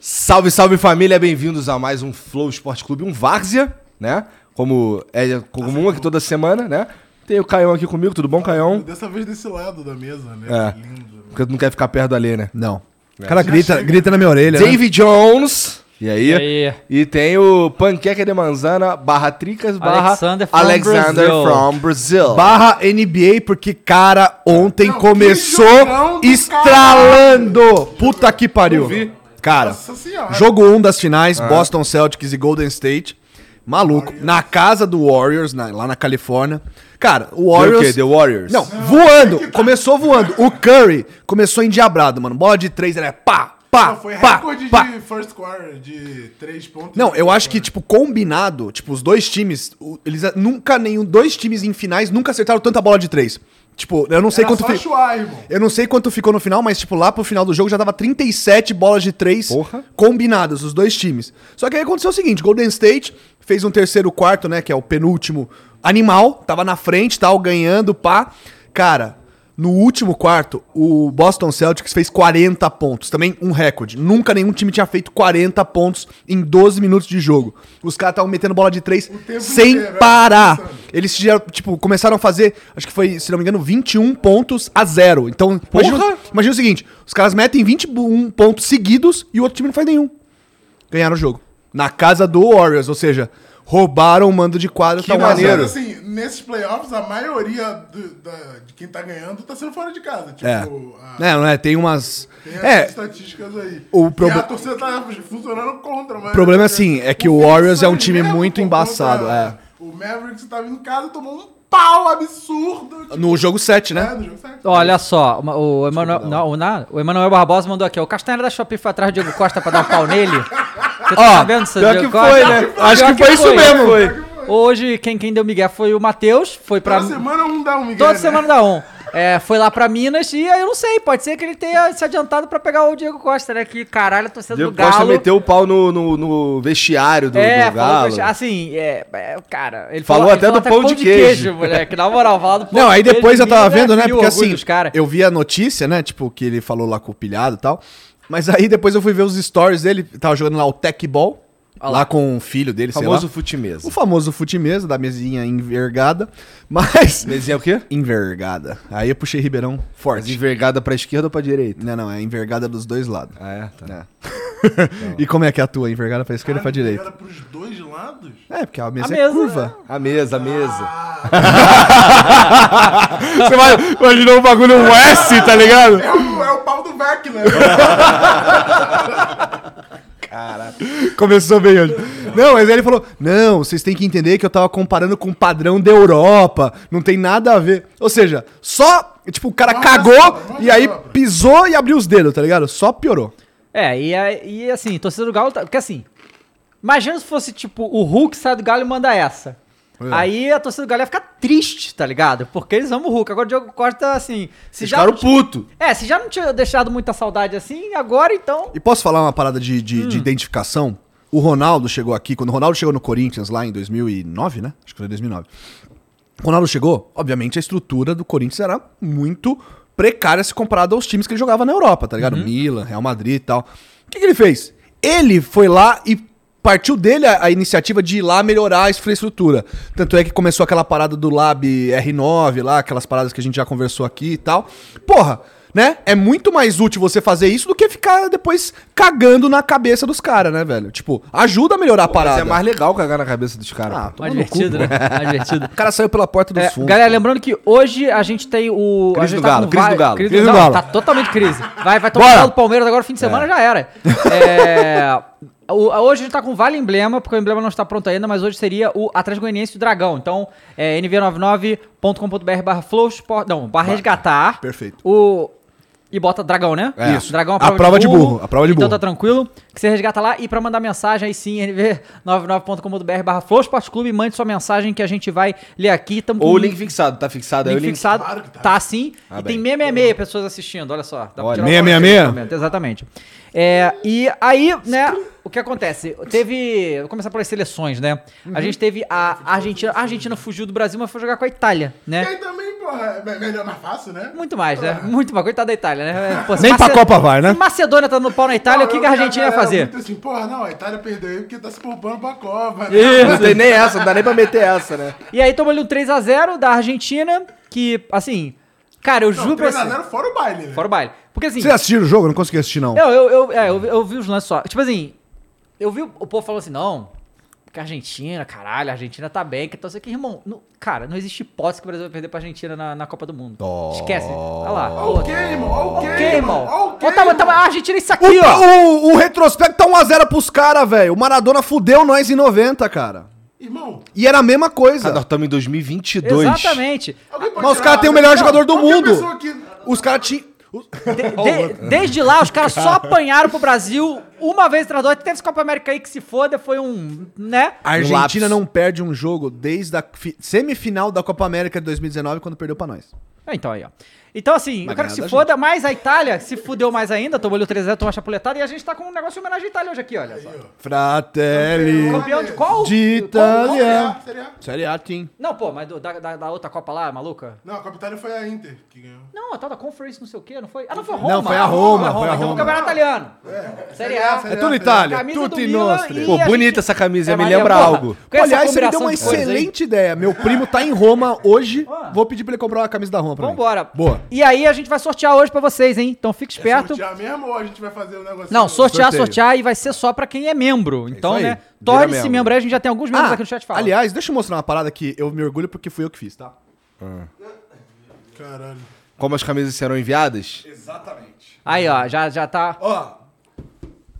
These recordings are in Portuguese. Salve, salve família, bem-vindos a mais um Flow Esporte Clube, um Várzea, né? Como é comum aqui toda semana, né? Tem o Caião aqui comigo, tudo bom, Caião? Dessa vez desse lado da mesa, né? É. Que Lindo. Porque tu não quer ficar perto da lei, né? Não. É. O cara grita, grita na minha orelha. né? David Jones. E aí? E, aí? tem o Panqueca de Manzana barra Tricas barra Alexander from Alexander Brazil. from Brazil. Barra NBA, porque, cara, ontem Não, que jogão começou do estralando. Puta que pariu. Cara, Nossa senhora. É. jogo 1 um das finais, Boston Celtics e Golden State. Maluco, na casa do Warriors, na- lá na Califórnia. Cara, o Warriors... quê? The Warriors? Não, voando. Começou voando. O Curry começou endiabrado, mano. Bola de três, ele é pá, pá, Não, foi pá, recorde pá. de first quarter, de três pontos. né? Não, eu acho que, tipo, combinado, tipo, os dois times, o- eles a- nunca, nenhum, dois times em finais nunca acertaram tanta bola de três. Tipo, eu não sei Era quanto só fi- chuar, irmão. Eu não sei quanto ficou no final, mas, tipo, lá pro final do jogo já dava 37 bolas de três Porra. combinadas, os dois times. Só que aí aconteceu o seguinte: Golden State fez um terceiro quarto, né? Que é o penúltimo animal, tava na frente, tal, ganhando, pá. Cara. No último quarto, o Boston Celtics fez 40 pontos. Também um recorde. Nunca nenhum time tinha feito 40 pontos em 12 minutos de jogo. Os caras estavam metendo bola de três tempo sem inteiro, é, parar. pensando. Eles já, tipo, começaram a fazer, acho que foi, se não me engano, 21 pontos a zero. Então, imagina, imagina o seguinte: os caras metem 21 pontos seguidos e o outro time não faz nenhum. Ganharam o jogo. Na casa do Warriors, ou seja, roubaram o mando de quadra. tá Que maneiro. Mas, assim, nesses playoffs, a maioria do- da- de quem tá ganhando tá sendo fora de casa. Tipo, É. a- É, não é? Tem umas. tem as É, estatísticas aí. o E proble- a torcida tá funcionando contra, mas... O problema é assim, é que o Phoenix Warriors é um Suns time mesmo, muito pô, embaçado, contra- é. O Mavericks tava em casa e tomou um pau absurdo. tipo, no jogo 7, é, né? no jogo certo. Olha só, uma- o Emanuel, um. não, o na- o Emanuel Barbosa mandou aqui, ó, o Castanheira da Shopee foi atrás do Diego Costa pra dar um pau nele. Você tá sabendo disso, pior Diego que foi, Costa? né? Pior Acho que foi isso mesmo. Hoje, quem, quem deu migué foi o Matheus, foi pra... Toda semana um dá um Miguel, Toda né? semana dá um. É, foi lá pra Minas e aí eu não sei, pode ser que ele tenha se adiantado pra pegar o Diego Costa, né? Que caralho, tô sendo Diego do Galo. Costa meteu o pau no, no- no vestiário do, é, do falou Galo. que- assim, é, é, cara, ele Falou até do pão de queijo. moleque, na moral, falar do pão Não, aí de depois queijo, eu tava Minas é vendo, né? mil Porque orgulhos, assim, cara. eu vi a notícia, né? Tipo, que ele falou lá com o pilhado e tal. Mas aí depois eu fui ver os stories dele, tava jogando lá o Tech Ball, lá. com o filho dele, sei lá. Famoso futimesa. O famoso futimesa, da mesinha envergada, mas... Mesinha o quê? Envergada. Aí eu puxei Ribeirão Ah, Mas forte. envergada pra esquerda ou pra direita? Não, não, é envergada dos dois lados. Ah, é? Tá. e como é que é a tua? Envergada pra esquerda ou pra Caralho, direita? Era pros dois lados? É, porque a mesa A é mesa, curva. A mesa, a mesa. Você vai- imaginou o bagulho um S, tá ligado? É o, é o pau do Beck, né? É. Começou bem hoje. Não, mas aí ele falou: Não, vocês têm que entender que eu tava comparando com o padrão da Europa. Não tem nada a ver. Ou seja, só. Tipo, o cara Nossa, cagou nossa, e aí nossa. pisou e abriu os dedos, tá ligado? Só piorou. É, e, aí- e assim, torcida do Galo. Tá, porque assim, imagina se fosse tipo o Hulk sai do Galo e manda essa. É. Aí a torcida do Galo ia ficar triste, tá ligado? Porque eles amam o Hulk. Agora o Diogo Costa, assim. Se já não, Ficaram puto. É, se já não tinha deixado muita saudade assim, agora então. E posso falar uma parada de, de- de identificação? O Ronaldo chegou aqui, quando o Ronaldo chegou no Corinthians lá em 2009, né? Acho que foi 2009. Quando o Ronaldo chegou, obviamente a estrutura do Corinthians era muito precária se comparado aos times que ele jogava na Europa, tá ligado? Milan, Real Madrid e tal. O que, que ele fez? Ele foi lá e partiu dele a, a iniciativa de ir lá melhorar a infraestrutura. Tanto é que começou aquela parada do Lab R9 lá, aquelas paradas que a gente já conversou aqui e tal. Porra, né? É muito mais útil você fazer isso do que ficar depois cagando na cabeça dos caras, né, velho? Tipo, ajuda a melhorar a Mas parada. é mais legal cagar na cabeça dos caras. Ah, pô. toma Mais no cu, divertido, né? Mais divertido. O cara saiu pela porta dos É, fundos. tá galera, lembrando que hoje a gente tem o. Crise a gente tá do Galo, com crise do vai- Galo, Crise, crise do do Galo. Galo. Tá totalmente crise. Vai, vai tomar Bora. o Galo do Palmeiras agora, fim de semana já era. É, o- a- hoje a gente tá com o Vale Emblema, porque o emblema não está pronto ainda, mas hoje seria o Atlético Goianiense do Dragão. Então, é nv99.com.br barra flowsport, não, barra resgatar. perfeito. O... E bota dragão, né? É. Isso. Dragão é A prova de burro, a prova de burro. Então tá tranquilo, que você resgata lá. E pra mandar mensagem, aí sim, nv99.com.br barra Flow Esporte Clube, mande sua mensagem que a gente vai ler aqui. Tamo com Ou o link fixado, tá fixado aí Link o link. fixado. Claro que tá. tá. sim. e bem. tem 666 pessoas assistindo, olha só. Dá pra Olha, tirar 666? foto momento, Exatamente. É, e aí, né, o que acontece? Teve. Vou começar pelas seleções, né? A gente teve a Argentina. A Argentina fugiu do Brasil, mas foi jogar com a Itália, E né? aí também, porra, é me- melhor mais fácil, né? Muito mais, né? Muito mais. Coitada da Itália, né? Pô, se Nem pra Mace- Copa vai, né? se Macedônia tá no pau na Itália, o que, eu que a vi Argentina ia galera fazer? Muito assim, porra, não, a Itália perdeu aí porque tá se poupando pra Copa, né? Não tem nem essa, não dá nem pra meter essa, né? E aí tomou ali um 3x0 da Argentina, que, assim. Cara, eu juro Não, pra você. 3x0 fora o baile, né? Fora o baile. Porque assim. Vocês assistiram o jogo? Eu não consegui assistir, não. Eu, eu, eu, é, eu, vi- eu vi os lances só. Tipo assim, eu vi o o povo falando assim, não, que a Argentina, caralho, a Argentina tá bem, que então sei que, irmão, não- cara, não existe hipótese que o Brasil vai perder pra Argentina na, na Copa do Mundo. Esquece. Olha lá. Ok, irmão, ok, Ok, irmão. tá, irmão. Ó, tava, tava a Argentina é isso O, aqui, ó. o- o retrospecto tá 1x0 pros caras, velho. O Maradona fudeu nós em 90, cara. Irmão, E era a mesma coisa. Ah, nós estamos em 2022. Exatamente. alguém pode Mas os tirar caras a têm o vaga? melhor Não, jogador do qualquer mundo. pessoa que- Os caras tinham. De- de- desde lá, os caras só apanharam pro Brasil uma vez atrás da outra. Teve essa Copa América aí que se foda, foi um, né? A Argentina não perde um jogo desde a fi- semifinal da Copa América de 2019, quando perdeu pra nós. É, então aí, ó. Então, assim, eu quero que ganhar da se foda, mas a Itália se fudeu mais ainda, tomou ali o 3 0 tomou a chapuletada, e a gente tá com um negócio de homenagem à Itália hoje aqui, olha só. Fratelli. Campeão de qual? Qual De que é Itália. a Série A? Série A, Tim. Não, pô, mas do- da, da- da outra Copa lá, maluca? Não, a Copa Itália foi a Inter que ganhou. Não, a tal da Conference não sei o quê, não foi? Ah, não, foi a Roma. Não, foi a Roma, foi a Então, Roma. campeonato italiano. Série A. É tudo Itália. Camisa do Tudo in Milan nostri. e Pô, a bonita gente- essa camisa, me Maria, lembra porra, algo. com essa Aliás, você me deu combinação uma de cores, hein? excelente ideia. Meu primo tá em Roma hoje. Ah. Vou pedir pra ele comprar uma camisa da Roma pra Vambora. mim. Boa. E aí a gente vai sortear hoje pra vocês, hein? Então fique É esperto. sortear mesmo ou a gente vai fazer o negócio? Não, sortear, Sorteio. sortear e vai ser só pra quem é membro. Então, aí. né? Vira Torne-se membro. membro. Aí a gente já tem alguns membros Ah, aqui no chat falando. aliás, deixa eu mostrar uma parada que eu me orgulho porque fui eu que fiz, tá? Caralho. Como as camisas serão enviadas? Aí, ó, já, já tá. Ó.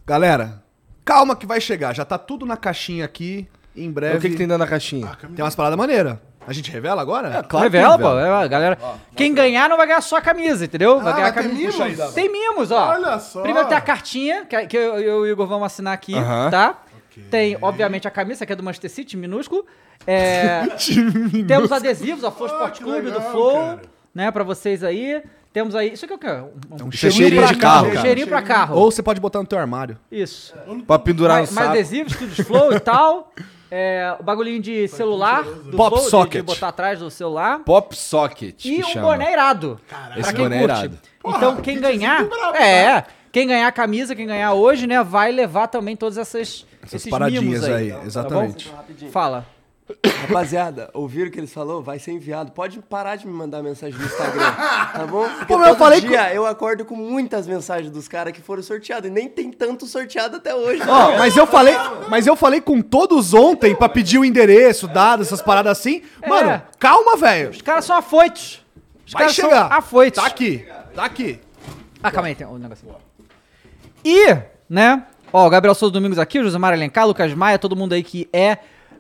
Galera, calma que vai chegar. Já tá tudo na caixinha aqui. Em breve. Ah, O que, que tem dentro da caixinha? tem umas paradas maneiras. A gente revela agora? revela, pô. É, a galera. Quem ganhar não vai ganhar só a camisa, entendeu? Vai Ah, ganhar mas a tem camisa. mimos? Puxa aí, Tem mimos, ó. Olha só. Primeiro tem a cartinha, que, que eu, eu e o Igor vamos assinar aqui, Aham. tá? Tem, obviamente, a camisa, que é do Manchester City, minúsculo. É, temos adesivos, ó, Flow Sport que Clube do legal, Flow, cara. né, pra vocês aí. Temos aí. Isso aqui é o quê? Um, um Isso é cheirinho pra de carro, Um cara. cheirinho pra carro. Ou você pode botar no teu armário. Isso. Pra pendurar mais, no mais um saco. adesivos, tudo de flow e tal. É, o bagulhinho de celular. Do Pop flow, de- De, socket. botar atrás do celular. Pop Socket. que E um chama. boné irado. Esse pra quem boné é curte. irado. então, Porra, quem que ganhar. desafio brabo, né, é, quem ganhar a camisa, quem ganhar hoje, né, vai levar também todas essas. Essas esses paradinhas mimos aí, aí. tá bom? exatamente. Fala. Rapaziada, ouviram o que eles falou? Vai ser enviado. Pode parar de me mandar mensagem no Instagram, tá bom? Porque Pô, mas eu todo falei dia eu acordo com muitas mensagens dos caras que foram sorteados. E nem tem tanto sorteado até hoje. né? Ó, mas eu falei, mas eu falei com todos ontem pra pedir o endereço, dado, essas paradas assim. Mano, É. calma, velho. Os caras são afoitos. Os Vai caras chegar. são afoitos. Tá aqui. Tá aqui. Ah, calma aí, tem um negocinho. E, né? Ó, o Gabriel Souza Domingos aqui, o Josemar Alencar, Lucas Maia, todo mundo aí que é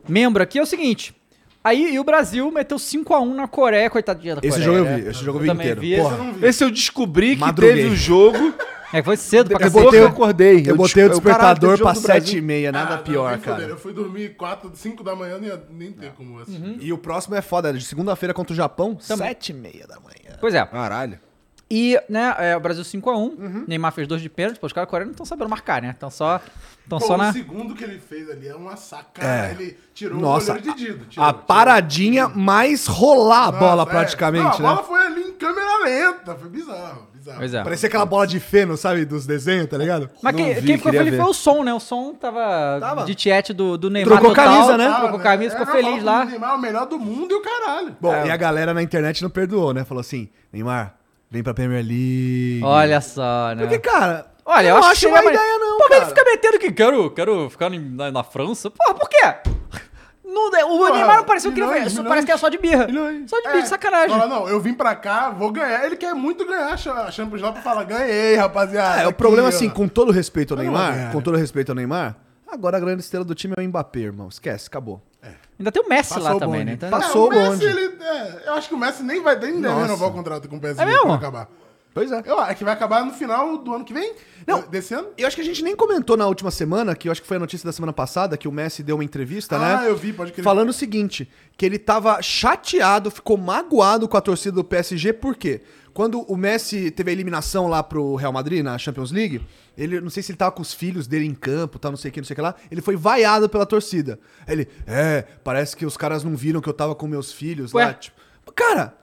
membro aqui. É o seguinte. Aí e o Brasil meteu 5x1 na Coreia, coitadinha da Coreia. Esse jogo eu né? vi, esse jogo eu vi também inteiro. vi, Porra. esse eu Esse eu descobri que Madruguei. teve o jogo. É, foi cedo pra Eu cacete. né? botei, eu eu acordei. Eu botei o despertador pra sete e sete. meia, nada Ah, pior, não, nem fudendo. cara. Eu fui dormir 4, 5 da manhã, nem, nem tem como assistir. Uhum. E o próximo é foda, é de segunda-feira contra o Japão, sete e meia da manhã. Pois é. Caralho. E, né, é, o Brasil 5x1, Uhum. Neymar fez dois de pênalti, pô, os caras da Coreia não estão sabendo marcar, né? Estão só, tão Pô, só o na... segundo que ele fez ali é uma sacada. É. Ele tirou Nossa, o goleiro de Dido. a, a paradinha mais rolar a bola praticamente, A bola né? foi ali em câmera lenta. Foi bizarro, bizarro. Pois é. Parecia aquela bola de feno, sabe, dos desenhos, tá ligado? Mas Não quem, vi, quem ficou queria feliz ver. foi o som, né? O som tava, Tava. de tiete do, do Neymar Trocou camisa, né? Trocou camisa, ficou feliz lá. O Neymar é o melhor do mundo e o caralho. É. Bom, É. e a galera na internet não perdoou, né? Falou assim, Neymar, vem pra Premier League. Olha só, né? Porque, cara, Olha, eu, não acho, acho que uma seria mais- ideia não, Pô, mas cara. ele fica metendo que quero, quero ficar em- na, na França. Porra, por quê? Não, o Neymar não pareceu que ele milhões, isso milhões, parece que é só de birra. Milhões. Só de birra, É, de sacanagem. Fala, não, eu vim pra cá, vou ganhar. Ele quer muito ganhar a Cha- a Champions lá pra falar, ganhei, rapaziada. É, o aqui, ó. problema assim, com todo respeito ao Não, Neymar, cara. com todo respeito ao Neymar, Agora a grande estrela do time é o Mbappé, irmão. Esquece, acabou. Ainda tem o Messi Passou lá o também, bonde. né? Então, Passou. o É, o Messi, bonde. ele, é, eu acho que o Messi nem vai nem deve Nossa. renovar o contrato com o PSG É mesmo? quando acabar. Pois é. Eu acho que vai acabar no final do ano que vem? Não. Do- Desse ano? Eu acho que a gente nem comentou na última semana, que eu acho que foi a notícia da semana passada, que o Messi deu uma entrevista, né? Ah, eu vi, pode crer. Falando o seguinte, que ele tava chateado, ficou magoado com a torcida do PSG, por quê? Quando o Messi teve a eliminação lá pro Real Madrid, na Champions League, ele, não sei se ele tava com os filhos dele em campo, tal, não sei o que, não sei o que lá, ele foi vaiado pela torcida. Aí Ele, é, parece que os caras não viram que eu tava com meus filhos Ué? lá, tipo... Cara,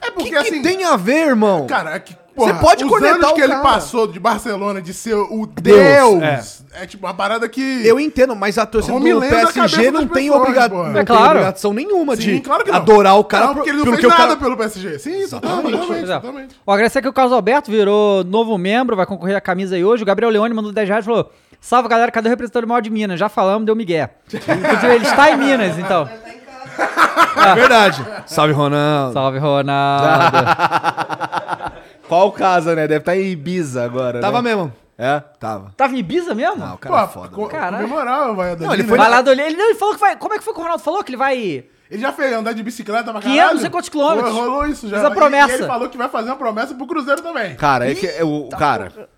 É o que, que tem a ver, irmão? Cara, é que, pode os cornetar anos o que ele cara. passou de Barcelona de ser o Deus, Deus, é. tipo uma parada que... Eu entendo, mas a torcida do Romilena na PSG cabeça não das tem, pessoas, obriga- porra. não É tem claro. obrigação nenhuma Sim, de claro que não. adorar o cara Não, por- porque ele não pelo fez que o nada cara... pelo PSG. Sim, exatamente. Exatamente, exatamente. O agressivo é que o Carlos Alberto virou novo membro, vai concorrer à camisa aí hoje. O Gabriel Leone mandou 10 reais e falou: Salve galera, cadê o representante do mal de Minas? Já falamos, deu Miguel. Inclusive, ele está em Minas, então. É verdade. Salve, Ronaldo. Salve, Ronaldo. Qual casa, né? Deve estar em Ibiza agora. Tava né? mesmo. É? Tava. Tava em Ibiza mesmo? Ah, Pô, o cara é foda. co- mano. Caralho. comemorar o Valladolid, Não, ele né? foi Vai lá do Ele não, ele falou que vai. Como é que foi que o Ronaldo falou? Que ele vai. Ele já fez andar de bicicleta pra 500 caralho. não sei quantos quilômetros. Foi, Rolou isso já. Fez a E- promessa. E ele falou que vai fazer uma promessa pro Cruzeiro também. Cara, é que é o, o tá cara.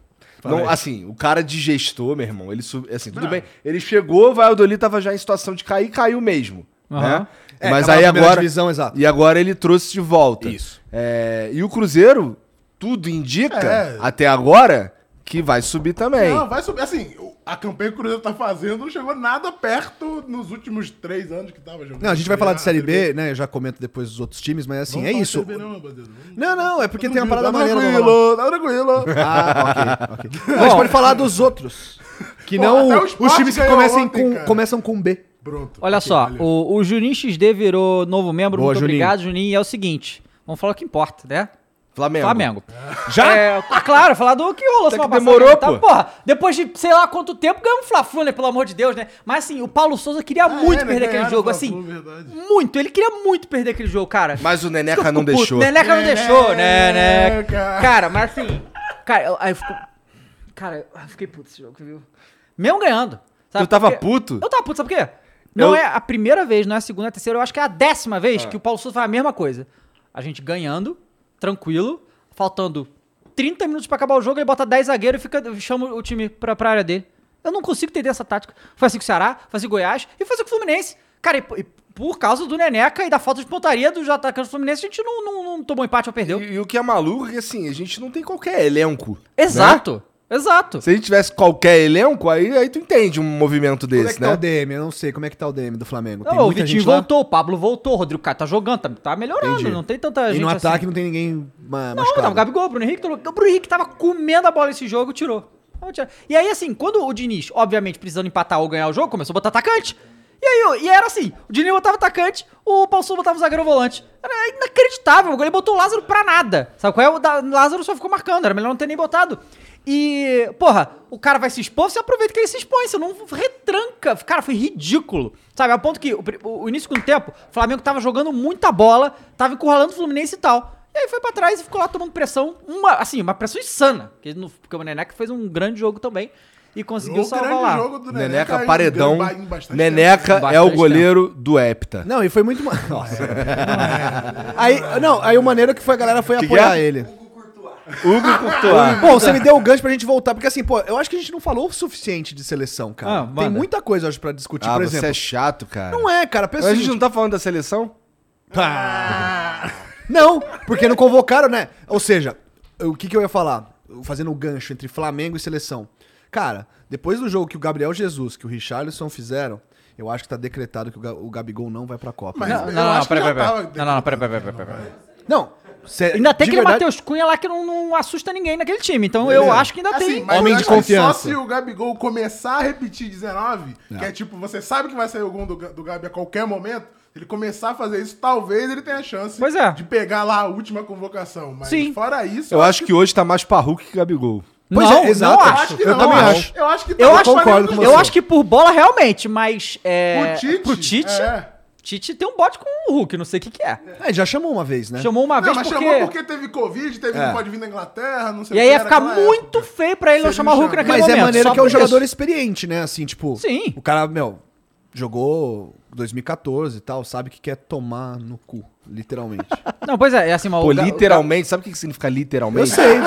Não, assim, o cara de gestor, meu irmão, ele sub, assim, tudo bem. Ele chegou, vai, o Doli tava já em situação de cair, caiu mesmo. Né? É, Mas tava aí na primeira agora. divisão, exato. E agora ele trouxe de volta. Isso. É, e o Cruzeiro, tudo indica, É. até agora, que vai subir também. Não, vai subir. Assim, o- a campanha que o Cruzeiro tá fazendo não chegou nada perto nos últimos três anos que tava jogando. Não, a gente vai falar de Série B, né? Eu já comento depois dos outros times, mas assim, Não é fala de isso. Série B não, rapaziada. Vamos- Não, não, é porque tem uma tá parada maneira. vamos lá. Tranquilo, tá tranquilo. Ah, ok, ok. Não, a gente pode falar dos outros. Que Pô, não até o os Sport times que ganhou comecem ontem, com, cara. começam com B. Pronto. Olha Ok, só, valeu. o, o Juninho XD virou novo membro. Boa, Muito Juninho. obrigado, Juninho. E é o seguinte: vamos falar o que importa, né? Flamengo. Flamengo. Já? É, claro, falar do que rolou semana que demorou, passada, tá? pô. Porra, depois de sei lá quanto tempo, ganhamos um Fla-Flu, né? Pelo amor de Deus, né? Mas assim, o Paulo Souza Ah, queria muito é, né? perder aquele Ganharam jogo, o Fla-Flu, assim. É verdade. Muito, ele queria muito perder aquele jogo, cara. Mas o Isso que eu Neneca não fico puto. deixou. Neneca não deixou, É, né, né? Neneca. Cara, mas assim, cara, eu- aí eu fico. Cara, eu fiquei puto esse jogo, viu? Mesmo ganhando. sabe Tu tava por quê? puto? Eu tava puto, sabe por quê? Não Eu- é a primeira vez, não é a segunda, é a terceira, eu acho que é a décima vez que o Paulo Souza faz a mesma coisa. A gente ganhando, tranquilo, faltando 30 minutos pra acabar o jogo, ele bota 10 zagueiros e fica, chama o time pra, pra área dele. Eu não consigo entender essa tática. Foi assim com o Ceará, foi assim com o Goiás e foi assim com o Fluminense. Cara, e, po- e por causa do Neneca e da falta de pontaria do atacante do Fluminense, a gente não, não, não tomou empate ou perdeu. né? E, e o que é maluco é que, assim, a gente não tem qualquer elenco. Exato, exato. Se a gente tivesse qualquer elenco, aí, aí tu entende um movimento Como é desse, que tá o né? DM? Eu não sei como é que tá o DM do Flamengo. Não, o Vitinho voltou, o Pablo voltou, o Rodrigo Caio tá jogando, tá, tá melhorando, Entendi. não tem tanta E gente no assim. ataque não tem ninguém ma- Não, machucado. não, o Gabigol, o Bruno Henrique, o Bruno Henrique tava comendo a bola esse jogo, tirou. Tava tirando. E aí, assim, quando o Diniz, obviamente, precisando empatar ou ganhar o jogo, começou a botar atacante. E aí, eu- e era assim, o Diniz botava atacante, o Paulo Souza botava o zagueiro volante. Era inacreditável, ele botou o Lázaro pra nada. Sabe qual é? O da- Lázaro só ficou marcando, era melhor não ter nem botado. E, porra, o cara vai se expor, você aproveita que ele se expõe, você não retranca. Cara, foi ridículo. Sabe, ao ponto que o, pri- o- o início do tempo, o Flamengo tava jogando muita bola, tava encurralando o Fluminense e tal. E aí foi pra trás e ficou lá tomando pressão, uma, assim, uma pressão insana. Porque, no, porque o Neneca fez um grande jogo também e conseguiu O salvar grande lá. jogo do Neneca, né? Tá aí, paredão. ganhou em bastante Neneca tempo. é o Bastante goleiro do Hepta. Não, e foi muito. ma- Nossa. é, aí, não, aí o maneiro é que foi a galera foi Que que apoiar é? ele. Hugo Courtois. Bom, você me deu o gancho pra gente voltar, porque assim, pô, eu acho que a gente não falou o suficiente de seleção, Ah, cara. Tem manda. muita coisa, eu acho, pra discutir, ah, por você exemplo. é chato, cara. Não é, cara, Mas pensa a o gente não seguinte- tá falando da seleção? Não, tá- porque não convocaram, né? Ou seja, o que, que eu ia falar? Fazendo o gancho entre Flamengo e seleção. Cara, depois do jogo que o Gabriel Jesus, que o Richarlison fizeram, eu acho que tá decretado que o Ga- o Gabigol não vai pra Copa. Mas- Não, não, Eu não, acho que peraí, já peraí, peraí. tava- Assim, Não, não, não, peraí, peraí, peraí, peraí, peraí. Não, sé- Ainda tem de aquele verdade- Matheus Cunha lá que não, não assusta ninguém naquele time. Então eu acho que ainda tem. Ah, mas Homem eu de acho que confiança. Só se o Gabigol começar a repetir 19, que é tipo, você sabe que vai sair o gol do, Ga- do Gabi a qualquer momento, se ele começar a fazer isso, talvez ele tenha chance Pois é. de pegar lá a última convocação. Mas Sim. fora isso, Eu acho que hoje tá mais parruco que Gabigol. Pois é, exato. eu acho que eu não. também Eu acho. Eu acho que Eu, tá acho, fora concordo do- com eu você. acho que por bola realmente, mas é, Pro Tite. pro Tite é. Tite tem um bote com o Hulk, não sei o que que é. É, ele já chamou uma vez, né? Chamou uma Não, vez mas porque... chamou porque teve Covid, teve É. não pode vir da Inglaterra, não sei E aí que ia era ficar aquela muito feio pra ele não Seria chamar o Hulk chato. naquele Mas momento. é maneiro só que é um por isso. jogador experiente, né? Assim, tipo. Sim. O cara, meu, jogou 2014 e tal, sabe que quer tomar no cu, literalmente. Não, pois é, é assim, mas Pô, o ga- o ga- literalmente, sabe o que que significa Eu literalmente? sei.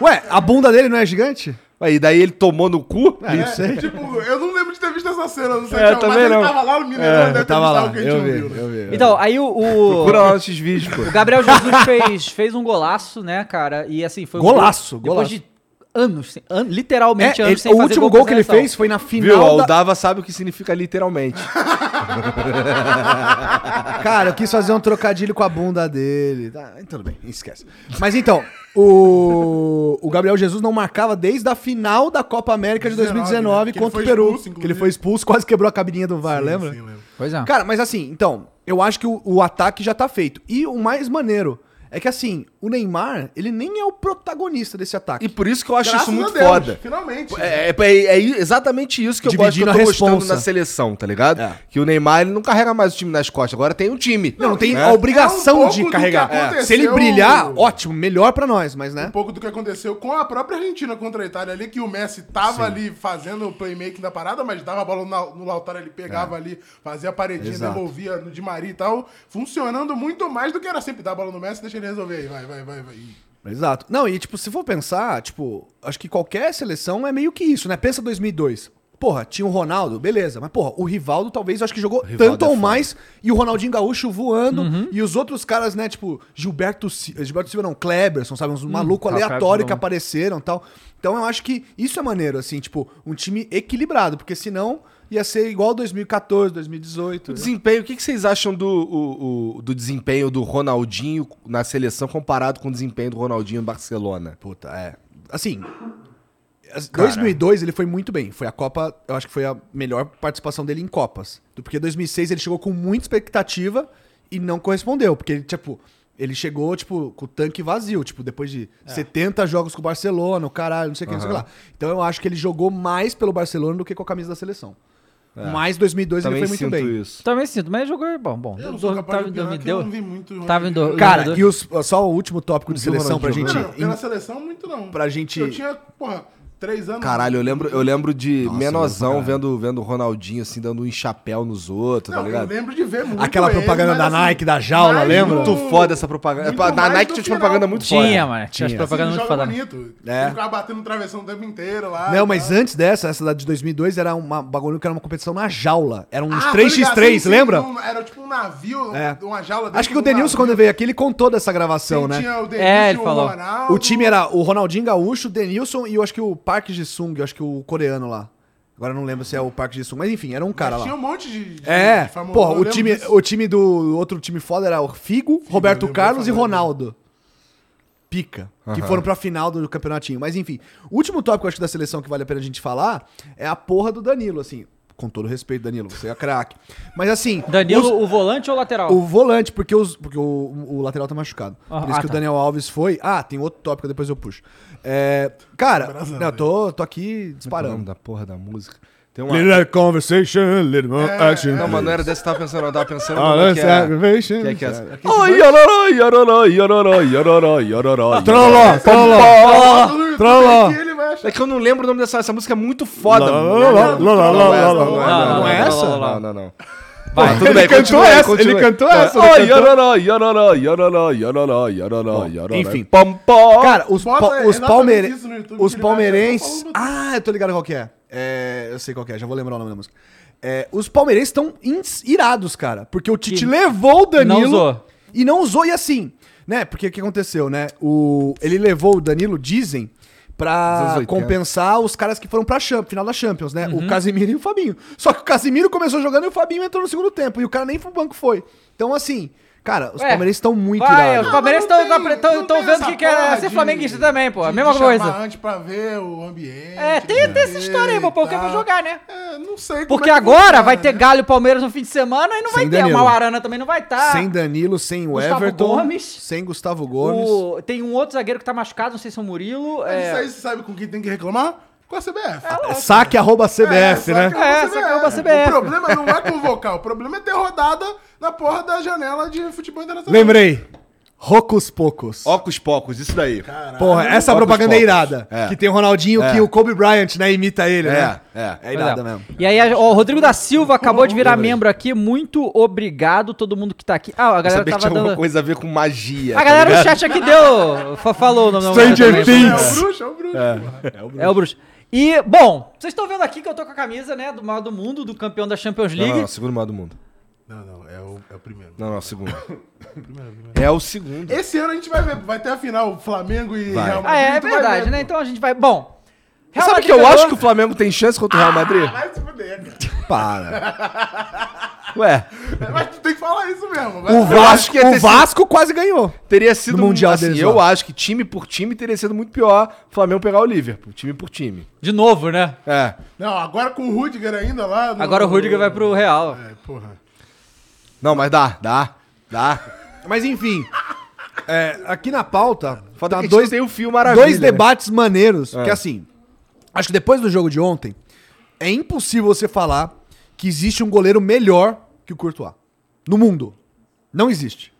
Ué, a bunda dele não é gigante? Aí daí ele tomou no cu. É, não época. Tipo, eu não lembro de ter visto essa cena, não sei É, o que, também mas não. ele tava lá no Mineirão, É, deve eu ter tava visto lá, algo que a gente eu não vi, viu, né? eu vi. Então, aí o, o, Procura lá nesses vídeos, pô. o Gabriel Jesus fez, fez um golaço, né, cara? E assim, foi um Golaço, gol- Depois golaço. de anos, sem- an- literalmente É, anos ele- sem o fazer último com a gol que ele seleção. fez foi na Viu? final. Ó, O da... Dava sabe o que significa literalmente. Cara, eu quis fazer um trocadilho com a bunda dele. Tá, tudo bem, esquece. Mas então, o, o Gabriel Jesus não marcava desde a final da Copa América de 2019 19, né? Que ele contra foi o Peru. expulso, que ele inclusive. foi expulso, quase quebrou a cabininha do VAR, ah, lembra? Sim, lembro. Pois é. Cara, mas assim, então, eu acho que o, o ataque já tá feito. E o mais maneiro é que, assim, o Neymar, ele nem é o protagonista desse ataque. E por isso que eu acho Graças isso é muito a Deus, foda. Finalmente. É, é, é- é exatamente isso que eu gosto que eu Dividindo tô a gostando responsa. na seleção, tá ligado? É. Que o Neymar ele não carrega mais o time nas costas, agora tem um time. Não, não tem né? a obrigação É um pouco do de que carregar. aconteceu- Se ele brilhar, ótimo, melhor pra nós, mas né? Um pouco do que aconteceu com a própria Argentina contra a Itália ali, que o Messi tava ali fazendo o playmaking da parada, mas dava a bola no, no Lautaro, ele pegava ali, fazia a paredinha, Exato. devolvia no Di Maria e tal, funcionando muito mais do que era sempre dar a bola no Messi, deixa ele resolver aí, vai, vai, vai, vai. Exato. Não, e tipo, se for pensar, tipo, acho que qualquer seleção é meio que isso, né? Pensa 2002. Porra, tinha o Ronaldo, beleza. Mas, porra, o Rivaldo talvez eu acho que jogou tanto é ou foda. mais. E o Ronaldinho Gaúcho voando. E os outros caras, né? Tipo, Gilberto Silva. Gilberto Silva não, Kleberson, sabe? Uns malucos tá, aleatórios que Kleberson. apareceram e tal. Então eu acho que isso é maneiro, assim, tipo, um time equilibrado. Porque senão ia ser igual 2014, 2018. O desempenho, o que, que vocês acham do, o- o- do desempenho do Ronaldinho na seleção comparado com o desempenho do Ronaldinho no Barcelona? Puta, é. Assim. as- 2002 ele foi muito bem. Foi a Copa, eu acho que foi a melhor participação dele em Copas. Porque 2006 ele chegou com muita expectativa e não correspondeu. Porque ele, tipo, ele chegou, tipo, com o tanque vazio. Tipo, depois de 70 jogos com o Barcelona, o caralho, não sei o que, não sei o que lá. Então eu acho que ele jogou mais pelo Barcelona do que com a camisa da seleção. Mas 2002 Também ele foi muito sinto bem. isso. Também sinto, mas jogou bom. bom Eu não sou capaz tava de em opinar, que eu 2002, não vi muito... Tava em do- Cara, jogador. e os- só o último tópico de seleção pra Ronaldinho gente. Não, não, em- pela seleção, muito não. pra gente- Eu tinha, porra, três anos. Caralho, eu lembro, eu lembro de Nossa, menorzão eu lembro pra vendo, vendo o Ronaldinho, assim, dando um chapéu nos outros, tá Não, eu ligado? lembro de ver muito Aquela ele, propaganda mas, da Nike, da jaula, mais lembra? no- Muito foda essa propaganda. muito Na mais Nike no tinha final. propagada muito foda. Tinha, mano. Tinha as Tinha. Ele propagandas muito joga foda. bonito. É. Ele ficava batendo travessão o tempo inteiro lá. Não, e mas tal. antes dessa, essa da de 2002 era uma bagulho que era uma competição na jaula. Era um uns Ah, tô ligado, 3x3, sim, sim, lembra? um- era tipo um navio, É. uma jaula Acho que o Denilson, Denilson quando veio aqui, ele contou dessa gravação, né? Tinha o Denilson, É, ele falou. o Ronaldo. O time era o Ronaldinho Gaúcho, o Denilson e eu acho que o Park Ji-sung, eu acho que o coreano lá. Agora eu não lembro se é o Park Ji-sung, mas enfim, era um cara Mas lá. Tinha um monte de. de É, de famoso, porra, eu o lembro time, disso. o time do outro time foda era o Figo, né? Roberto lembro, Carlos e eu falei. Ronaldo. Pica. Que foram pra final do campeonatinho. Mas enfim, o último tópico acho que da seleção que vale a pena a gente falar é a porra do Danilo, assim. Com todo respeito, Danilo, você é craque. Mas assim, Danilo, os- o volante ou o lateral? o volante, porque, os, porque o, o lateral tá machucado. Ah, Por isso ah, que o tá. Daniel Alves foi. Ah, tem outro tópico, depois eu puxo. É, cara, Abraçando não, eu aí. tô, tô aqui Qual é o nome disparando. da porra da música. Tem uma. Little conversation, little more action. É, Não, mas não era dessa que eu tava pensando, eu tava pensando. Ah, numa que that's é- aggravation. que é que é essa? Oi, yororó, yororó, yororó, yororó, yororó, yororó. Todo mundo- tudo Trolló. que ele vai achar. É que eu não lembro o nome dessa essa música é muito foda. Lá, mano. lá, lá, Não, lá, não é lá, lá, essa, lá, não é, lá, não, lá, não é lá, essa? lá, lá. Não, não, não. Vai. Porra, tudo bem, cantou continua, essa, continua. ele cantou Tá. essa, ele Oi, cantou. yororó, yororó, yororó, yororó, yororó, yororó. enfim. Pom, pom. Cara, os, Bota pa aí, os, exatamente palmeire isso no YouTube os que ele vai ver, palmeirenses. tá Ah, eu tô ligado qual que é. É, Eu sei qual que é, já vou lembrar o nome da música. É, os palmeirenses estão ins- irados, cara. Porque o Tite Que- levou o Danilo. não usou. E não usou, e assim, né? Porque o que aconteceu, né? O, ele levou o Danilo, dizem, Dos anos pra 80. compensar os caras que foram pra Champ- final da Champions, né? Uhum. O Casimiro e o Fabinho. Só que o Casimiro começou jogando e o Fabinho entrou no segundo tempo. E o cara nem pro banco foi. Então, assim, cara, os Ué, palmeirenses estão muito É, Vai, irados. os palmeirenses Não, não tem- não estão tem vendo essa que quer porra ser de- flamenguista também, pô. A de- mesma de coisa. chamar antes pra ver o ambiente. É, tem, tem essa história aí, pô. Porque vai jogar, né? É, não sei como Porque é que agora funciona, vai ter né? Galho e Palmeiras no fim de semana e não Sem vai ter. O Danilo. Mauarana também não vai tá. estar. Sem Danilo, sem o Ah, Gustavo Everton, Gomes. sem Gustavo Gomes. O- Tem um outro zagueiro que tá machucado, não sei se é o Murilo. Mas é- isso aí você sabe com quem tem que reclamar? Com com a CBF. É Saque arroba CBF, É, né? saca É, a CBF. saca a CBF. O problema não é convocar, o problema é ter rodada na porra da janela de futebol internacional. Lembrei. Rocos Pocos. Ocos pocos, isso daí. Porra, essa Ocos propaganda é Pocos. irada. É. Que tem o Ronaldinho, É. que o Kobe Bryant, né, imita ele, né? É, é. É irada Pois é. mesmo. E aí, a- ó, o Rodrigo da Silva acabou de virar membro aqui. Muito obrigado, todo mundo que tá aqui. Ah, a Eu galera sabia que tava tinha alguma dando. coisa a ver com magia. A tá galera no ligado? chat aqui deu. fa- Falou o nome da Stranger mulher também. É o Things. bruxo, é o bruxo. É o bruxo. E, bom, vocês estão vendo aqui que eu tô com a camisa, né, do maior do mundo, do campeão da Champions Não, League. não, não, segundo maior do mundo. Não, não, é o, é o primeiro. Não, não, segundo. É o segundo. Esse ano a gente vai ver, vai ter a final Flamengo e Vai. Real Ah, Madrid. é, é tu vai verdade, ver. né? Então a gente vai. Bom. Real Sabe Madrid que eu ganhou. acho que o Flamengo tem chance contra o Real Madrid? Vai se fuder, cara. Para. Ah. Ué, Mas tu tem que falar isso mesmo. vai O se fuder. acho Vasco, que ia ter o Vasco quase ganhou. teria sido No Mundial assim, deles Eu lá. acho que time por time teria sido muito pior o Flamengo pegar o Liverpool, time por time. De novo, né? É. Não, agora com o Rudiger ainda lá. no- Agora o Rudiger vai pro Real. É, porra. Não, mas dá, dá, dá. Mas enfim. é, aqui na pauta, Falta tá que dois, dois tem o fio maravilha. dois né? debates maneiros. É. Que assim, acho que depois do jogo de ontem, é impossível você falar que existe um goleiro melhor que o Courtois. No mundo. Não existe.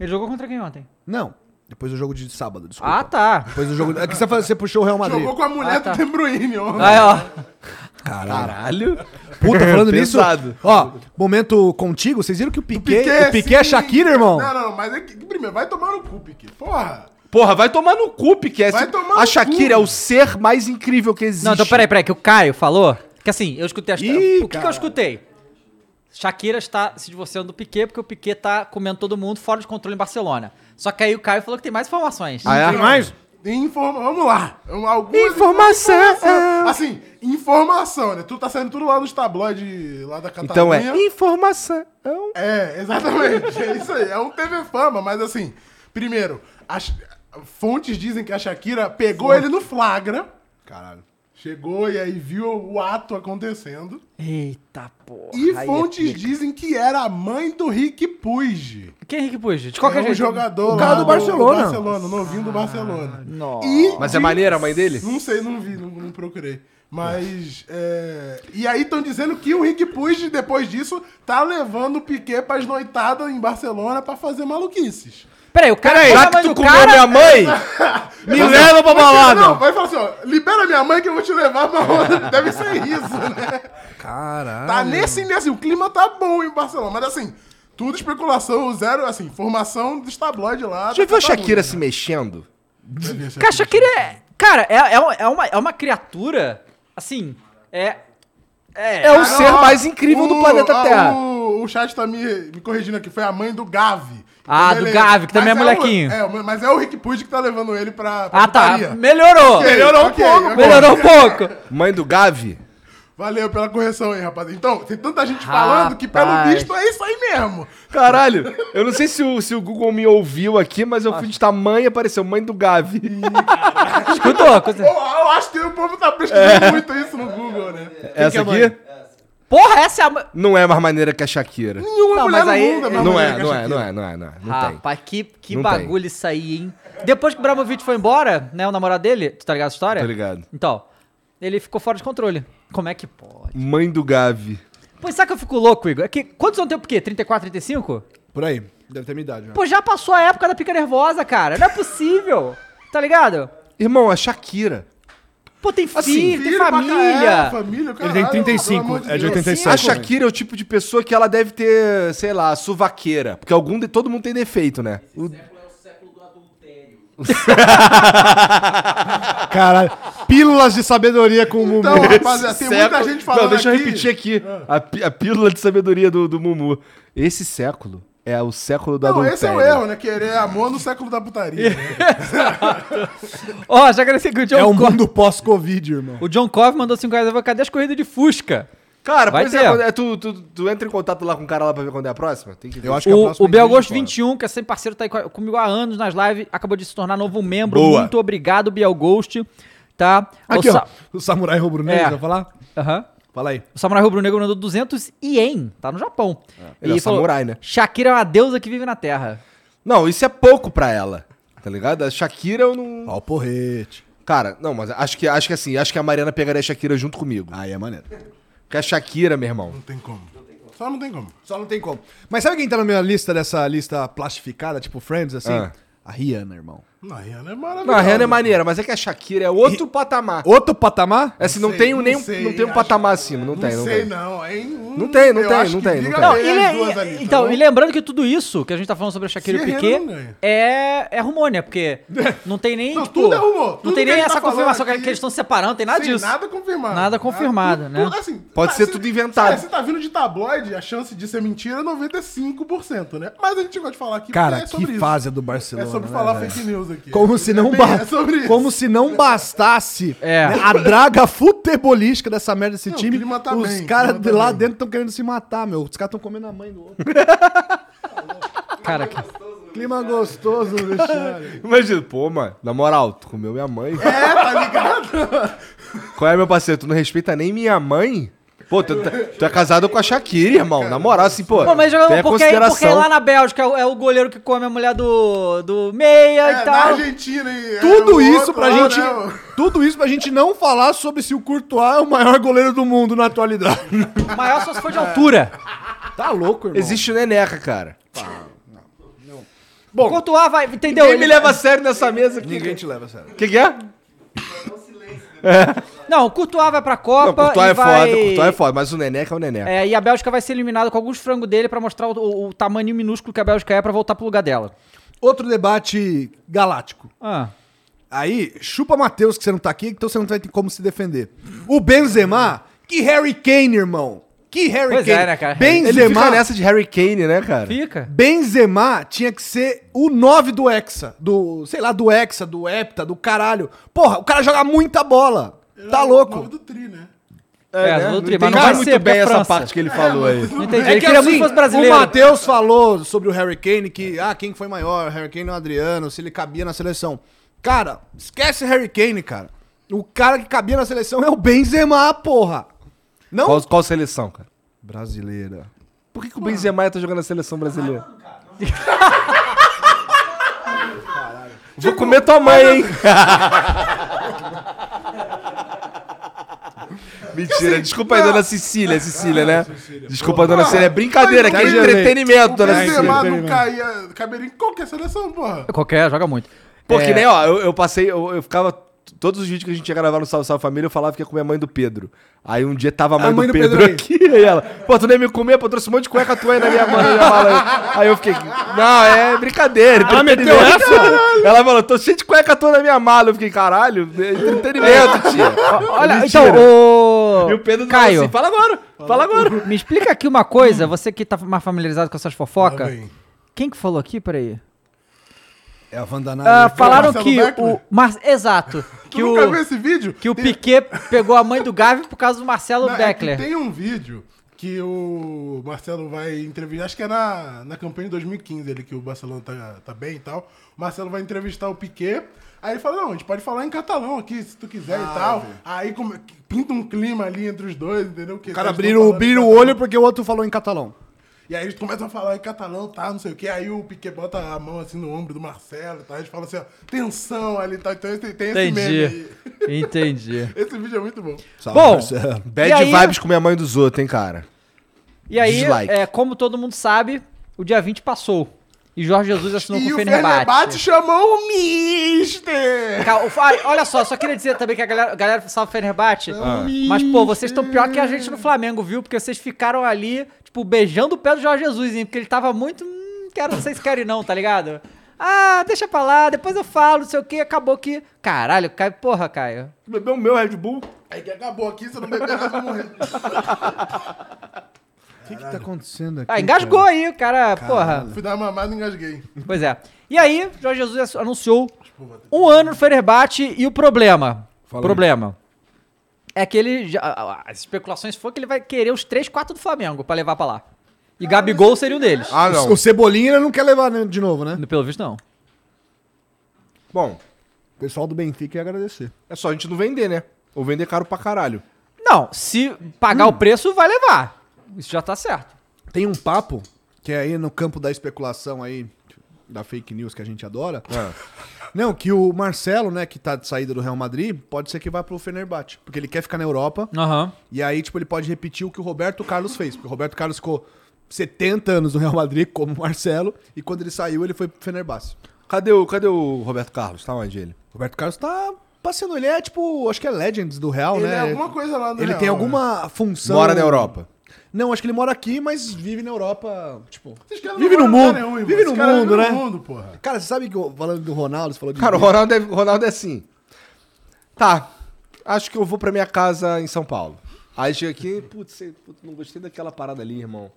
Ele jogou contra quem ontem? Não. Depois do jogo de sábado, desculpa. Ah, tá. Depois do jogo. É que você, fa- você puxou o Real Madrid. Jogou com a mulher Ah, tá. do De Bruyne, ó. Aí, ó. Caralho. Puta, falando nisso. Pesado. Ó, momento contigo, vocês viram que o Piquet. O Piquet, é sim. Shakira, irmão. Não, não, mas é que, primeiro, vai tomar no cu, Piquet. Porra. Porra, vai tomar no cu, Piquet. Vai tomar a no Shakira cu. é o ser mais incrível que existe. Não, então peraí, peraí, que o Caio falou. Que assim, eu escutei a história. Ih, O que, que eu escutei? Shakira está se divorciando do Piquet, porque o Piquet tá comendo todo mundo fora de controle em Barcelona. Só que aí o Caio falou que tem mais informações. Ah, é? Tem mais? Informa... Vamos lá. Algumas Informação. informação. Assim, informação, né? Tu tá saindo tudo lá nos tabloides lá da Catalunha. Então é informação. É, exatamente. É isso aí. É um TV fama, mas assim, primeiro, as fontes dizem que a Shakira pegou ele no flagra. Caralho. Chegou e aí viu o ato acontecendo. Eita porra. E aí é fontes pica. dizem que era a mãe do Rick Puig. Quem é Henrique Puig? De Qualquer qualquer é um jeito. jogador o cara lá do Barcelona. Barcelona, novinho do Barcelona. Ah, Nossa. E Mas é maneira a mãe dele? Não sei, não vi, não, não procurei. Mas. é, E aí estão dizendo que o Rick Puig, depois disso, tá levando o Piquet pras noitadas em Barcelona pra fazer maluquices. Peraí, o cara Já que tu comeu minha mãe, me leva pra balada. É. Não, vai falar assim, ó, libera minha mãe que eu vou te levar pra onda. Deve ser isso, né? Caralho. Tá nesse nesse, o clima tá bom em Barcelona, mas assim, tudo especulação, zero, assim, informação dos tabloides lá. tá Já viu da a Catalunha. Shakira assim, se mexendo? Cara, a Shakira é... Cara, é, é uma- é, uma, é uma criatura, assim, é... É, É o Ah, ser ó, mais incrível do o- planeta ah, Terra. O, o chat tá me, me corrigindo aqui, foi a mãe do Gavi. Então, Ah, do Gavi, que também é Mas o- molequinho. É, o- mas é o Rick Puig que tá levando ele pra, pra Ah, tá. putaria. Melhorou. Ok, Melhorou um ok, pouco, ok. Melhorou um pouco. Mãe do Gavi? Valeu pela correção aí, rapaz. Então, tem tanta gente falando que, pelo Rapaz. visto, é isso aí mesmo. Caralho, eu não sei se o, se o Google me ouviu aqui, mas eu fui de tamanho e apareceu mãe do Gavi. Escutou? Eu, eu acho que o povo tá É. pesquisando muito isso no Google, né? é Essa aqui Porra, essa é a... ma- não é mais maneira que a Shakira. Nenhuma Não, mulher mas aí- no mundo mais Não maneira é, que a não é, Shakira. não é, não é, não é. Não tem. Rapaz, que, que Não tem. bagulho isso aí, hein? Depois que o Bramovic foi embora, né? O namorado dele, tu tá ligado a história? Tô ligado. Então, ele ficou fora de controle. Como é que pode? Mãe do Gavi. Pô, sabe que eu fico louco, Igor? É que, quantos anos tem o quê? 34, 35? Por aí. Deve ter minha idade, né? Pô, já passou a época da pica nervosa, cara. Não é possível. tá ligado? Irmão, a Shakira. Pô, tem Assim, filho, tem Filho pra caralho, família. família, Ele caralho, tem 35, pelo amor é de Deus. 87. A Shakira é o tipo de pessoa que ela deve ter, sei lá, suvaqueira. Porque algum de, todo mundo tem defeito, né? O- Caralho. Pílulas de sabedoria com o Então, rapaziada, tem muita um século- gente falando Não, deixa eu aqui- repetir aqui. A, pi- a pílula de sabedoria do, do Mumu. Esse século é o século da Não, adultério. esse é o erro, né? Querer amor no século da putaria. É. né? Ó, já agradeci que o John, É um Cov... mundo pós-Covid, irmão. o John Cove mandou 5 reais. Eu vou, Cadê as corridas de Fusca? Cara, Vai pois ter. é, quando é, tu, tu, tu entra em contato lá com o cara lá pra ver quando é a próxima? Tem que ver. Eu acho que a O, próxima o Belgosto é 21, que é sempre parceiro, tá aí co- comigo há anos nas lives, acabou de se tornar novo membro. Boa. Muito obrigado, Belgosto. Tá? Aqui, o, Sa- ó. O Samurai Rubro Negro, É. vai falar? Aham. Fala aí. O Samurai Rubro Negro mandou 200 ien, tá no Japão. Ele é um samurai, né? Shakira é uma deusa que vive na Terra. Não, isso é pouco pra ela. Tá ligado? A Shakira eu não. Ó, o porrete. Cara, não, mas acho que, acho que assim, acho que a Mariana pegaria a Shakira junto comigo. Aí é maneiro. Porque a Shakira, meu irmão. Não tem como. Só não tem como. Só não tem como. Mas sabe quem tá na minha lista dessa lista plastificada, tipo Friends, assim? Ah. A Rihanna, irmão. Não, a Rihanna é maravilhosa. Não, a Rihanna é maneira, mas é que a Shakira é outro patamar. Outro patamar? É assim, não, sei, tem um, não nem, um- sei, não tem um acho- patamar acima, não, Não, tem, não sei, tem. não, hein? Hum, Não tem, não eu tem, acho não que tem, não é- briga tem. Não, bem e as le- duas e- ali, tá então, bom? e lembrando que tudo isso que a gente tá falando sobre a Shakira Se e a Piquet Rihanna não ganha. é, é rumor, né? Porque não tem nem. Não, tipo, tudo é rumor. Não Tudo tem que a nem gente essa tá falando confirmação que aqui- que eles estão se separando, tem nada Sim, disso. nada confirmado. Nada confirmado, tu- né? tu- assim, Pode ah, ser tudo inventado. Se você tá vindo de tabloide, a chance de ser mentira é 95%, né? Mas a gente gosta de falar aqui Cara, porque é que fase do Barcelona, É sobre né, falar velho? fake news aqui. Como se não, é, ba- bem- é sobre isso. como se não bastasse É. né, a draga futebolística dessa merda desse Não, o time. clima tá os bem, o caras clima de tá lá bem. dentro estão querendo se matar, meu. Os caras estão comendo a mãe do outro. Cara, tá que- clima gostoso no vestiário. Imagina, pô, mano, na moral, tu comeu minha mãe. É, tá ligado? Qual é, meu parceiro? Tu não respeita nem minha mãe? Pô, tu, tu- tu é casado com a Shakira, irmão. Na moral, assim, pô. Pô, mas tem a jogador, porque, porque consideração. lá na Bélgica é o, é o goleiro que come a mulher do, do meia É, e na tal. Argentina e... Tudo é, o isso outro pra lá, gente. né, o- Tudo isso pra gente não falar sobre se o Courtois é o maior goleiro do mundo na atualidade. Maior só se É. for de altura. Tá louco, irmão. Existe o Neneca, cara. O Courtois vai, entendeu? Quem Ele- é- me leva a sério nessa mesa aqui? Ninguém te leva a sério. O que, que é? um né? Não, o Courtois vai pra Copa Não, o Courtois e é vai... foda, o Courtois é foda, mas o Neneca é o Neneca. É, e a Bélgica vai ser eliminada com alguns frangos dele pra mostrar o, o- o tamanho minúsculo que a Bélgica é pra voltar pro lugar dela. Outro debate galáctico. Ah. Aí, chupa Matheus, que você não tá aqui, então você não vai ter como se defender. O Benzema, que Harry Kane, irmão. Que Harry Pois Kane. é, né, cara? Benzema, Ele fica nessa de Harry Kane, né, cara? Fica. Benzema tinha que ser o 9 do Hexa. Do, sei lá, do Hexa, do Hepta, do caralho. Porra, o cara joga muita bola. Tá O nome louco. do tri, né? É, do Não tri, entendi mas não vai muito ser, porque bem é essa França. parte que ele falou aí. Não entendi. É ele que queria muito assim, que fosse o brasileiro. Matheus falou sobre o Harry Kane, que, ah, quem foi maior, Harry Kane ou Adriano, se ele cabia na seleção. Cara, esquece Harry Kane, cara. O cara que cabia na seleção é o Benzema, porra. Não Qual, qual seleção, cara? brasileira. Por que, que o Benzema tá jogando na seleção brasileira? Vou comer tua mãe, hein? Mentira, desculpa aí, dona Cecília, Cecília, né? Desculpa, dona Cecília, é brincadeira, aqui é Imagina, entretenimento, O dona Benzema né? Cecília. não caía, caberia em qualquer seleção, porra. Qualquer, joga muito. Pô, É, que nem, ó, eu, eu passei, eu, eu ficava. t- Todos os vídeos que a gente ia gravar no Salve Salve Família, eu falava que ia comer a mãe do Pedro. Aí um dia tava a mãe, do, Pedro, aí. aqui, e ela, pô, tu nem me comer, pô, trouxe um monte de cueca tua aí na minha mão. na minha mala aí. Aí eu fiquei, não, é brincadeira. Ah, Ela meteu essa? Ela falou, tô cheio de cueca tua na minha mala. Eu fiquei, caralho, é entretenimento, tia. Olha, então, o. E o Pedro falou Caio, assim, fala agora, fala agora. me explica aqui uma coisa, você que tá mais familiarizado com essas Hum. Lá fofocas. vem. Quem que falou aqui? Peraí. É a Ah, Vandanara. falaram Marcelo que Beckler? o. Mar... Exato. Tu que nunca viu o. esse vídeo? Que o Tem- Piquet pegou a mãe do Gavi por causa do Marcelo Não, é que Beckler. tem um vídeo que o Marcelo vai entrevistar, acho que é na, na campanha de 2015 ele que o Barcelona tá, tá bem e tal. O Marcelo vai entrevistar o Piquet. Aí ele fala, não, a gente pode falar em catalão aqui, se tu quiser Ah, e tal. Aí como- pinta um clima ali entre os dois, entendeu? Que O cara eles abriram, tão o- falando em abriram o catalão. olho porque o outro falou em catalão. E aí eles começam a falar em catalão, tá, não sei o quê. Aí o Piquet bota a mão assim no ombro do Marcelo, tá? A gente fala assim, ó, tensão ali e tal. Então tem, tem esse meme Entendi. aí. Entendi. Esse vídeo é muito bom. Bom, Bad E aí- vibes comer a mãe dos outros, hein, cara. E aí, Dislike. é, como todo mundo sabe, o dia 20 passou. E Jorge Jesus assinou E com o o Fenerbahçe. Fenerbahçe chamou o Mister! Cal- ah, Olha só, só queria dizer também que a galera, galera salve Fenerbahçe. ah. Mas, pô, vocês estão pior que a gente no Flamengo, viu? Porque vocês ficaram ali, tipo, beijando o pé do Jorge Jesus, hein? Porque ele tava muito. Hum, quero, vocês querem não, tá ligado? Ah, deixa pra lá, depois eu falo, não sei o que, acabou que. Caralho, Caio, porra, Caio. Bebeu o meu Red Bull. Aí que acabou aqui, se eu não beber nada, eu vou morrer. O que, que tá acontecendo aqui? Ah, engasgou cara? aí, o cara, porra. Fui dar uma mamada e engasguei. Pois é. E aí, Jorge Jesus anunciou um ano no Fenerbahçe e o problema. problema. É que ele. já- a- a- as especulações foram que ele vai querer os 3, 4 do Flamengo pra levar pra lá. E Gabigol seria um deles. Ah, não. O Cebolinha ele não quer levar né, de novo, né? Pelo visto, não. Bom, O pessoal do Benfica ia agradecer. é só a gente não vender, né? Ou vender caro pra caralho. Não, se pagar o preço, vai levar. Isso já tá certo. Tem um papo que é aí no campo da especulação aí, da fake news que a gente adora, Não, que o Marcelo, né, que tá de saída do Real Madrid, pode ser que vá pro Fenerbahçe. Porque ele quer ficar na Europa. Aham. E aí, tipo, ele pode repetir o que o Roberto Carlos fez. Porque o Roberto Carlos ficou 70 anos no Real Madrid, como o Marcelo. E quando ele saiu, ele foi pro Fenerbahçe. Cadê o, cadê o Roberto Carlos? Tá onde ele? O Roberto Carlos tá passeando. Ele é, tipo, acho que é Legends do Real, Ele né? é alguma coisa lá no Ele Real, tem né? alguma função. Mora na Europa. Não, acho que ele mora aqui, mas vive na Europa, tipo... Esses caras Vive não no moram em mundo, lugar nenhum, vive irmão. Esse no cara mundo, né? no mundo, porra. Cara, você sabe que, eu- falando do Ronaldo, você falou de... Cara, o Ronaldo é, o Ronaldo é assim. Tá, acho que eu vou pra minha casa em São Paulo. Aí chega aqui, putz, sei- putz, não gostei daquela parada ali, irmão.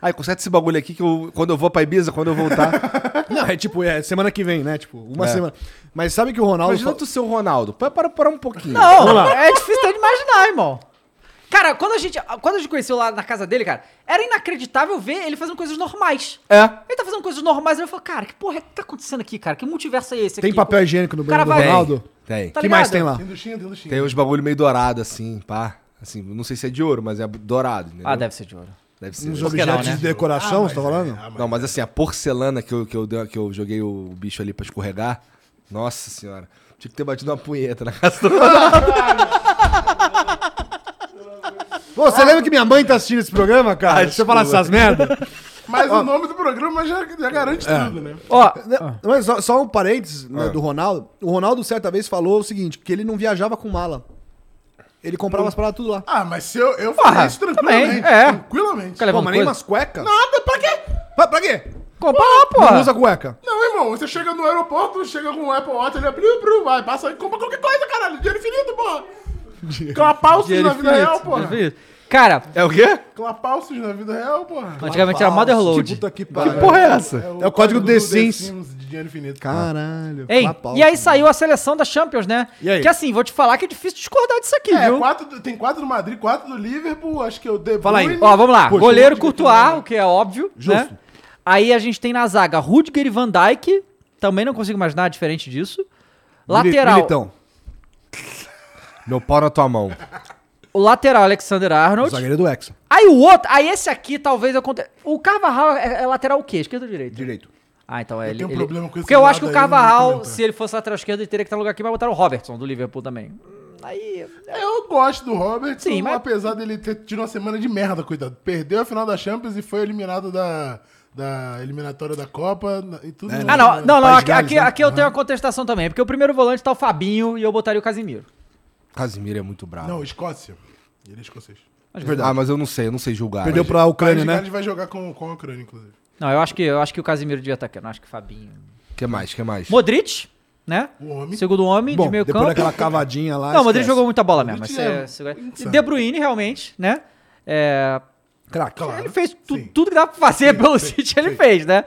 Aí conserta esse bagulho aqui que eu, quando eu vou pra Ibiza, quando eu voltar. Não, é tipo, é semana que vem, né? Tipo, uma É. semana. Mas sabe que o Ronaldo... Imagina fa- tu ser o Ronaldo. Para, para, para um pouquinho. Não, é difícil até de imaginar, irmão. Cara, quando a gente, quando a gente conheceu lá na casa dele, cara, era inacreditável ver ele fazendo coisas normais. É. Ele tá fazendo coisas normais, aí eu falo, cara, que porra é que tá acontecendo aqui, cara? Que multiverso é esse Tem aqui? papel higiênico no O cara banheiro do vai- Ronaldo? Tem. Tá que mais ligado? tem lá? Tem duchinha, tem duchinha. Tem uns bagulho meio dourado, assim, pá. Assim, não sei se é de ouro, mas é dourado, entendeu? Ah, deve ser de ouro. Deve ser. Uns Por que objetos não, né? de decoração, você tá falando? Não, mas assim, a porcelana que eu, que, eu, dei- que eu joguei o bicho ali pra escorregar, nossa senhora. Tinha que ter batido uma punheta na casa do Pô, Ah. você lembra que minha mãe tá assistindo esse programa, cara? Deixa eu falar essas merdas. Mas o nome do programa já, já garante É. tudo, né? Ó, Mas só, só um parênteses né, do Ronaldo. O Ronaldo, certa vez, falou o seguinte, que ele não viajava com mala. Ele comprava as paradas tudo lá. Ah, mas se eu, eu faria isso tranquilamente. também, é. Tranquilamente. Fica levando coisa. cuecas? Nada, pra quê? Pra, pra quê? Compra lá, pô. Não usa cueca. Não, irmão, você chega no aeroporto, chega com o Apple Watch, ele é pru, pru, vai, passa e compra qualquer coisa, caralho. Dinheiro infinito, porra. Clapalços na vida real, porra. Cara, É o quê? Clapalços na vida real, porra. antigamente era Motherload. Puta que pariu. Porra, é essa? É o código do The Sims. de dinheiro infinito. Caralho. Ei, Fala pau. e aí saiu a seleção da Champions, né? E aí? Que assim, vou te falar que é difícil discordar disso aqui, É, viu? quatro do- tem quatro do Madrid, quatro do Liverpool, acho que é o De Bruyne. Fala aí. Ó, vamos lá. Poxa, Goleiro eu não digo Courtois, também. o que é óbvio, Justo. né? Aí a gente tem na zaga Rudiger e Van Dijk. Também não consigo imaginar diferente disso. Mili- Lateral. Militão. Meu pau na tua mão. O lateral Alexander O Arnold. zagueiro do Hexa. Aí o outro, aí esse aqui talvez aconteça. O Carvajal é, é lateral o quê? Esquerda ou direita? Direito. Ah, então é Eu ele. tenho um ele- problema com esse Porque eu lado acho que o aí, eu não vou Carvajal, comentar. se ele fosse lateral esquerdo, ele teria que estar no lugar aqui pra botar o Robertson do Liverpool também. Hum, Aí. Eu gosto do Robert, Sim, mas- apesar dele ter tido uma semana de merda, coitado. Perdeu a final da Champions e foi eliminado da, da eliminatória da Copa na- e tudo. no- Ah, não, não, não. País Aqui, Gales, aqui, É, né? aqui eu tenho uma contestação também. Porque o primeiro volante tá o Fabinho e eu botaria o Casimiro. Casimiro é muito bravo. Não, Escócia. Ele é escocês. Ah, mas eu não sei, eu não sei julgar. Perdeu Mas- pra País de Ucrânia, Gales né? vai jogar com, com a Ucrânia, inclusive. Não, eu acho que, eu acho que o Casimiro devia estar aqui. Eu não acho que o Fabinho. Que mais, que mais? Modric, né? O homem. Segundo homem, Bom, de meio depois campo. daquela cavadinha lá... Não, o Modric esquece. jogou muita bola mesmo. Modric mas é- é segura- insano. De Bruyne, realmente, né? É, Craque. ele Claro, fez tu- sim. tudo que dá pra fazer pelo City, ele fez, né?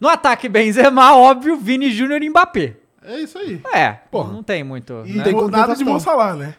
No ataque, Benzema, óbvio, Vini Júnior e Mbappé. É isso aí. É, não tem muito. E né? tem nada de contratação. bom falar, né?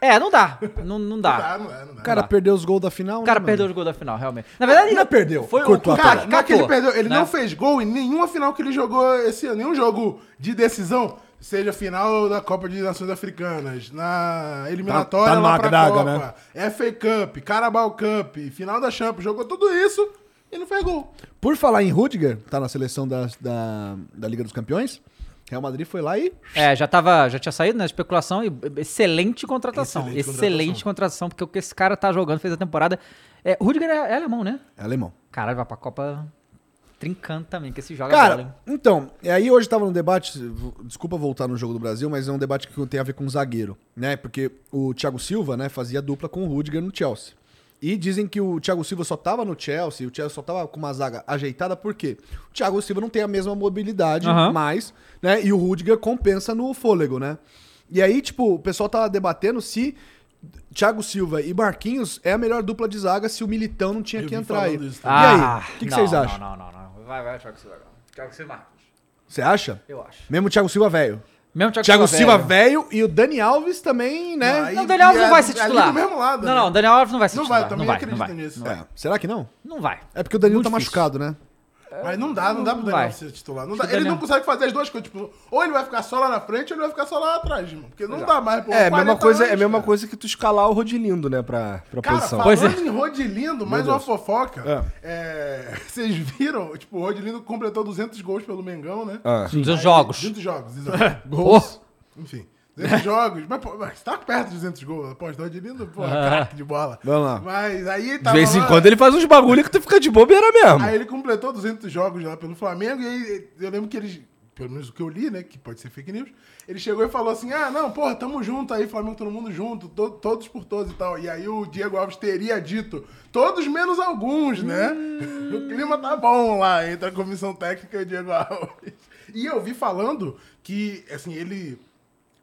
É, não dá. Não, não dá. Ah, não é, não dá. O cara perdeu os gols da final, O cara né, perdeu mano? os gols da final, realmente. Na verdade, Não é perdeu, Foi o cortou o a Cara, cara, não é que ele catou, perdeu. Ele né? não fez gol em nenhuma final que ele jogou esse ano. Nenhum jogo de decisão, seja final da Copa de Nações Africanas, na eliminatória Tá- tá lá numa pra draga, Copa, FA Cup, Carabao Cup, final da Champions. Jogou tudo isso e não fez gol. Por falar em Rudiger, tá na seleção da, da, da Liga dos Campeões, Real Madrid foi lá e... É, já tava, já tinha saído, né? Especulação e excelente contratação. Excelente, Excelente contratação. porque o que esse cara tá jogando, fez a temporada. É, Rudiger é, é alemão, né? É alemão. Caralho, vai pra Copa trincando também, que esse joga bola, hein? Cara, então, e aí hoje tava num debate, v- desculpa voltar no jogo do Brasil, mas é um debate que tem a ver com zagueiro, né? Porque o Thiago Silva, né, fazia dupla com o Rudiger no Chelsea. E dizem que o Thiago Silva só tava no Chelsea, o Chelsea só tava com uma zaga ajeitada, por quê? O Thiago Silva não tem a mesma mobilidade, Aham. mais, né? E o Rudiger compensa no fôlego, né? E aí, tipo, o pessoal tava debatendo se Thiago Silva e Marquinhos é a melhor dupla de zaga se o Militão não tinha Eu que vi entrar aí. falando isso e aí, o que, que não, vocês Ah, não, acham? Não, não, não, não. Vai, vai, Thiago Silva. Thiago Silva Marcos, Você acha? eu acho. Mesmo o Thiago Silva velho. Mesmo Thiago Silva velho. velho e o Dani Alves também, né? Aí- Não, o Daniel Alves e não é vai se ali do titular. mesmo lado, não, né? não, o Daniel Alves não vai se Não titular. vai, também não vai, acredito não vai, nisso. É, será que não? Não vai. É porque o Danilo Muito tá difícil. machucado, né? É. Mas não dá, não dá pro Daniel vai. ser titular. Não dá. Acho que o Ele não Daniel- consegue fazer as duas coisas. Tipo, ou ele vai ficar só lá na frente, ou ele vai ficar só lá atrás, irmão. Porque não dá mais, pô. É, a 40 mesma coisa, é a anos, mesma cara. coisa que tu escalar o Rodilindo, né, pra, pra Cara, posição. Ah. Pois é. falando em Rodilindo, mais uma fofoca. É, vocês viram? Tipo, o Rodilindo completou 200 gols pelo Mengão, né? Ah. Dos jogos. 200 jogos, exato. gols. Enfim, 200 jogos. Mas, pô, mas tá perto de 200 gols. Pô, o Rodilindo, pô, é craque de bola. Ah. Vamos lá. Mas aí De Tá, tava vez em lá- quando ele faz uns bagulho que tu fica de bobeira mesmo. Aí ele completou 200 jogos lá pelo Flamengo e aí eu lembro que eles, pelo menos o que eu li, né, que pode ser fake news, ele chegou e falou assim: ah, não, porra, tamo junto aí, Flamengo todo mundo junto, to- todos por todos e tal. E aí o Diego Alves teria dito: todos menos alguns, né? O clima tá bom lá entre a comissão técnica e o Diego Alves. E eu vi falando que, assim, ele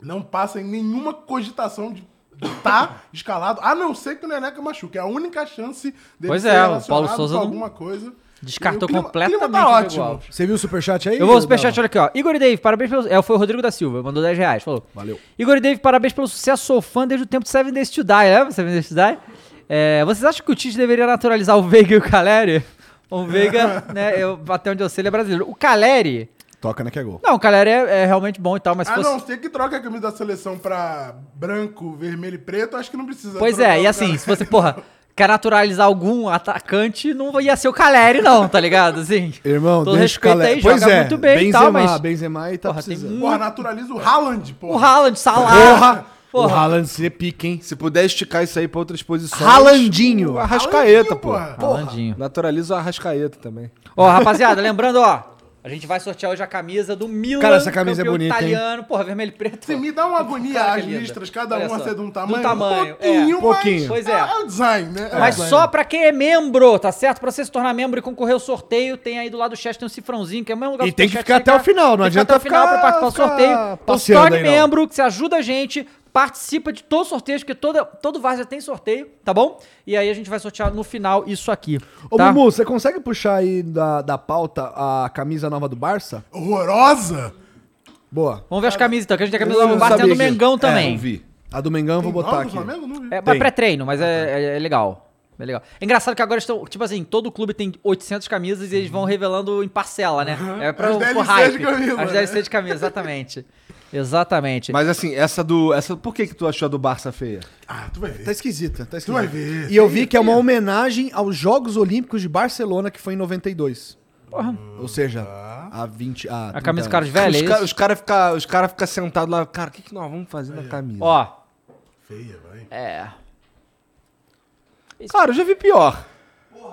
não passa em nenhuma cogitação de estar escalado, a não ser que o Neneca machuque. É a única chance dele Pois ser é, o Paulo relacionado Souza com não- alguma coisa. E Descartou o clima- completamente O clima tá o ótimo. Diego Alves. Você viu o superchat aí? Eu vou ou ao superchat, não? olha aqui, ó. Igor e Dave, parabéns pelo. É, foi o Rodrigo da Silva, mandou 10 reais, falou. Valeu. Igor e Dave, parabéns pelo sucesso, sou fã desde o tempo de Seven Days to Die, né? Seven Days to Die. É, vocês acham que o Tite deveria naturalizar o Veiga e o Caleri? O Veiga, né, eu, até onde eu sei, ele é brasileiro. O Caleri, Toca, né, que é gol. não, o Caleri é, é realmente bom e tal, Ah, mas se A fosse... não ser que troque a camisa da seleção pra branco, vermelho e preto, acho que não precisa. Pois trocar é, o e assim, cara. se você, porra, quer naturalizar algum atacante, não ia ser o Caleri não, tá ligado? Assim, Irmão, todo deixa o respeito Calé- aí, joga Pois é, muito bem e Benzema, tal, mas... Benzema e tá Porra, tem precisando. muito- Porra, naturaliza o Haaland, porra. um- O Haaland, Salah... O Porra. Haaland se pica, hein? Se puder esticar isso aí pra outras posições. Ralandinho. o Arrascaeta, Haalandinho, pô. Haalandinho. Naturaliza o Arrascaeta também. Ó, rapaziada, lembrando, ó. A gente vai sortear hoje a camisa do Milan. Cara, essa camisa é campeão bonita, hein? italiano, porra, vermelho e preto. Assim, me dá uma agonia Cara, as que linda. listras, cada Olha uma só, ser de um do tamanho. tamanho, um pouquinho, é. um Pouquinho. Pois Mas é. é. é o design, né? Mas só pra quem é membro, tá certo? Pra você se tornar membro e concorrer ao sorteio, tem aí do lado do chat, tem um cifrãozinho, que é o mesmo lugar E do tem que superchat, ficar até o final, não tem que adianta até o final ficar- pra participar do ficar sorteio. Então se passeando torne aí, não. membro, que você ajuda a gente, participa de todos os sorteios, porque toda, todo Várzea tem sorteio, tá bom? E aí a gente vai sortear no final isso aqui, Ô, tá? Mumu, você consegue puxar aí da, da pauta a camisa nova do Barça? Horrorosa? Boa. Vamos ver as camisas então, que a gente tem a camisa Eu do não Barça e a do sabia que- Mengão também. não É, vi. A do Mengão eu vou botar Não, do aqui. Flamengo? Não vi. É, Tem. mas pré-treino, mas é, é- é legal. É legal. É engraçado que agora estão, tipo assim, todo clube tem 800 camisas e eles vão revelando em parcela, né? É pra As não DLC for de hype. camisa, As né? DLC de camisa, exatamente. exatamente. Mas assim, essa do. Essa, por que, que tu achou a do Barça feia? Ah, tu vai ver. Tá esquisita, tá esquisita. Tu vai ver. E eu vi que é uma homenagem aos Jogos Olímpicos de Barcelona, que foi em 92. Ou seja, há 20. Há a 30 camisa anos. do cara de velho, é os ca- isso? os caras ficam os cara fica sentados lá, cara, o que, que nós vamos fazer na camisa? Ó, Feia, vai. é... Cara, eu já vi pior.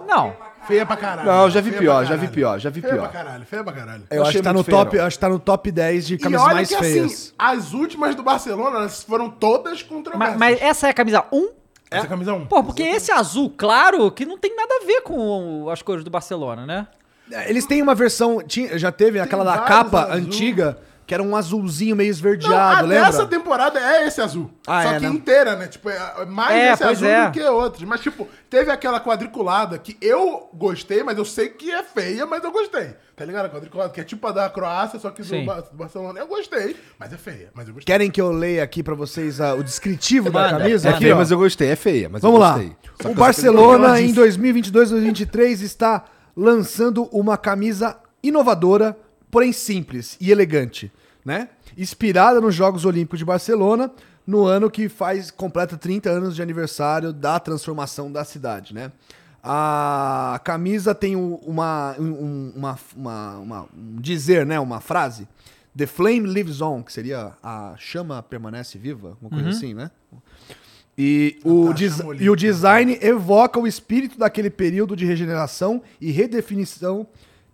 Não, Feia pra caralho. Não, eu já vi Feia pior, pra já vi caralho. pior, já vi Feia pra pior. caralho, feia pra caralho. Eu acho achei que, tá no muito feio, top, não. acho que tá no top 10 de E camisas olha mais que feias. assim, as últimas do Barcelona né, foram todas mas, controversas. mas essa é a camisa 1? Essa camisa é um. Pô, porque esse azul claro que não tem nada a ver com o- as cores do Barcelona, né? É, Eles têm uma versão. tinha- já teve aquela da vários capa azul. antiga, que era um azulzinho meio Não, esverdeado, a lembra? dessa temporada é esse azul. Ah, Só é, que né? inteira, né? Tipo, é é mais É, esse pois azul é. do que outros. Mas, tipo, teve aquela quadriculada que eu gostei, mas eu sei que é feia, mas eu gostei. Tá ligado? A quadriculada, que é tipo a da Croácia, só que do, Sim. Ba- do Barcelona. Eu gostei, mas é feia. Mas eu gostei. Querem que eu leia aqui pra vocês ah, o descritivo da Manda, É camisa? manda. Aqui, feia, ó. mas eu gostei. É feia, mas Vamos eu lá. Um gostei. Só O que eu sei que não- Barcelona em 2022, 2023 está lançando uma camisa inovadora, porém simples e elegante, né? Inspirada nos Jogos Olímpicos de Barcelona, no ano que faz completa 30 anos de aniversário da transformação da cidade, né? A camisa tem um- uma, um, uma, uma- uma- um dizer, né? Uma frase. The flame lives on, que seria a chama permanece viva, uma coisa assim, né? E o, Natasha des- Molina. e o design evoca o espírito daquele período de regeneração e redefinição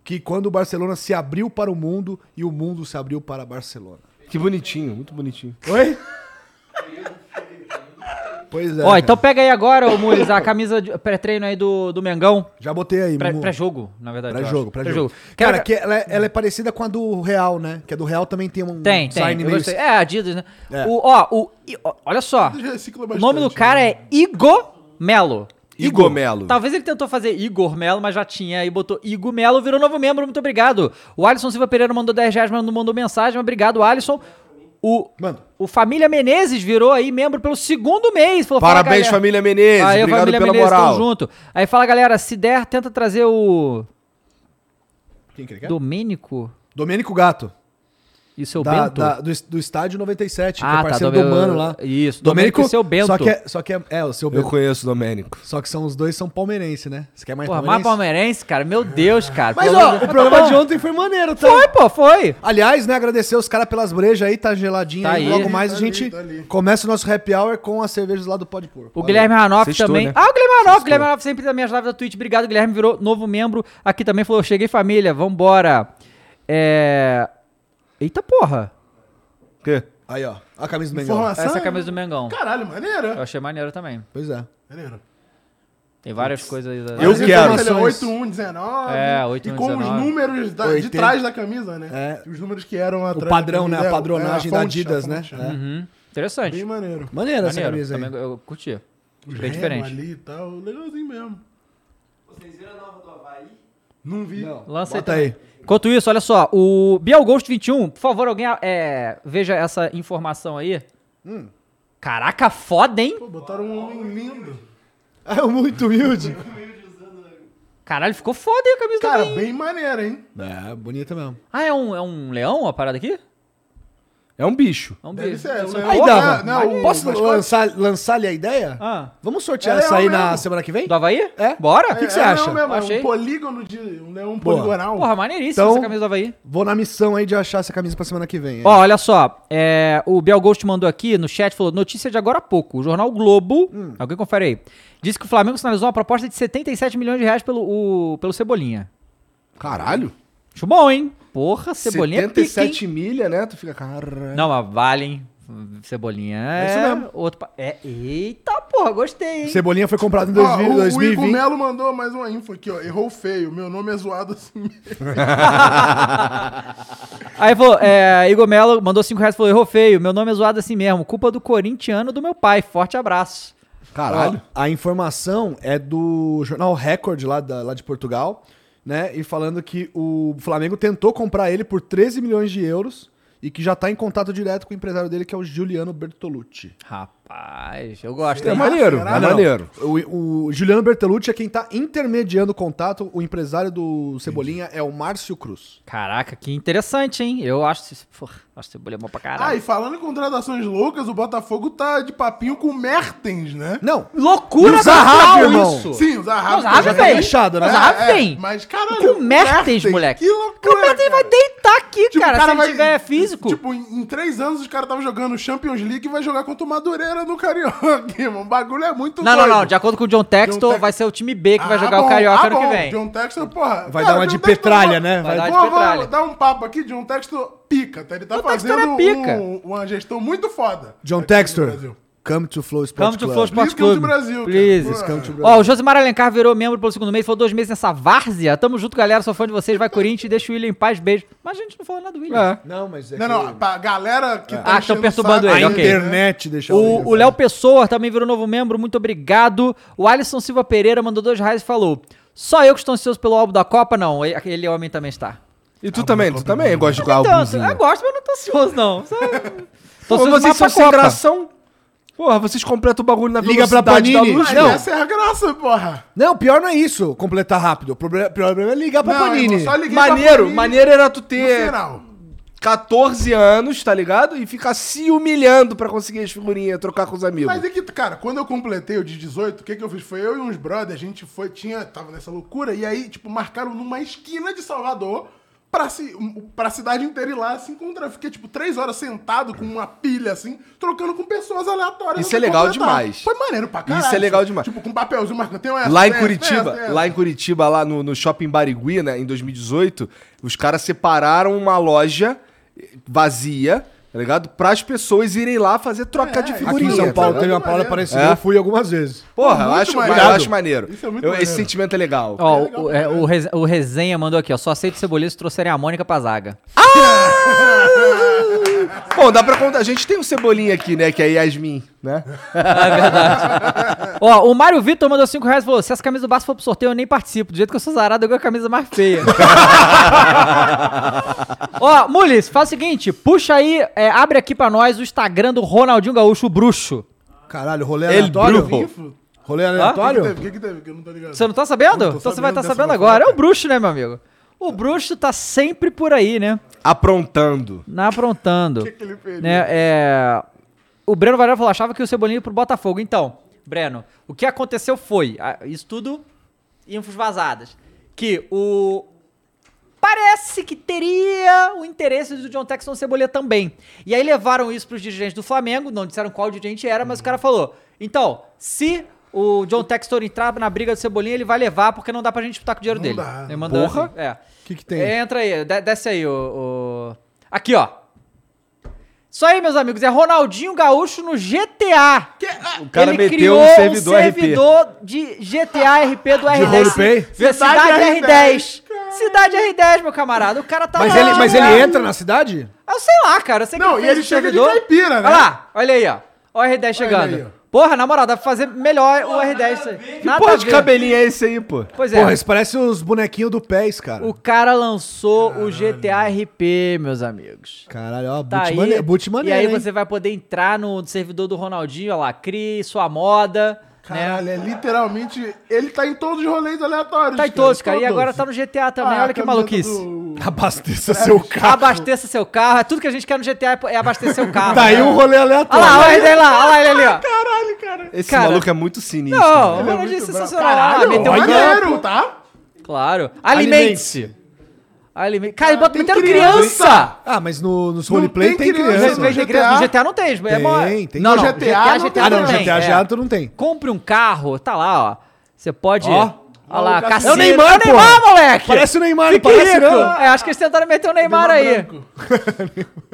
que quando o Barcelona se abriu para o mundo e o mundo se abriu para Barcelona. Que bonitinho, muito bonitinho. Oi? pois é. Ó, cara. então pega aí agora, ô Mules, a camisa de- pré-treino aí do, do Mengão. Já botei aí, Pré- Mumu. Pré-jogo, na verdade. eu Pré-jogo, acho. pré-jogo. Cara, Cara, que ela, é, ela é parecida com a do Real, né? Que a do Real também tem um tem, design tem. Eu meio... gostei. É, Adidas, né? É. O, ó, o, i- ó, olha só. Eles reciclam O nome do bastante, cara né? é Igor É, Melo. Igor Melo. Talvez ele tentou fazer Igor Melo, mas já tinha aí, botou Igor Melo, virou novo membro, muito obrigado. O Alisson Silva Pereira mandou 10 reais, mas não mandou mensagem, mas obrigado, Alisson. O, Manda. o Família Menezes virou aí membro pelo segundo mês. Falou, fala, Parabéns, galera. família Menezes. Aí, Obrigado família pela Menezes, moral. tamo junto. Aí fala, galera, se der, tenta trazer o. Quem que ele quer? Domênico Domênico Gato. e seu da- Bento. da- do, es- do estádio 97, que Ah, é tá, parceiro do Domênico- Mano lá. isso, Domênico e seu Bento. Só que, é, só que é, é, o seu Eu Bento. conheço o Domênico. Só que são os dois são palmeirense, né? Você quer mais Porra, mais palmeirense? palmeirense, Tá cara. Meu Deus, cara. Mas Pelo ó, amor de- o programa de ontem foi maneiro, tá? Foi, pô, foi. Aliás, né, agradecer os caras pelas brejas aí, tá geladinho Tá aí. aí. Logo mais Tá a ali, gente tá ali. começa o nosso happy hour com as cervejas lá do Pode Porco. O Valeu. Guilherme Ranoff Sextou, também. né? Ah, o Guilherme Ranoff. Guilherme Ranoff sempre das minhas lives da Twitch. Obrigado, Guilherme. Virou novo membro aqui também. Falou, cheguei família, vambora. É... Eita porra. O quê? Aí, ó. A camisa do Mengão. Informação. Essa é a camisa do Mengão. Caralho, Eu maneira. achei maneiro também. Pois é. Maneiro. Tem várias coisas aí. da- Eu As quero. informações, 8119. É, 8119. E com os números da- de 80. trás da camisa, né? É. Os números que eram atrás. da padrão, camisa, né? A é, padronagem da fonte, Adidas, a fonte, né? é. Uhum. Interessante. Bem maneiro. Maneira essa Maneiro. camisa aí. Também eu curti. Os Bem remo diferente. ali e tal, legalzinho mesmo. Vocês viram a nova do Havaí? Não vi. Lança Bota aí. aí. Enquanto isso, olha só, o Bielghost 21, por favor, alguém é, veja essa informação aí. Caraca, foda, hein? Pô, botaram um homem lindo. É muito humilde. Caralho, ficou foda aí a camisa Cara, também. bem maneiro, hein? é, bonita mesmo. Ah, é um, é um leão a parada aqui? É um bicho. É um Deve bi- ser, um- né? Aí, Pô, Dava, é, não, o posso mascote- lançar- lançar-lhe a ideia? Ah, Vamos sortear É essa aí leão na mesmo. semana que vem? do Havaí? É. Bora? O que que É, você é acha? leão mesmo, é Achei. um polígono de. Um leão Boa. poligonal. Porra, maneiríssima Então- essa camisa do Havaí. Vou na missão aí de achar essa camisa pra semana que vem. hein? Ó, olha só, é, o Biel Ghost mandou aqui no chat, falou, notícia de agora há pouco, o jornal Globo, alguém confere aí, disse que o Flamengo sinalizou uma proposta de 77 milhões de reais pelo, o- pelo Cebolinha. Caralho. Acho bom, hein? Porra, Cebolinha é pica, hein? 77 milha, né? Tu fica, caralho. Não, mas vale, hein? Cebolinha é... isso mesmo. Outro pa- é, eita, porra, gostei, hein? Cebolinha foi comprado em Ó, o- 2000, o Igor 2020. Melo mandou mais uma info aqui, ó. Errou feio. Meu nome é zoado assim. Aí falou, é, Igor Melo mandou 5 reais e falou, errou feio, meu nome é zoado assim mesmo, culpa do corintiano do meu pai, forte abraço. Caralho. a informação é do jornal Record lá, da- lá de Portugal, né? E falando que o Flamengo tentou comprar ele por 13 milhões de euros e que já tá em contato direto com o empresário dele, que é o Giuliano Bertolucci. Rapaz, eu gosto, É hein? maneiro, Ah, é não. maneiro. O, o Giuliano Bertolucci é quem tá intermediando o contato. O empresário do Cebolinha é o Márcio Cruz. Caraca, que interessante, hein? Eu acho. Porra, acho que cebolinha é bom pra Ah, caralho. e falando em contratações loucas, o Botafogo tá de papinho com o Mertens, né? Não, Loucura E o Zahavi, total irmão? Sim, o Zahavi. O Zahavi também. tá tem. fechado, né? O Zahavi tem. Mas caralho. Com o Mertens, é moleque. Que loucura. o Mertens cara. vai deitar aqui, Tipo, cara, o se ele vai- tiver físico. Tipo, em, em três anos os caras estavam jogando Champions League e vai jogar contra o Madureira no Carioca, irmão. O bagulho é muito não, não, doido. não. De acordo com o John Textor, Tex- vai ser o time B que vai Ah, jogar bom, o Carioca ah, ano que bom. vem. John Textor, porra. Vai dar John tá uma de Textor petralha, vai- né? Vai dar de Vou, petralha. vou dar um papo aqui. John Textor pica, tá? Ele tá John Textor fazendo é pica. Um, uma gestão muito foda. John aqui no Textor, Brasil. come to Flow Sports Come Club. to Flow Sports Please come Club. to Brasil, cara. Please. Porra. Come to Brasil. Ó, o Josimar Alencar virou membro pelo segundo mês, falou dois meses nessa várzea. Tamo junto, galera. Sou fã de vocês. Vai, Corinthians. Deixa o William em paz. Beijo. Mas a gente não falou nada do William. Não, mas é Não, não, pra galera que tá Ah, enchendo tão perturbando o saco A ele, aí, ok. né? internet deixa O, o Léo Pessoa também virou novo membro, muito obrigado. O Alisson Silva Pereira mandou dois reais e falou: Só eu que estou ansioso pelo álbum da Copa, não. Ele- Aquele homem também está. E tu também, tu também gosta de jogar Então, eu albuzinho. gosto, mas não tô ansioso, não. Só- tô Pô, ansioso mais vocês são pra sem Copa. gração. Porra, vocês completam o bagulho na Liga pra velocidade da Panini. luz, Mas Não. não. essa é a graça, porra. Não, pior não é isso, completar rápido. O proble- o problema é ligar pra Não, Panini. irmão, só liguei pra Maneiro, Panini maneiro era tu no ter final. 14 anos, tá ligado? E ficar se humilhando pra conseguir as figurinhas, trocar com os amigos. Mas é que, cara, quando eu completei o de 18, o que que eu fiz? Foi eu e uns brothers, a gente foi, tinha, tava nessa loucura, e aí, tipo, marcaram numa esquina de Salvador pra, ci- um- pra cidade inteira ir lá se encontrar. Eu Fiquei, tipo, três horas sentado com uma pilha, assim, trocando com pessoas aleatórias. Isso é pra legal completar. demais. Foi maneiro pra caralho. Isso é legal demais. Tipo, com papelzinho marcando. Tem um uma Lá em essa, Curitiba, essa, essa. lá em Curitiba, lá no, no shopping Barigui, né, em 2018, os caras separaram uma loja vazia, tá ligado? Para as pessoas irem lá fazer troca de Aqui figurinha. em São tá Paulo ligado? teve uma parada Maneiro. parecida, É. eu fui algumas vezes. Porra, eu Muito acho, maneiro. eu acho maneiro. Isso é muito Eu- maneiro. Esse sentimento é legal. Ó, o, é, o Reze- o Resenha mandou aqui, ó. Só aceito cebolinha se trouxerem a Mônica pra zaga. Bom, dá pra contar. A gente tem um Cebolinha aqui, né? Que é Yasmin, né? Ó, o Mário Vitor mandou 5 reais e falou: se essa camisa do Barça for pro sorteio, eu nem participo. Do jeito que eu sou zarado, eu ganho a camisa mais feia. Ó, Mules, faz o seguinte: puxa aí, é, abre aqui pra nós o Instagram do Ronaldinho Gaúcho, o bruxo. Caralho, rolê Ele aleatório? bruxo. Info? Rolê O que que teve? aleatório? O que que teve? Que eu não tô ligado. Você não tá sabendo? Não, tô então você vai sabendo estar dessa sabendo fofoca. agora. É o bruxo, né, meu amigo? O bruxo tá sempre por aí, né? Aprontando. Na aprontando. que ele fez? né? É, O Breno Varela falou, achava que o Cebolinha ia pro Botafogo. Então, Breno, o que aconteceu foi, ah, isso tudo infos vazadas, que o... Parece que teria o interesse do John Texton Cebolinha também. E aí levaram isso pros dirigentes do Flamengo, não disseram qual dirigente era, mas o cara falou, então, se... O John Textor entrar na briga do Cebolinha, ele vai levar, porque não dá pra gente disputar com o dinheiro dele. dá. Ele mandou Porra. assim, é. O que, que tem? Entra aí, de- desce aí o, o- Aqui, ó. Isso aí, meus amigos, é Ronaldinho Gaúcho no GTA. O cara meteu um servidor RP. servidor de GTA RP do role R10. play? Cidade, Cidade R10. Cidade R10, meu camarada. O cara tá Mas lá ele, mas ele jogando. entra na cidade? Ah, Eu sei lá, cara. Eu sei que Não, fez e ele esse chega de servidor. caipira, né? Olha lá, olha aí, ó. Ó o R10 chegando. aí, ó. Porra, na moral, dá pra fazer melhor o R10. isso aí. Nada Porra a de ver. cabelinho é esse aí, pô? Pois é. Porra, isso parece os bonequinhos do PES, cara. O cara lançou o GTA RP, meus amigos. Caralho, ó, Tá boot aí, maneiro, boot maneiro, e aí hein? você vai poder entrar no servidor do Ronaldinho, olha lá, crie sua moda, né? Caralho, é literalmente. Ele tá em todos os rolês aleatórios. Tá em todos, cara. E agora tá no GTA também, Ah, olha que a camiseta maluquice. do- Abasteça seu carro. Abasteça seu carro, é tudo que a gente quer no GTA é abastecer o carro. Tá aí um rolê Olha aleatório. lá, olha ele lá, olha lá ele ali, ó. Esse Cara- maluco é muito sinistro. né? Não, o Ele é Ronaldinho é muito sensacional. bravo. Ah, meteu um Caralho, gol. maneiro, tá? Claro. Alimente-se. Alimente. Cara, ele bota tem metendo criança. criança. Ah, mas no, nos roleplay tem tem criança, criança. não Mas tem tem criança. No GTA? GTA não tem, é Tem, mó- tem. Não, não, No GTA GTA, não GTA tem. Ah, não, não tem. GTA é. já tu não tem. compre um carro, tá lá, ó. Você pode. Ó. Olha lá, Ó, o cassino. Cassino. É o Neymar, É o Neymar pô. moleque! Parece o Neymar, não Fique parece rico. não. É, acho que eles tentaram meter o Neymar, Neymar aí. branco.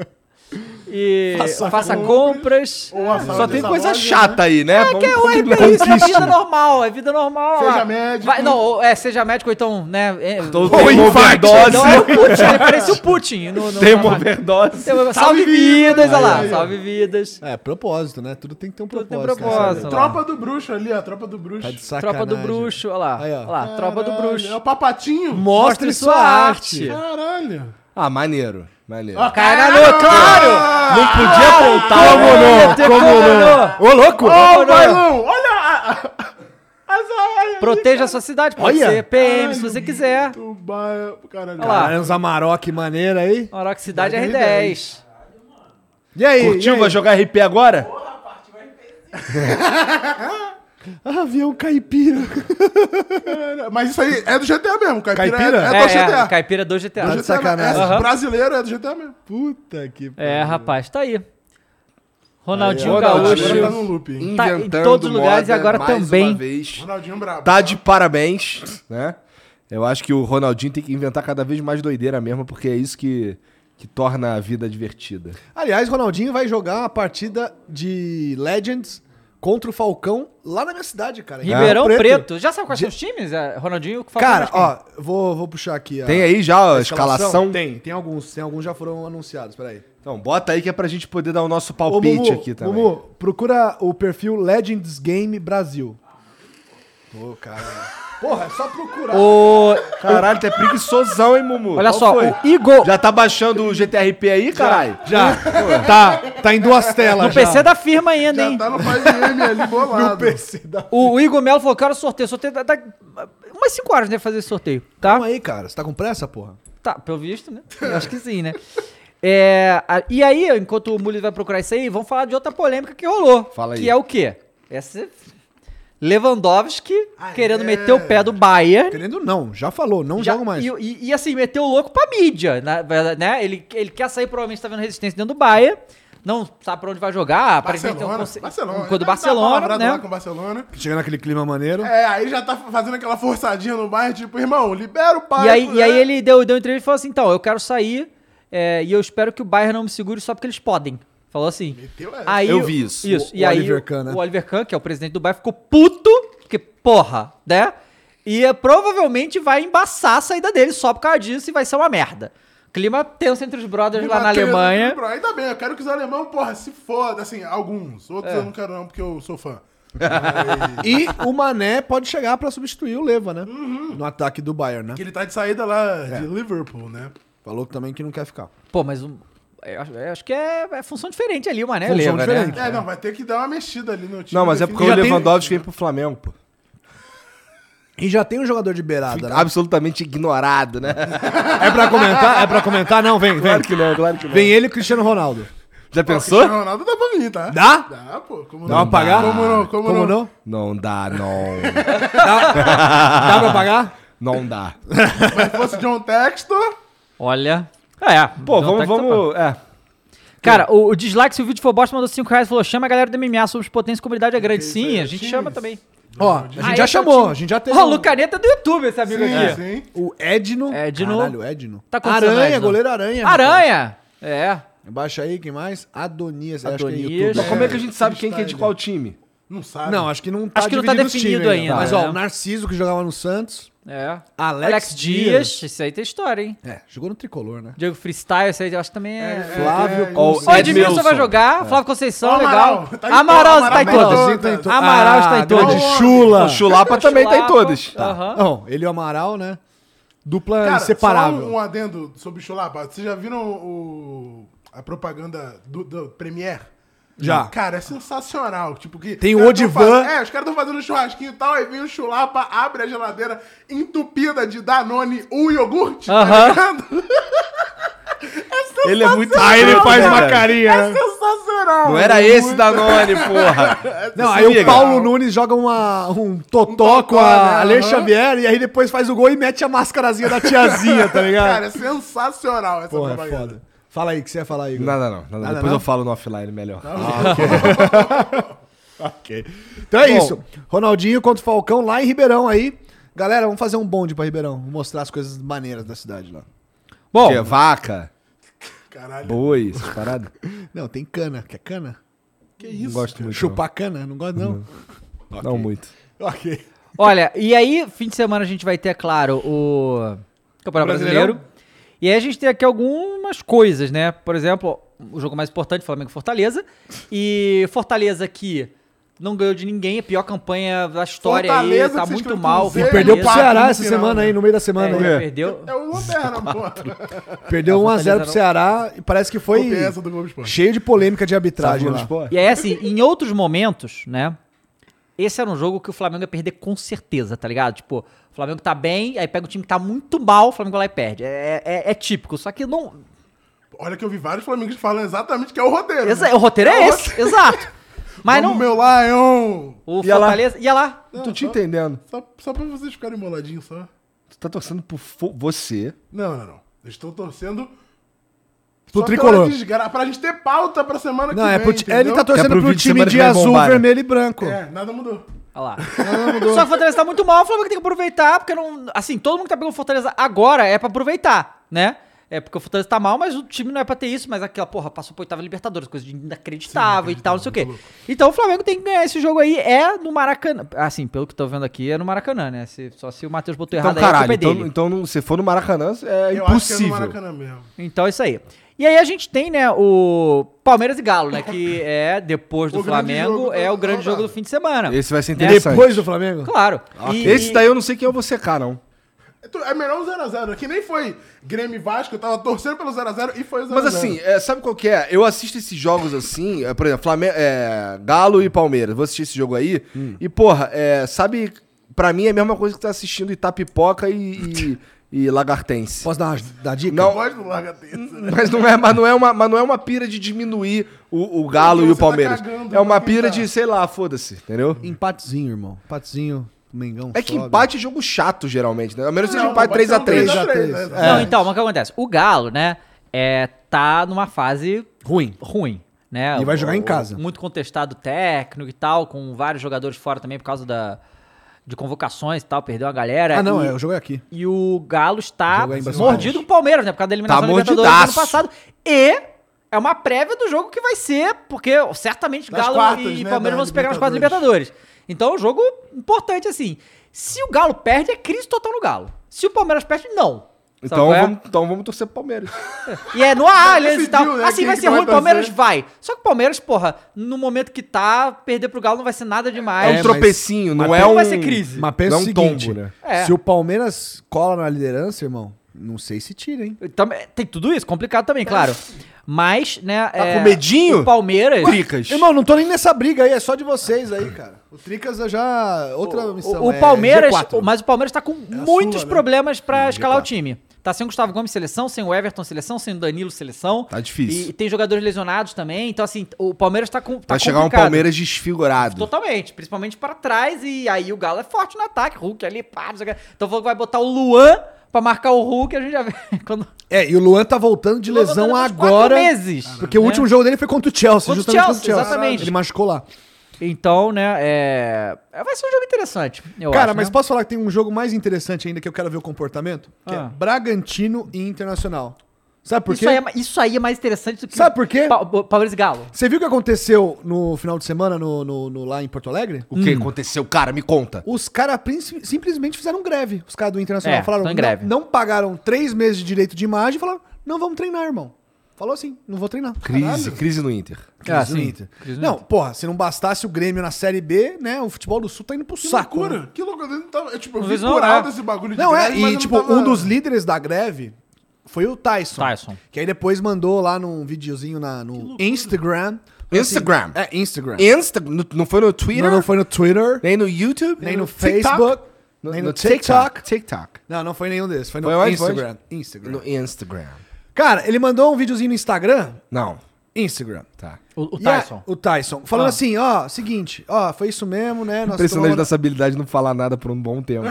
E faça, Faça compras. Ou a sala Só tem dessa coisa loja, chata aí, né? É que é o combinar. RP, isso é né? vida normal, é vida normal. Seja ó. médico. Vai- não, ou- é, seja médico, ou então, né? É, Todo Ou tem uma infarto. overdose. não, é o Putin, ele parece o Putin. No, no, Tem na- uma overdose. Tem uma- salve vidas, olha lá, salve vidas. É, propósito, né? Tudo tem que ter um Tudo propósito. tem né, propósito. sabe? né? Tropa do bruxo ali, ó. Tropa do bruxo. Tá de Tropa sacanagem. do bruxo, olha lá. Aí, ó. Olha lá, tropa do Caralho, bruxo. É o papatinho. Mostre sua arte. Caralho. Ah, maneiro. Maneiro. Ó, Caralho, claro! Ah, Não podia apontar Tá, Como não? Como não? Ô, louco! Ô, Não, não. Bailão, olha a- a- as áreas. Proteja a sua cidade, pode Olha. ser PM, se você quiser. Tu ba- Caralho. Olha lá. Caralho, uns Amarok maneiro aí. Orox Cidade Cidade R10. E aí? e Curtiu? aí? Vai jogar RP agora? Ah, Avião caipira. Cara, Mas isso aí é do GTA mesmo. Caipira, Caipira? É, é do É, é, GTA. caipira do GTA. Do GTA de mesmo. sacanagem. É, Aham. Brasileiro é do GTA mesmo. Puta que É, rapaz, tá aí. Ronaldinho Ronaldinho. Agora tá Gaúcho. no loop. hein? Tá em todos os lugares e agora mais também. uma vez. Ronaldinho brabo. Tá de parabéns, né? Eu acho que o Ronaldinho tem que inventar cada vez mais doideira mesmo, porque é isso que, que torna a vida divertida. Aliás, Ronaldinho vai jogar uma partida de Legends contra o Falcão lá na minha cidade, cara. em Ribeirão Ribeirão Preto. Já sabe quais são os times? É, Ronaldinho que Ah, Cara, ó, vou, vou puxar aqui a Tem aí já a a escalação? Tem, tem alguns, tem alguns já foram anunciados, peraí. Então, bota aí que é pra gente poder dar o nosso Ô, palpite Mumu, aqui também. Mumu, procura o perfil Legends Game Brasil. Ô, cara. Porra, é só procurar. O... Caralho, tu é preguiçosão, hein, Mumu? Olha Qual só, foi? o Igor. Já tá baixando o GTRP aí, caralho? Já. tá, tá em duas telas O já. PC é da firma ainda, Já hein? tá no 5M ali bolado. PC da... O, o Igor Melo falou que era sorteio. Sorteio da, da... Umas 5 horas deve fazer esse sorteio, tá? Calma aí, cara. Você tá com pressa, porra? Tá, pelo visto, né? Eu acho que sim, né? É, a- e aí, enquanto o Mules vai procurar isso aí, vamos falar de outra polêmica que rolou. Fala aí. Que é o quê? Essa... é Lewandowski Ah, querendo é. meter o pé do Bayern. Querendo não, já falou, não Já- jogo mais. E, e- e, assim, meteu o louco pra mídia, na verdade, né? Ele, ele quer sair, provavelmente tá vendo resistência dentro do Bayern. Não sabe pra onde vai jogar. aparentemente tem Barcelona. conce- Barcelona. um co- do Deve dar uma Barcelona, palavrada lá né? com o Barcelona. Chegando naquele clima maneiro. É, aí já tá fazendo aquela forçadinha no bairro, tipo, irmão, libera o pai. né? E aí, e aí ele deu, deu entrevista e falou assim, então, eu quero sair é, e eu espero que o Bayern não me segure só porque eles podem. Falou assim. Meteu essa. Aí, Eu vi isso. Isso. O- e o aí Oliver Kahn, né? o Oliver Kahn, que é o presidente do Bayern, ficou puto, porque porra, né? E é, provavelmente vai embaçar a saída dele só por causa disso e vai ser uma merda. Clima tenso entre os brothers lá na Alemanha. né? Ainda bem, eu quero que os alemães, porra, se foda, assim, alguns. Outros É. eu não quero não, porque eu sou fã. Mas- E o Mané pode chegar pra substituir o Leva, né? Uhum. No ataque do Bayern, né? que ele tá de saída lá É. de Liverpool, né? Falou também que não quer ficar. Pô, mas um, eu acho, eu acho que é, é função diferente ali, o Mané Função lembra, né? diferente. É, não, vai ter que dar uma mexida ali no time. Não, mas é porque o Já tem- Lewandowski veio pro Flamengo, pô. E já tem um jogador de beirada, né? Absolutamente ignorado, né? É pra comentar? É pra comentar? Não, vem, vem. Claro que não, claro que não. Vem ele e o Cristiano Ronaldo. Já O pensou? Ronaldo dá pra mim, tá? Dá? Dá, pô. Como Dá pra pagar? Como não? Como, Como não? não? Não dá, não. Dá pra pagar? Não dá. Mas se fosse John Textor, Olha. Ah, é. Pô, Não, vamos, tá que tá bom. vamos. É. Cara, o, o dislike, se o vídeo for bosta, mandou 5 reais e falou: chama a galera do MMA sobre os potências comunidade é grande. Sim, a gente chama também. Ó, a gente Aí já eu chamou, tô- a gente já teve. Ó, o um- Lucareta é do YouTube, esse amigo sim, aqui. sim. O Edno. Edno. Caralho, Edno. Tá com quantos anos, Aranha, Edno? goleiro Aranha. Aranha! É. rapaz. Baixa aí, quem mais? Adonias. eu Acho que é Adonias. YouTube. Mas Como é que a gente sabe quem que é de freestyle. qual time? Não sabe. Não, acho que não Acho que não tá dividido os definido times ainda, Mas, ó, né? o Narciso, que jogava no Santos. É. Alex, Alex, Dias. Dias. Isso aí tem história, hein? É, jogou no Tricolor, né? Diego Freestyle, isso aí eu acho que também é. é, Flávio Cons- Ó, Edmilson Edmilson. vai jogar, Flávio Conceição, Ó, Amaral, legal. tá em Amaral todo, tá em Amaral todos. tá em todos. to- Amaral está em Ah, grande todos. Chula. O Chulapa também tá em Chulapa, todos. aham. Não, ele e o Amaral, né? Dupla Cara, inseparável. Só um, um adendo sobre o Chulapa. Vocês já viram o, a propaganda do, do Premiere? Já. Cara, é sensacional. Tipo, que Tem os o caras tão Odivan. faz- É, os caras estão fazendo um churrasquinho e tal, aí vem o Chulapa, abre a geladeira entupida de Danone, um iogurte, Aham. ligado? Ele é muito. Aí ele faz uma cara. carinha. né? É Sensacional. Não era esse Muito- Danone, porra. Não, aí Amiga. o Paulo Nunes joga uma, um totó com né? a Aham. Alex Xavier e aí depois faz o gol e mete a máscarazinha da tiazinha, tá ligado? Cara, é sensacional essa Porra, é propaganda. foda. Fala aí, o que você ia falar aí? Igor? Nada, não. Nada, Nada, Depois não? eu falo no offline melhor. Então é Bom. isso. Ronaldinho contra o Falcão lá em Ribeirão aí. Galera, vamos fazer um bonde pra Ribeirão. Vou mostrar as coisas maneiras da cidade lá. Bom, Que é vaca, Caralho, boi, essas paradas. Não, tem cana. Quer cana? que isso? Não Uhum. gosto muito. Chupar cana? Não gosto, não. Não, não muito. Ok. Olha, e aí, fim de semana a gente vai ter, é claro, o Campeonato Brasileirão. Brasileiro. E aí a gente tem aqui algumas coisas, né? Por exemplo, o jogo mais importante, Flamengo e Fortaleza. E Fortaleza que não ganhou de ninguém, a pior campanha da história Fortaleza, aí, tá que vocês muito estão mal. dizendo. E perdeu pro Quatro Ceará no essa final, semana né? aí, no meio da É, semana aí. perdeu. É o Lanterna, pô. Perdeu 1x0 pro não- Ceará e parece que foi Foi essa do Globo Esporte. cheio de polêmica de arbitragem lá. E aí, assim, em outros momentos, né? Esse era um jogo que o Flamengo ia perder com certeza, tá ligado? Tipo, o Flamengo tá bem, aí pega um time que tá muito mal, o Flamengo vai lá e perde. É, é- é típico, só que não. Olha que eu vi vários flamenguistas falando exatamente que é o roteiro. Exa- né? o roteiro é esse, exato. Mas Vamos, não. meu Lion! O Ia lá. Fortaleza. Ia lá. Não tô te entendendo. Só, só pra vocês ficarem boladinhos, só. Tu tá torcendo por fo- você. Não, não, não. Eu estou torcendo... Pro só tricolor. Pela desgra... Pra gente ter pauta pra semana Não, que é vem, pro ti- ele tá entendeu? torcendo É pro pro, vídeo time semana de que vem azul, bombar, né? vermelho e branco. É, nada mudou. Olha lá. Só que o Fortaleza tá muito mal, o Flamengo tem que aproveitar, porque não. Assim, todo mundo que tá pegando o Fortaleza agora é pra aproveitar, né? É porque o Fortaleza tá mal, mas o time não é pra ter isso, mas aquela, porra, passou pro oitava Libertadores, coisa de inacreditável e tal, não sei o quê. Então o Flamengo tem que ganhar esse jogo aí, é no Maracanã. Assim, pelo que eu tô vendo aqui, é no Maracanã, né? Se- só se o Matheus botou Então, errado aí, a caralho, culpa é então, dele. então não- se for no Maracanã, é Eu acho que é no impossível. Maracanã mesmo. Então é isso aí. E aí a gente tem, né, o Palmeiras e Galo, né? Que é, depois do O grande Flamengo, jogo é da o grande jogo rodada. do fim de semana. Esse vai ser interessante. Depois do Flamengo? Claro. E- Esse daí é eu não sei quem eu vou secar, não. É tu- É melhor um 0x0. Aqui nem foi Grêmio e Vasco, eu tava torcendo pelo 0x0 e foi o 0x0. Mas assim, é, sabe qual que é? Eu assisto esses jogos assim, é, por exemplo, Flamengo, Galo e Palmeiras. Vou assistir esse jogo aí. E, porra, é, sabe, pra mim é a mesma coisa que tá assistindo Itapipoca e, e, e Lagartense. Posso dar, uma, dar dica? Eu Não, gosto do larga né? terça. mas não é, mas não é, uma, mas não é uma pira de diminuir o, o Galo Porque e o você tá Palmeiras. cagando é uma pra quem pira tá. de, sei lá, foda-se, entendeu? Empatezinho, irmão. Empatezinho, Mengão. É que sobe. empate é jogo chato, geralmente, né? A menos que seja Não, um empate pode ser um 3x3. 3x3, três. É. né? Não, então, mas o que acontece? O Galo, né, é, tá numa fase Ruim. ruim, né? E vai jogar em O- casa. Muito contestado técnico e tal, com vários jogadores fora também por causa da, de convocações e tal, perdeu a galera. Ah, não, e, é, o jogo é aqui. e o Galo está Jogo é em Brasil. mordido com o Palmeiras, né, por causa da eliminação Tá do Libertadores do ano mordidaço. passado. E é uma prévia do jogo que vai ser, porque certamente Das Galo quartas, e né, Palmeiras da vão se pegar nas quatro Libertadores. Então é um jogo importante, assim. Se o Galo perde, é crise total no Galo. Se o Palmeiras perde, não. Sabe Então qual é? vamos, então vamos torcer pro Palmeiras. E é no Allianz e decidiu, tal. né, Assim, quem vai que ser vai ruim, o Palmeiras fazer. vai. Só que o Palmeiras, porra, no momento que tá, perder pro Galo não vai ser nada É, um demais. mas- tropecinho, não Ah, mas é não um... vai ser crise. Mas pensa Não o seguinte, tombo, né? É. se o Palmeiras cola na liderança, irmão, Não sei se tira, hein? Também- tem tudo isso, É. complicado também, claro. Mas, né. Tá com medinho? O Palmeiras. Tricas. Irmão, não tô nem nessa briga aí, é só de vocês aí, cara. O Tricas é já outra missão. O, o é Palmeiras, G4. mas o Palmeiras tá com muitos Sula, né? problemas pra escalar o time. Tá sem o Gustavo Gomes seleção, sem o Everton seleção, sem o Danilo seleção. Tá difícil. E tem jogadores lesionados também. Então, assim, o Palmeiras tá com. Tá Vai chegar complicado. um Palmeiras desfigurado. Totalmente, principalmente pra trás. E aí o Galo é forte no ataque, Hulk ali, pá, não sei o que. Então falou que vai botar o Luan pra marcar o Hulk. A gente já vê quando. É, e o Luan tá voltando de Luan lesão voltando depois de agora. quatro meses. Porque o Né? último jogo dele foi contra o Chelsea, Contra o justamente Chelsea, contra o Chelsea. exatamente. Ele machucou lá. Então, né, é. é, Vai ser um jogo interessante. Eu Cara, acho, mas né? posso falar que tem um jogo mais interessante ainda que eu quero ver o comportamento? Que Ah. é Bragantino e Internacional. Sabe por Isso aí, é, quê? ma- isso aí é mais interessante do que. Sabe por quê? Pa- Palmeiras e Galo. Você viu o que aconteceu no final de semana no, no- no- lá em Porto Alegre? O que aconteceu? Cara, me conta. Os caras prin- simplesmente fizeram greve. Os caras do Internacional É, falaram, tão em "Não- greve." Não, pagaram três meses de direito de imagem e falaram, não vamos treinar, irmão. Falou assim, não vou treinar. Crise, Caralho. crise no Inter. Crise Ah, no sim. Inter. Não, porra, se não bastasse o Grêmio na Série B, né, o futebol do Sul tá indo pro Que saco. né? loucura. Que loucura. Eu, não tava, eu, tipo, eu Não vi visão, plural é. desse bagulho de Não, é, greve, mas eu e não tipo, tava- um dos líderes da greve foi o Tyson. Tyson. Que aí depois mandou lá num videozinho na, no Instagram. Instagram. Assim, é, Instagram. Insta, no- não foi no Twitter? Não, não foi no Twitter, Nem no YouTube? nem no TikTok? Facebook, No, nem no no TikTok. TikTok. Não, não foi nenhum desses, foi no Foi onde? Instagram. Instagram. No Instagram. Cara, ele mandou um videozinho no Instagram. Não. Instagram. Tá. O, o E a- Tyson. o Tyson. Falando Ah. assim, ó, seguinte, ó, foi isso mesmo, né? Nós Impressionante tomamos- dessa habilidade de não falar nada por um bom tempo.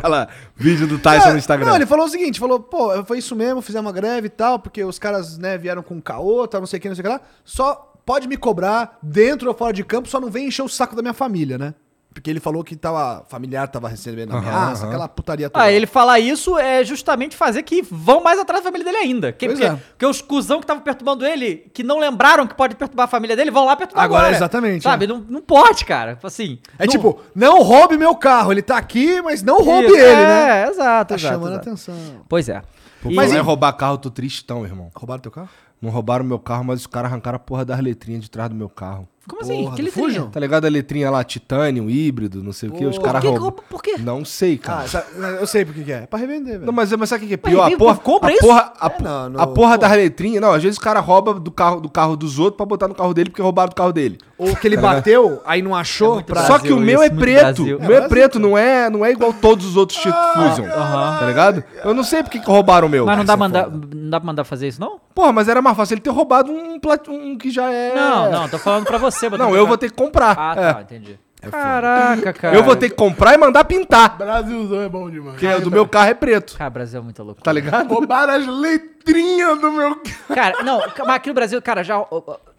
Vai lá, vídeo do Tyson Ah, no Instagram. Não, ele falou o seguinte, falou, pô, foi isso mesmo, fizemos uma greve e tal, porque os caras, né, vieram com caô, tal, não sei o que, não sei o que lá. Só pode me cobrar, dentro ou fora de campo, só não vem encher o saco da minha família, né? Porque ele falou que tava, familiar tava recebendo ameaça, aquela putaria toda. Ah, ele falar isso é justamente fazer que vão mais atrás da família dele ainda. Que, Pois porque, é. porque os cuzão que estavam perturbando ele, que não lembraram que pode perturbar a família dele, vão lá perturbar agora. Agora, exatamente, Sabe? Não, não pode, cara. Assim. É não- tipo, não roube meu carro, ele tá aqui, mas não roube Isso, ele, né? É, exato. Tá exato, chamando a exato. atenção. Pois é. Pô, E- mas é Mas- roubar carro, tô tristão, irmão. Roubaram teu carro? Não roubaram meu carro, mas os caras arrancaram a porra das letrinhas de trás do meu carro. Como assim? Porra, que do letrinha? Fusion? Tá ligado a letrinha lá, titânio, híbrido, não sei o quê, os caras que que roubam. rouba- por quê? Não sei, cara. Ah, sa- eu sei por que que é. É pra revender, velho. Não, mas, mas sabe o que que é pior? vem- a porra, compra a isso? porra, a, É, não, não. a porra das letrinhas. Não, às vezes o cara rouba do carro, do carro dos outros pra botar no carro dele porque roubaram do carro dele. Ou que ele bateu, aí não achou. pra... Só que o meu é isso, muito preto. Brasil. Ah, O meu é preto, não é, não é igual todos os outros Chit Fusion. Tá ligado? Eu não sei porque que roubaram o meu. Mas não dá, é mandar, não dá pra mandar fazer isso, não? Porra, mas era mais fácil ele ter roubado um, plat- um que já é. Não, não, tô falando pra você. mas Não, tô eu falando- vou ter que comprar. Ah, É. tá, entendi. Caraca, cara. Eu vou ter que comprar e mandar pintar. Brasilzão é bom demais. Porque o do né? meu carro é preto. Cara, o Brasil é muito louco. Tá ligado? Roubaram as letrinhas do meu carro. Cara, não, mas aqui no Brasil, cara, já.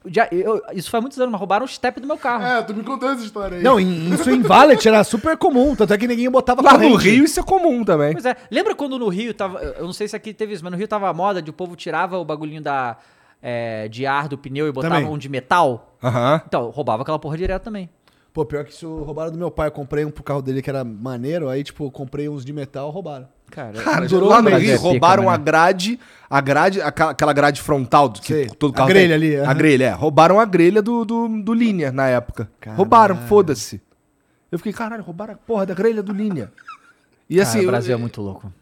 já eu- isso faz muitos anos, mas roubaram o step do meu carro. É, tu me contou essa história aí. Não, em- isso em Valet era super comum, tanto é que ninguém botava Lá no corrente. Rio isso é comum também. Pois é. Lembra quando no Rio tava. Eu não sei se aqui teve isso, mas no Rio tava a moda de o povo tirava o bagulhinho da, é, de ar do pneu e botava Também. um de metal? Aham. Então, roubava aquela porra direto também. Pô, pior que isso roubaram do meu pai. Eu comprei um pro carro dele que era maneiro, aí, tipo, eu comprei uns de metal, roubaram. Cara, Cara, Durou lá um no mês. Rio É pica, roubaram mano. a grade, a grade, aquela aquela grade frontal do que Sei. todo A carro grelha tem. ali, A aham. grelha, é. Roubaram a grelha do, do, do Linha na época. Roubaram, foda-se. Eu fiquei, caralho, roubaram a porra da grelha do Linha. E assim, cara, o Brasil eu- é muito louco.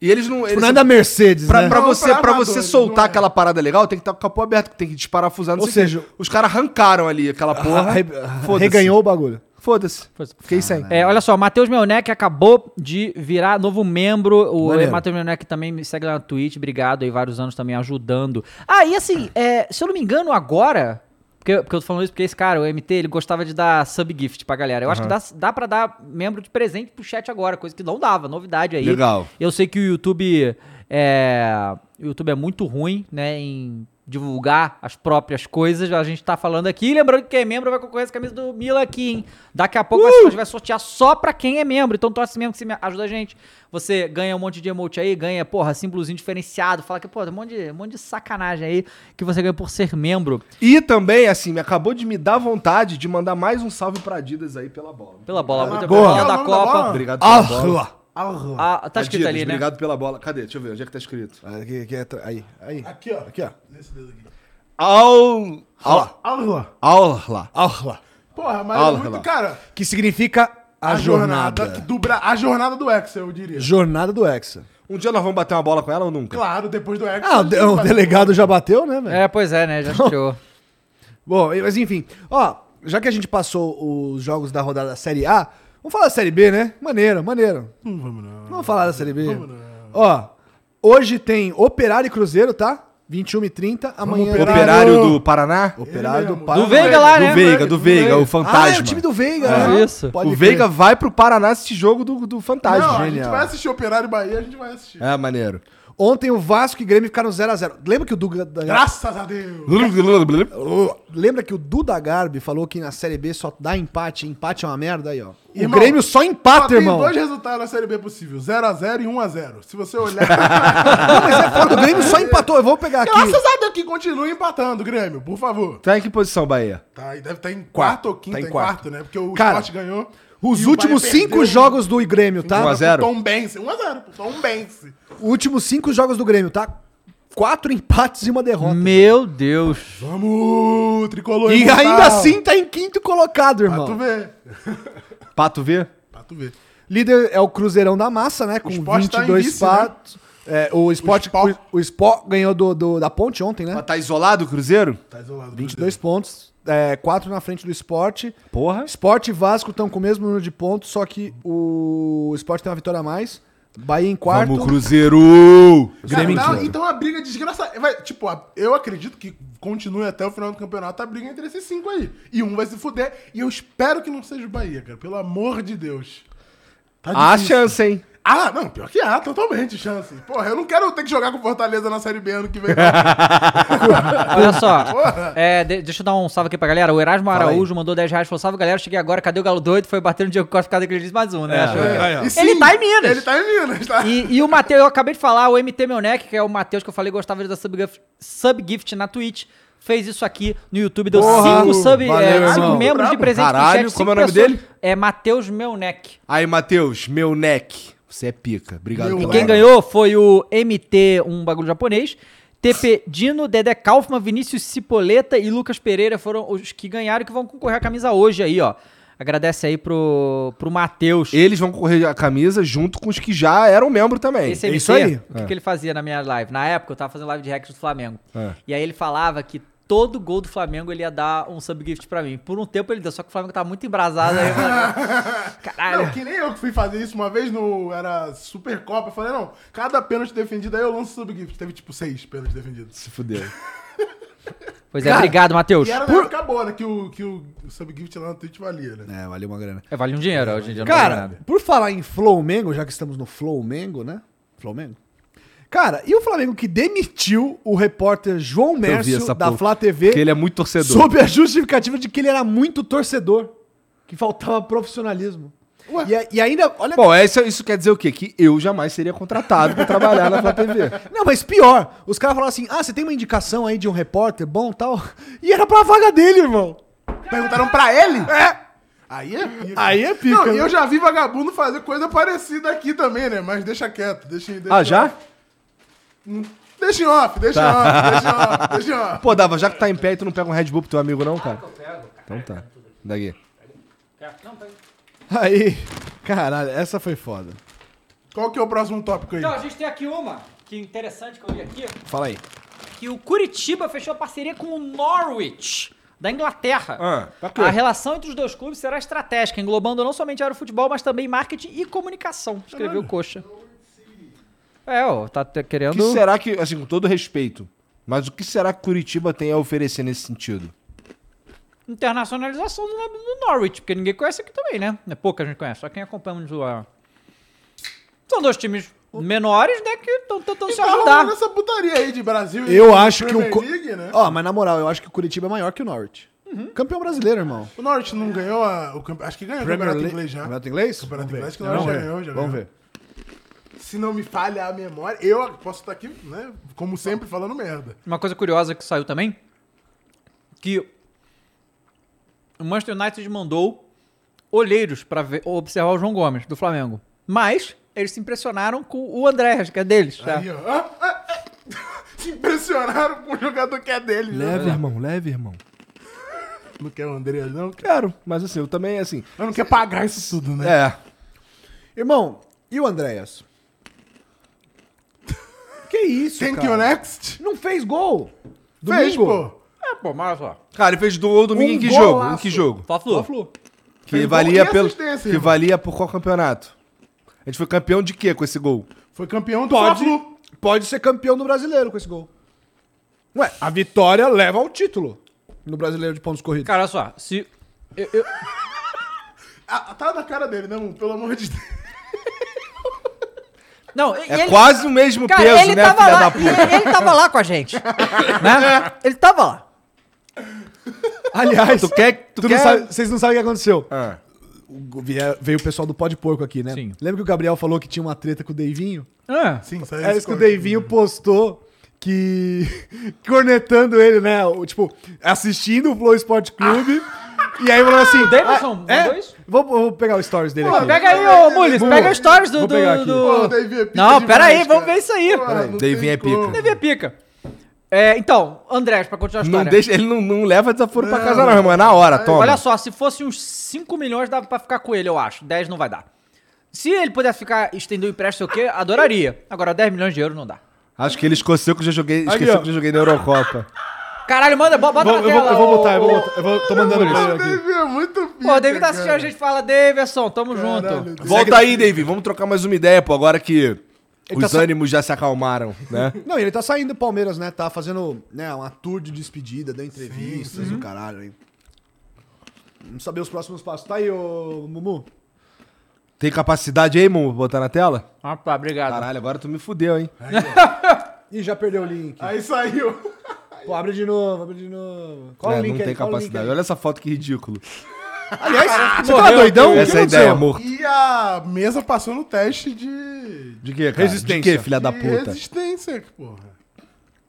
e eles não... Tipo, Eles, não é da Mercedes, pra, né? pra Não, você, pra pra amadores, você soltar não é. aquela parada legal, tem que estar com o capô aberto, tem que desparafusar, não Ou sei o seja, quê. Os caras arrancaram ali aquela porra. Re- Foda-se. Ah, Reganhou o bagulho. Foda-se. Fiquei sem. É, olha só, Matheus Melnec acabou de virar novo membro. O Maneiro. Matheus Melnec também me segue lá na Twitch, obrigado aí, vários anos também ajudando. Ah, e assim, é, se eu não me engano, agora. Porque, porque eu tô falando isso porque esse cara, o MT, ele gostava de dar sub-gift pra galera. Eu acho que dá, dá pra dar membro de presente pro chat agora, coisa que não dava, é, novidade aí. Legal. Eu sei que o YouTube é, o YouTube é muito ruim, né, em divulgar as próprias coisas. A gente tá falando aqui. Lembrando que quem é membro vai concorrer essa camisa do Mila aqui, hein? Daqui a pouco a gente vai sortear só pra quem é membro. Então torce mesmo que você me ajuda a gente. Você ganha um monte de emote aí, ganha, porra, símbolozinho diferenciado. Fala que, pô, tem um monte de, um monte de sacanagem aí que você ganha por ser membro. E também, assim, me acabou de me dar vontade de mandar mais um salve pra Adidas aí pela bola. Pela bola, muito boa. bola da Bola, Copa. bola. Obrigado pela Ah, bola. lá. Ah, tá escrito Adidas, ali, né? Obrigado pela bola. Cadê? Deixa eu ver. Onde é que tá escrito? Aqui, aqui, atra- aí, aí. Aqui, ó. Aqui, ó. Nesse dedo aqui. Al... Al... Arla. Aula. Orla. Porra, mas Arla. é muito, cara. Que significa a, jornada. do Bra- a jornada do Excel, eu diria. Jornada do Hexa. Um dia nós vamos bater uma bola com ela ou nunca? Claro, depois do Erickson. Ah, o, de- o delegado já bateu, né, velho? É, pois é, né? Já tirou. Bom, e- mas enfim. Ó, já que a gente passou os jogos da rodada da Série A, vamos falar da Série B, né? Maneiro, maneiro. Não vamos não. Vamos falar da Série B. Ó, hoje tem Operário e Cruzeiro, tá? 21 e 30, amanhã... É, Operário do Paraná? Operário do Do Paraná. Veiga lá, né? do Veiga, do Veiga, o Ah, Fantasma. é o time do Veiga. É. né? Isso. Pode O crer. Veiga vai pro Paraná esse jogo do, do Fantasma. Não, a gente é genial. vai assistir Operário e Bahia, a gente vai assistir. É, maneiro. Ontem o Vasco e o Grêmio ficaram 0x0. Lembra que o Duda... Graças a Deus. Lembra que o Duda Garbi falou que na Série B só dá empate, empate é uma merda aí, ó. o Irmão, Grêmio só empata, Só tem irmão. dois resultados na Série B possível, 0x0 e 1x0. Se você olhar... Não, mas é foda, o Grêmio só empatou. Eu vou pegar aqui. Graças a Deus que continua empatando, Grêmio, por favor. Tá em que posição, Bahia? Tá, e deve estar em quarto ou quinto, tá em em quarto. quarto, né? Porque o Cara, Sport ganhou. Os e o últimos Bahia cinco perdeu jogos do Grêmio, Um tá? a pro zero. zero. Tom Bense, 1x0, pro Tom Bense. Os últimos cinco jogos do Grêmio, tá? Quatro empates e uma derrota. Hum. Meu Deus. Vamos, tricolor E imortal. ainda assim tá em quinto colocado, Pra Ah, tu irmão. ver. Pato V? Pra tu ver. Líder é o Cruzeirão da Massa, né? Com Sport tá em 22 vice, né? patos. É, o Sport, Sport. o, o Sport ganhou do, do- da Ponte ontem, né? Mas tá isolado o Cruzeiro? Tá isolado. do 22 pontos, é, 4 na frente do Sport. Porra. Sport e Vasco estão com o mesmo número de pontos, só que o Sport tem uma vitória a mais. Bahia em quarto. Vamos, Cruzeiro! Cara, Grêmio em tá- quinto. então a briga desgraçada. Vai, tipo, a- eu acredito que continue até o final do campeonato a briga entre esses cinco aí. E um vai se fuder. E eu espero que não seja o Bahia, cara. Pelo amor de Deus. Tá Há difícil. chance, hein? Ah, não, pior que há, totalmente chance. Porra, eu não quero ter que jogar com o Fortaleza na Série B ano que vem. não. Olha só. Porra. É, de- deixa eu dar um salve aqui pra galera. O Erasmo Araújo mandou 10 reais. Falou, salve galera, cheguei agora. Cadê o Galo doido? Foi bater no Diego Costa por causa daquele mais um, É. né? Achou- É. E Ele tá em Minas. Ele tá em Minas, tá? E, e o Matheus, eu acabei de falar, o MT Melnec, que é o Matheus que eu falei gostava de dar subgift, subgift na Twitch, fez isso aqui no YouTube, deu Porra, cinco, sub, valeu, é, cinco irmão. membros de Brabo. presente pro Caralho, cinco como é o nome pessoas. dele? É Matheus Melnec. Aí, Matheus, meu neck. Você é pica. Obrigado. Meu pela- E quem ganhou foi o MT, um bagulho japonês. TP Dino, Dedé Kaufmann, Vinícius Cipoleta e Lucas Pereira foram os que ganharam e que vão concorrer à camisa hoje aí, ó. Agradece aí pro, pro Matheus. Eles vão correr a camisa junto com os que já eram membro também. Esse É MT, isso aí. o que, que ele fazia na minha live? Na época, eu tava fazendo live de recordes do Flamengo. É. E aí ele falava que todo gol do Flamengo ele ia dar um subgift pra mim. Por um tempo ele deu, só que o Flamengo tava muito embrasado. aí eu falei, Não, caralho. que nem eu que fui fazer isso uma vez no. Era Supercopa. Eu falei, não, cada pênalti defendido aí eu lanço subgift. Teve tipo seis pênaltis defendidos. Se fudeu. Pois é, obrigado, Matheus. E era Por- acabou, né? Que o, que o subgift lá na Twitch valia, né? É, valeu uma grana. É, vale um dinheiro hoje em dia. não vale Cara, nada. por falar em Flamengo, já que estamos no Flamengo, né? Flamengo. Cara, e o Flamengo que demitiu o repórter João Eu vi Mércio essa da porra. Flá Porque TV ele é muito torcedor. sob a justificativa de que ele era muito torcedor, que faltava profissionalismo. E, a- e ainda, olha, Bom, é isso, isso quer dizer o quê? Que eu jamais seria contratado pra trabalhar na Flá TV. não, mas pior, os caras falaram assim: "Ah, você tem uma indicação aí de um repórter bom, tal?" E era pra vaga dele, irmão. Perguntaram pra ele? É! Aí é pica. Aí é pica, Não, né? eu já vi vagabundo fazer coisa parecida aqui também, né? Mas deixa quieto, deixa, deixa Ah, já? Deixa em off, deixa Tá. em off, deixa em off, deixa em off. Pô, Dava, já que tá em pé e tu não pega um Red Bull pro teu amigo, não, cara? eu pego. Então tá. Daqui. Aí, caralho, essa foi foda. Qual que é o próximo tópico aí? Então, a gente tem aqui uma, que interessante que eu li aqui, Fala aí. que o Curitiba fechou a parceria com o Norwich, da Inglaterra. Ah, pra quê? a relação entre os dois clubes será estratégica, englobando não somente aerofutebol, mas também marketing e comunicação, escreveu o Coxa. É, ó, tá te- O querendo... que será que, assim, com todo respeito, mas o que será que Curitiba tem a oferecer nesse sentido? internacionalização do, do Norwich, porque ninguém conhece aqui também, né? É pouca gente conhece, só quem acompanha muito lá. São dois times menores, né, que estão Então, tentando se Tá ajudar. rolando essa putaria aí de Brasil Eu acho que o Premier Co- League, né? Uhum. Ó, mas na moral, eu acho que o Curitiba é maior que o Norwich. Campeão brasileiro, irmão. O Norte não ganhou a, o campe... Acho que ganhou o campeonato Le- inglês já. Campeonato inglês? Campeonato Vamos inglês ver. que nós Vamos já ver. ganhamos, já Vamos ver. ganhamos. Se não me falha a memória, eu posso estar aqui, né? Como sempre, falando merda. Uma coisa curiosa que saiu também, que o Manchester United mandou olheiros pra ver- observar o João Gomes, do Flamengo. Mas eles se impressionaram com o André, que é deles. tá? Aí, ó. Ah, ah, ah. Se impressionaram com o jogador que é dele. né? Leve, irmão, leve, irmão. Não quer o Andreas, não? Quero, mas assim, eu também, assim. Eu não quer É. É. pagar isso tudo, né? É. Irmão, e o Andréas? Que isso, Thank cara. you, next. Não fez gol. Fez, pô. É, pô, mas olha só. Cara, ele fez do gol domingo Um em que golaço. jogo? Em que jogo? Só flu. Que Fez valia gol e pelo assistência, que irmão. valia por qual campeonato? A gente foi campeão de quê com esse gol? Foi campeão do Pode, Fla-Flu. pode ser campeão do brasileiro com esse gol. Ué, a vitória leva ao título no brasileiro de pontos corridos. Cara, olha só. Se. Eu, eu- Ah, tá na cara dele, né, mano? Pelo amor de Deus. Não, é Quase o mesmo Cara, peso, ele né, tava filha da lá. e puta? Ele, ele tava lá com a gente. né? Ele tava lá. Aliás, Tu quer, tu tu quer... não sabe- vocês não sabem o que aconteceu. Ah. O- vie- veio o pessoal do Pode Porco aqui, né? Sim. Lembra que o Gabriel falou que tinha uma treta com o Deivinho? Sim, saiu É esse isso que o corte. Deivinho postou que. cornetando ele, né? O, tipo, assistindo o Flow Sport Clube. e aí falou assim. Davidson "Ah, mandou é? isso? Vou, vou pegar o stories dele aqui. Pega aí, ô Mulis, pega os stories do. Vou pegar do, aqui. Pô, do... Davi é pica Não, demais, pera aí, cara. vamos ver isso aí. Pô, não Davi tem é pica. como. Davi é pica. É, então, Andrés, pra continuar a história. Não deixa, ele não, não leva desaforo pra casa, não, irmão. É na hora, toma. Olha só, se fosse uns 5 milhões, dava pra ficar com ele, eu acho. 10 não vai dar. Se ele pudesse ficar, estender o empréstimo, sei o quê, adoraria. Agora, 10 milhões de euros não dá. Acho que ele esqueceu que eu já joguei, esqueceu ó. que eu já joguei na Eurocopa. Caralho, manda, bo- bota Vou- na eu, vou, tela. eu vou ô- botar, eu vou botar. Eu vou, tô mandando pra ele O aqui. Davi é muito pica. Pô, o David tá assistindo, cara. a gente fala, Davidson, tamo junto. Volta aí, David. Vamos trocar mais uma ideia, pô, agora que Ele os tá sa- ânimos já se acalmaram, né? Não, e ele tá saindo do Palmeiras, né? Tá fazendo né, uma tour de despedida, deu entrevistas, o caralho. Hein? Vamos saber os próximos passos. Tá aí, ô Mumu. Tem capacidade aí, Mumu, pra botar na tela? Ah, tá, obrigado. Caralho, agora tu me fudeu, hein? Ih, já perdeu o link. Aí saiu. Pô, abre de novo, abre de novo. Qual É, o link não tem aí? Qual o link capacidade. aí? Olha essa foto que ridículo. Aliás, você tá Morreu, doidão? O que Essa é a aconteceu? ideia, amor. E a mesa passou no teste de. De quê, cara? De Resistência. quê, filha da de puta? resistência, porra.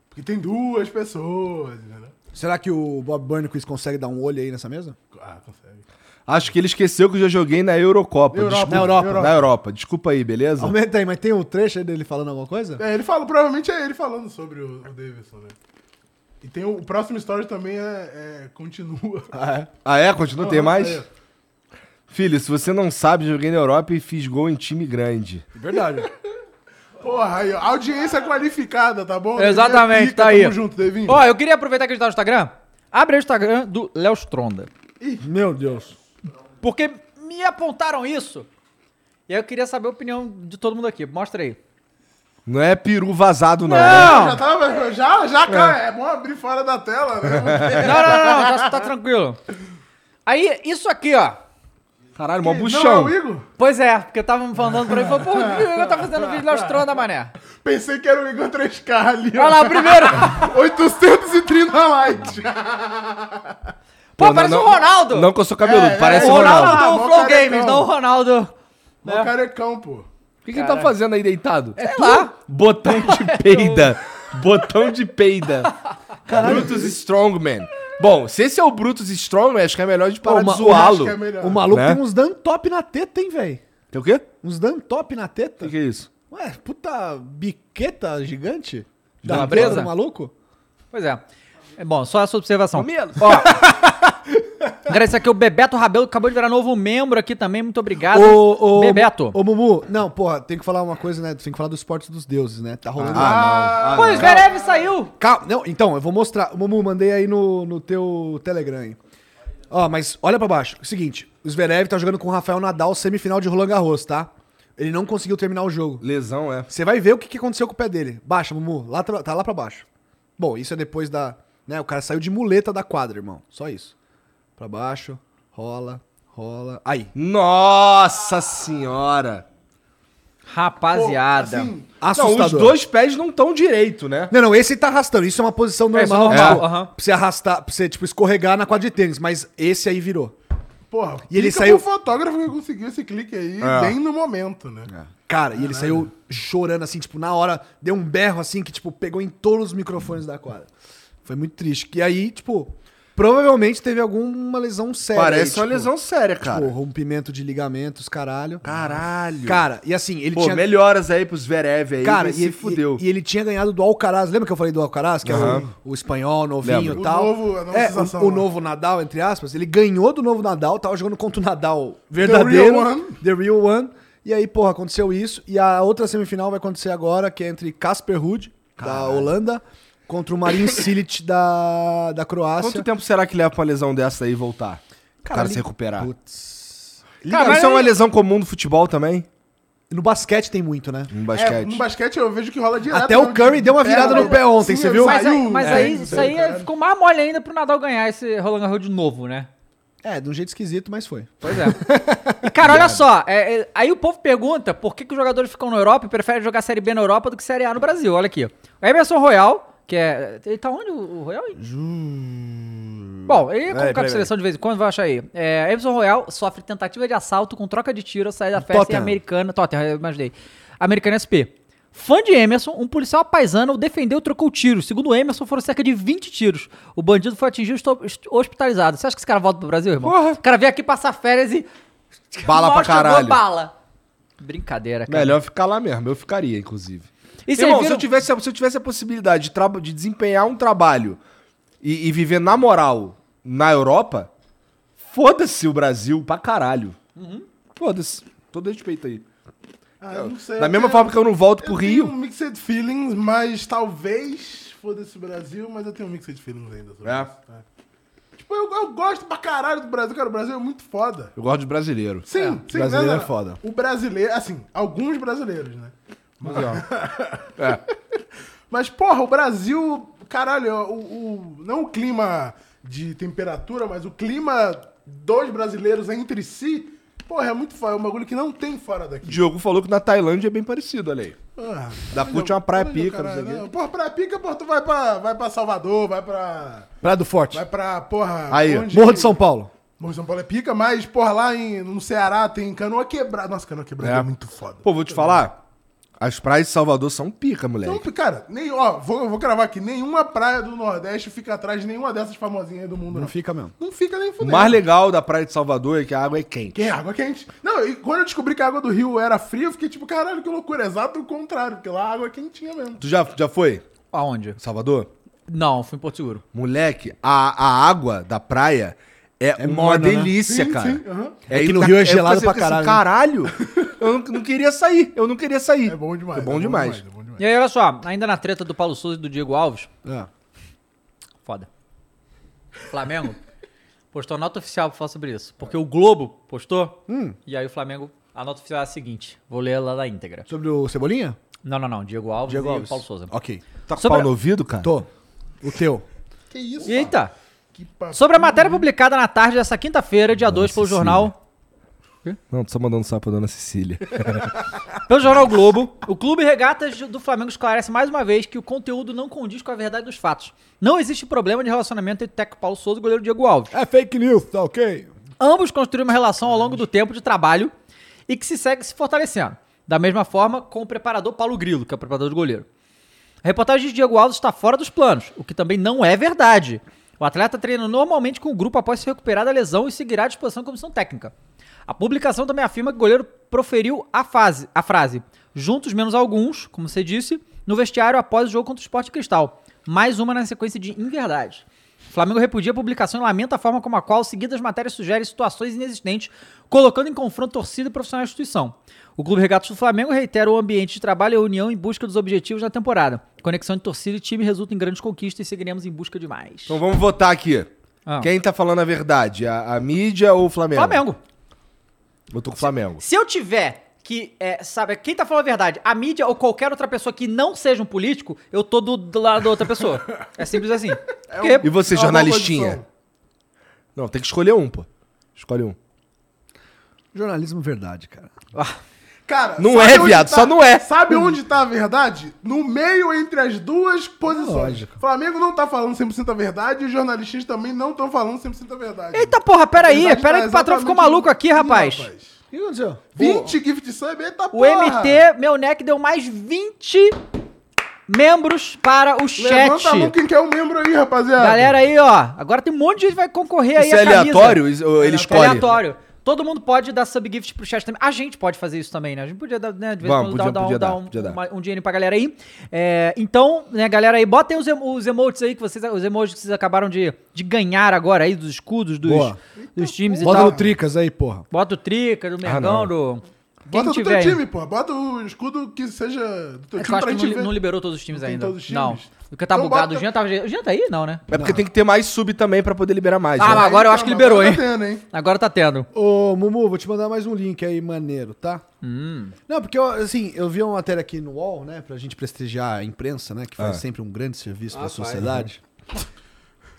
Porque tem duas pessoas, né? Será que o Bob Burnquist consegue dar um olho aí nessa mesa? Ah, consegue. Acho que ele esqueceu que eu já joguei na Eurocopa. Europa, Desculpa- na Europa. Na Europa. Desculpa aí, beleza? Aumenta aí, mas tem um trecho aí dele falando alguma coisa? É, ele fala, provavelmente é ele falando sobre o, o Davidson, né? E tem o, o próximo story também é, é- continua. Ah, é? Ah, é? Continua? Tem mais? Uhum. Aí, ó. Filho, se você não sabe, joguei na Europa e fiz gol em time grande. Verdade. Porra, aí, ó. Audiência qualificada, tá bom? Davi é Exatamente, pica, tá aí. Tamo junto, Devinho. Ó, eu queria aproveitar que a gente tá no Instagram. Abre o Instagram do Léo Stronda. Meu Deus. Porque me apontaram isso. E aí eu queria saber a opinião de todo mundo aqui. Mostra aí. Não é peru vazado, não. né? Já tava, já, já, cara, é bom abrir fora da tela, né? Não, não, não, não, tá, tá tranquilo. Aí, isso aqui, ó. Caralho, mó Não é buchão. o Igor? Pois é, porque tava me falando pra mim, falou, pô, o que eu tá fazendo vídeo Laustronda, mané. Pensei que era o Igor 3K ali, Olha ó. lá, o primeiro. 830 likes. Pô, parece o Ronaldo. Não que eu sou cabeludo, É, parece o o Ronaldo. Ronaldo do Ah, mó Flow carecão. Games, não o Ronaldo. Mó carecão, é pô. O que, que ele tá fazendo aí deitado? É Sei lá. Botão de peida. Botão de peida. Brutus Strongman. Bom, se esse é o Brutus Strongman, acho que é melhor de parar Pô, ma- de zoá-lo. Acho que é melhor. O maluco Né? tem uns dan top na teta, hein, velho? Tem o quê? Uns dan top na teta? O que é isso? Ué, puta biqueta gigante? Da teta Breza? do maluco? Pois é. É bom, só essa observação. Ó. Agradecer aqui é o Bebeto Rabelo, que acabou de virar novo membro aqui também. Muito obrigado. Ô, ô, Bebeto. Ô, Mumu, não, porra, tem que falar uma coisa, né? Tem que falar do esporte dos deuses, né? Tá rolando. Ah, Pô, o Zverev saiu. Calma, não, então, eu vou mostrar. Mumu, mandei aí no, no teu Telegram aí. Ó, mas olha pra baixo. Seguinte, o Zverev tá jogando com o Rafael Nadal semifinal de Roland Garros, tá? Ele não conseguiu terminar o jogo. Lesão, é. Você vai ver o que, que aconteceu com o pé dele. Baixa, Mumu, lá, tra- tá lá pra baixo. Bom, isso é depois da... Né, o cara saiu de muleta da quadra, irmão. Só isso. Pra baixo, rola, rola... Aí. Nossa senhora. Pô, Rapaziada. assim, Assustador. Não, os dois pés não estão direito, né? Não, não, esse tá arrastando. Isso é uma posição É, isso é normal. normal, tipo, aham. Pra você arrastar, pra você, tipo, escorregar na quadra de tênis. Mas esse aí virou. porra, E ele pica saiu- pro fotógrafo que conseguiu esse clique aí, É. bem no momento, né? Cara, e ele saiu chorando, assim, tipo, na hora, deu um berro, assim, que, tipo, pegou em todos os microfones da quadra. Foi muito triste. E aí, tipo, provavelmente teve alguma lesão séria. Parece aí, uma tipo, lesão séria, cara. Tipo, rompimento de ligamentos, caralho. Caralho. Cara, e assim, ele Pô, tinha... melhoras aí pros Verev aí. Cara, Cara, e, se e- fudeu. E, ele tinha ganhado do Alcaraz. Lembra que eu falei do Alcaraz? Que é Aham. o, o espanhol, novinho Lembro. e O tal. novo- a nova é, sensação, o, o né? novo Nadal, entre aspas. Ele ganhou do novo Nadal, tava jogando contra o Nadal verdadeiro. real one. The Real One. E aí, porra, aconteceu isso. E a outra semifinal vai acontecer agora, que é entre Casper Ruud da Holanda contra o Marin Cilic da, da Croácia. Quanto tempo será que leva pra uma lesão dessa aí voltar? o cara li- se recuperar. Putz. Cara, isso é uma lesão comum no futebol também? No basquete tem muito, né? No É, basquete. no basquete eu vejo que rola direto. Até o né? Curry deu uma virada Perna, no pé ontem, você eu- viu? Mas, aí, saiu, mas né? aí, isso aí é Caralho. ficou mais mole ainda pro Nadal ganhar esse Roland Garros de novo, né? É, de um jeito esquisito, mas foi. Pois é. E, cara, olha só. é, é, aí o povo pergunta por que, que os jogadores ficam na Europa e preferem jogar Série B na Europa do que Série A no Brasil. Olha aqui. O Emerson Royal, que é... Ele tá onde, o o Royal? hein? Bom, ele é convocado pra seleção de vez em quando, vai achar aí. É, Emerson Royal sofre tentativa de assalto com troca de tiro ao sair da festa em Tottenham. americana... Tottenham, eu imaginei. Americana SP. Fã de Emerson, um policial paisano o defendeu e trocou tiros. Segundo Emerson, foram cerca de 20 tiros. O bandido foi atingido e estou- est- hospitalizado. Você acha que esse cara volta pro Brasil, irmão? O cara veio aqui passar férias e é Bala Mal pra chegou caralho. bala. Brincadeira, cara. Melhor ficar lá mesmo. Eu ficaria, inclusive. E vocês Irmão, se viram- eu, tivesse, a- se eu tivesse a possibilidade de, traba- de desempenhar um trabalho e, e viver na moral na Europa, foda-se o Brasil pra caralho. Foda-se. Todo respeito aí. Ah, eu não sei, da eu mesma tenho- forma que eu não volto pro eu Rio. tenho mixed feelings, mas talvez. Foda-se o Brasil, mas eu tenho mixed feelings ainda. sobre É. isso, tá? Tipo, eu, eu gosto pra caralho do Brasil, cara. O Brasil é muito foda. Eu gosto de brasileiro. Sim, sim. brasileiro né, é né? foda. O brasileiro, assim, alguns brasileiros, né? É. Mas, porra, o Brasil, caralho, é o, o- não o clima de temperatura, mas o clima dos brasileiros entre si, porra, é muito foda. É um bagulho que não tem fora daqui. Diogo falou que na Tailândia é bem parecido, olha aí. Ah, Da olha, Puta é uma praia olha, pica, caralho, não sei o quê. não. Porra, praia pica, porra, tu vai pra, vai pra Salvador, vai pra. Praia do Forte. Vai pra, porra. Aí, Morro de São Paulo. Morro de São Paulo é pica, mas, porra, lá em, no Ceará tem canoa quebrada. Nossa, canoa quebrada é, É. muito foda. Pô, vou te falar. As praias de Salvador são pica, Então, moleque. cara, nem, ó, vou, vou cravar aqui, nenhuma praia do Nordeste fica atrás de nenhuma dessas famosinhas aí do mundo, não. Não fica mesmo. Não fica nem O fudendo. mais legal da praia de Salvador é que a água é quente. Que é água quente. Não, e quando eu descobri que a água do rio era fria, eu fiquei tipo, caralho, que loucura. Exato o contrário, porque lá a água é quentinha mesmo. Tu já, já foi? Aonde? Salvador? Não, fui em Porto Seguro. Moleque, a, a água da praia é, uma morna, né? delícia, Sim, cara. sim, aham. É que no tá- Rio é eu fico gelado assim, pra eu fico assim, caralho, eu não, não queria sair. Eu não queria sair. É bom demais. É bom demais. É bom demais. E aí, olha só, ainda na treta do Paulo Souza e do Diego Alves, É. foda. Flamengo postou nota oficial pra falar sobre isso. Porque o Globo postou, Hum. e aí o Flamengo, a nota oficial é a seguinte, vou ler ela na íntegra. Sobre o Cebolinha? Não, não, não, Diego Alves Diego e Alves. Paulo Souza. Ok. Tá com Sobre- pau no ouvido, cara? Tô. O teu. Que isso? Eita! Que papo. Sobre a matéria publicada na tarde dessa quinta-feira, dia 2, pelo Cecília. jornal Não, tô só mandando sapo pra dona Cecília. Pelo Jornal Globo, o Clube Regatas do Flamengo esclarece mais uma vez que o conteúdo não condiz com a verdade dos fatos. Não existe problema de relacionamento entre o técnico Paulo Souza e o goleiro Diego Alves. É fake news, tá ok? Ambos construíram uma relação ao longo do tempo de trabalho e que se segue se fortalecendo. Da mesma forma com o preparador Paulo Grilo, que é o preparador do goleiro. A reportagem de Diego Alves está fora dos planos, o que também não é verdade. O atleta treina normalmente com o grupo após se recuperar da lesão e seguirá à disposição da comissão técnica. A publicação também afirma que o goleiro proferiu a, fase, a frase juntos menos alguns, como você disse, no vestiário após o jogo contra o Sport Cristal. Mais uma na sequência de inverdades. O Flamengo repudia a publicação e lamenta a forma como a qual seguidas matérias sugerem situações inexistentes, colocando em confronto torcida e profissional da instituição. O Clube Regatas do Flamengo reitera o ambiente de trabalho e a união em busca dos objetivos da temporada. Conexão de torcida e time resulta em grandes conquistas e seguiremos em busca de mais. Então vamos votar aqui. Ah. Quem tá falando a verdade? A, a mídia ou o Flamengo? Flamengo. Votou com o Flamengo. Se eu tiver que, é, sabe, quem tá falando a verdade, a mídia ou qualquer outra pessoa que não seja um político, eu tô do, do lado da outra pessoa. É simples assim. Porque- E você, É uma boa jornalistinha? posição. Não, tem que escolher um, pô. Escolhe um. Jornalismo verdade, cara. Cara, Ah. Não sabe é, onde viado, tá- só não é. Sabe onde tá a verdade? No meio entre as duas posições. O Flamengo não tá falando 100% a verdade e os jornalistas também não estão falando 100% a verdade. Eita porra, peraí, A verdade peraí tá que o patrão ficou exatamente maluco no- aqui, no rapaz. 20 gift sub, eita O MT, meu neck, deu mais 20 membros para o Levanta a mão chat. quem quer um membro aí, rapaziada. Galera aí, ó. Agora tem um monte de gente que vai concorrer aí Isso é a camisa. É aleatório? Isso- ou Ele escolhe. Aleatório. Todo mundo pode dar subgift pro chat também. A gente pode fazer isso também, né? A gente podia dar, né, de vez em Vamos, quando dar- podia- dar um- podia dar dar, um- podia dar. uma- um dinheirinho pra galera aí. É, então, né, galera aí, botem os, emo- os emotes aí, que vocês, os emojis que vocês acabaram de, de ganhar agora aí, dos escudos, dos, Boa. dos times e Bota tal. no Tricas aí, porra. Bota o Trica, do Mengão, Ah, não. do... Bota do teu tiver time, pô. Bota o escudo que seja do teu É que eu time acho pra que não, gente li- ver. não liberou todos os times Não tem ainda. todos os times? Não. Porque tá Então bogado. bota- O Jean tava. O Jean tá aí? Não, né? É porque tem que ter mais sub também pra poder liberar mais. Ah, né? mas agora eu acho que Então, liberou, agora hein? tá tendo, hein? Agora tá tendo. Ô, Mumu, vou te mandar mais um link aí maneiro, tá? Hum. Não, porque, eu, assim, eu vi uma matéria aqui no UOL, né? Pra gente prestigiar a imprensa, né? Que Ah. faz sempre um grande serviço pra sociedade.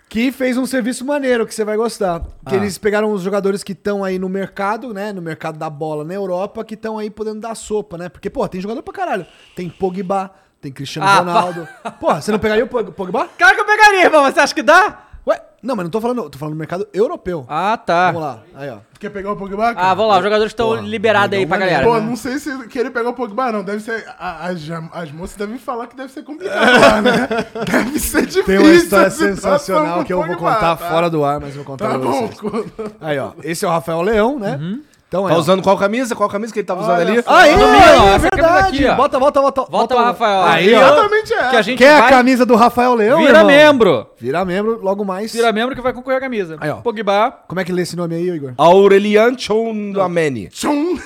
Que fez um serviço maneiro que você vai gostar. Ah. Que eles pegaram os jogadores que estão aí no mercado, né? No mercado da bola na Europa, que estão aí podendo dar sopa, né? Porque, pô, tem jogador pra caralho. Tem Pogba, tem Cristiano Ah, Ronaldo. Porra, você não pegaria o Pog- Pogba? Cara que eu pegaria, irmão. Você acha que dá? Ué, não, mas não tô falando, tô falando do mercado europeu. Ah, tá. Vamos lá, aí, ó. Tu quer pegar o Pogba? cara? Ah, vamos lá. Os jogadores estão liberados aí pra galera. Pô, não sei se querer pegar o Pogba, não. Deve ser. a- As, as moças devem falar que deve ser complicado lá, né? Deve ser difícil. Tem uma é história a situação sensacional com o que eu vou Pogba, contar tá? fora do ar, mas eu vou contar Tá pra bom. vocês. Aí, ó. Esse é o Rafael Leão, né? Uhum. Então aí, Tá ó. usando qual camisa? Qual camisa tá que ele tava usando Olha ali? só. Aí, Do Milan, aí, é essa camisa verdade. aqui, ó. bota, volta, volta. Volta o Rafael. Aí, ó. Exatamente é. Que a gente Quer vai, a camisa do Rafael Leão, Vira irmão? membro. Vira membro, logo mais. Vira membro que vai concorrer a camisa. Aí, ó. Pogba. Como é que lê esse nome aí, Igor? Aurelian Chonameni. Tchum.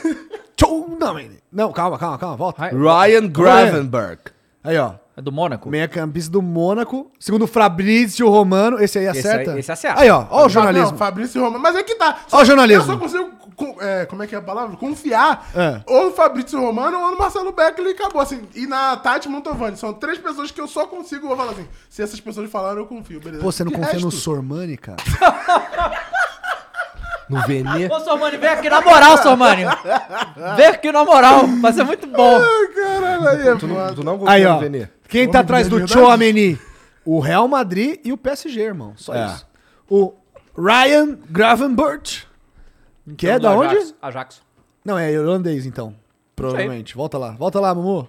Tchou, Não, hein? não, calma, calma, calma, volta. Ryan Gravenberg. Aí, ó. É do Mônaco. Meia campista do Mônaco. Segundo Fabrício Romano. Esse aí acerta? aí- esse acerta. Aí, ó. Ó o Não, jornalismo. Fabrício Romano. Mas é que tá. Ó o Eu jornalismo. só consigo. co- é, como é que é a palavra? Confiar É. ou no Fabrício Romano ou no Marcelo Becker e acabou assim. E na Tati Montovani. São três pessoas que eu só consigo eu falar assim. Se essas pessoas falaram, eu confio, beleza? Pô, você não De confia no resto, Sormani, cara? No Vene. Ô, Sormani, vem aqui na moral, Sormani. Vem aqui na moral. Vai ser muito bom. Caralho, aí é Tu não, tu não confia Aí, no ó. Vene. Quem tá atrás do Chouameni? O Real Madrid e o PSG, irmão. Só É. isso. O Ryan Gravenbert. Que um é da onde? Ajax. Não, é holandês, então. Provavelmente. Volta lá. Volta lá, Mumu.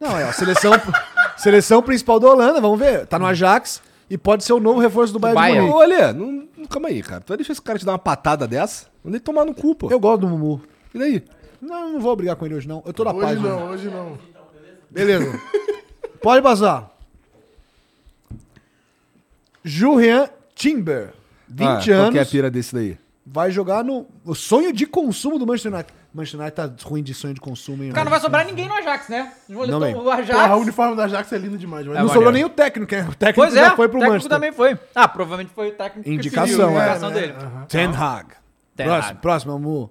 Não, é, ó. Seleção, seleção principal da Holanda, vamos ver. Tá no Ajax e pode ser o novo reforço do Bayern, de Bayern. Munique. Olha, não, não- calma aí, cara. Tu vai deixar esse cara te dar uma patada dessa? Manda ele tomar no cu, pô. Eu gosto do Mumu. E daí? Não, eu não vou brigar com ele hoje, não. Eu tô na Hoje paz. não, mano. hoje não. Beleza. Pode passar. Julian Timber, 20 Ah, Qual que é a anos, pira desse daí? vai jogar no o sonho de consumo do Manchester United. Manchester United tá ruim de sonho de consumo, hein? Cara, não vai sobrar ninguém no Ajax, né? Não, Não, bem. o Ajax. Porra, o uniforme da Jax é lindo demais. Mas Não sobrou nem o técnico, né? O técnico Pois é, já foi pro o técnico Manchester. também foi. Ah, provavelmente foi o técnico Indicação, que né? pediu, é. indicação dele. Ten Hag. Ten próximo, Hag. próximo, amor.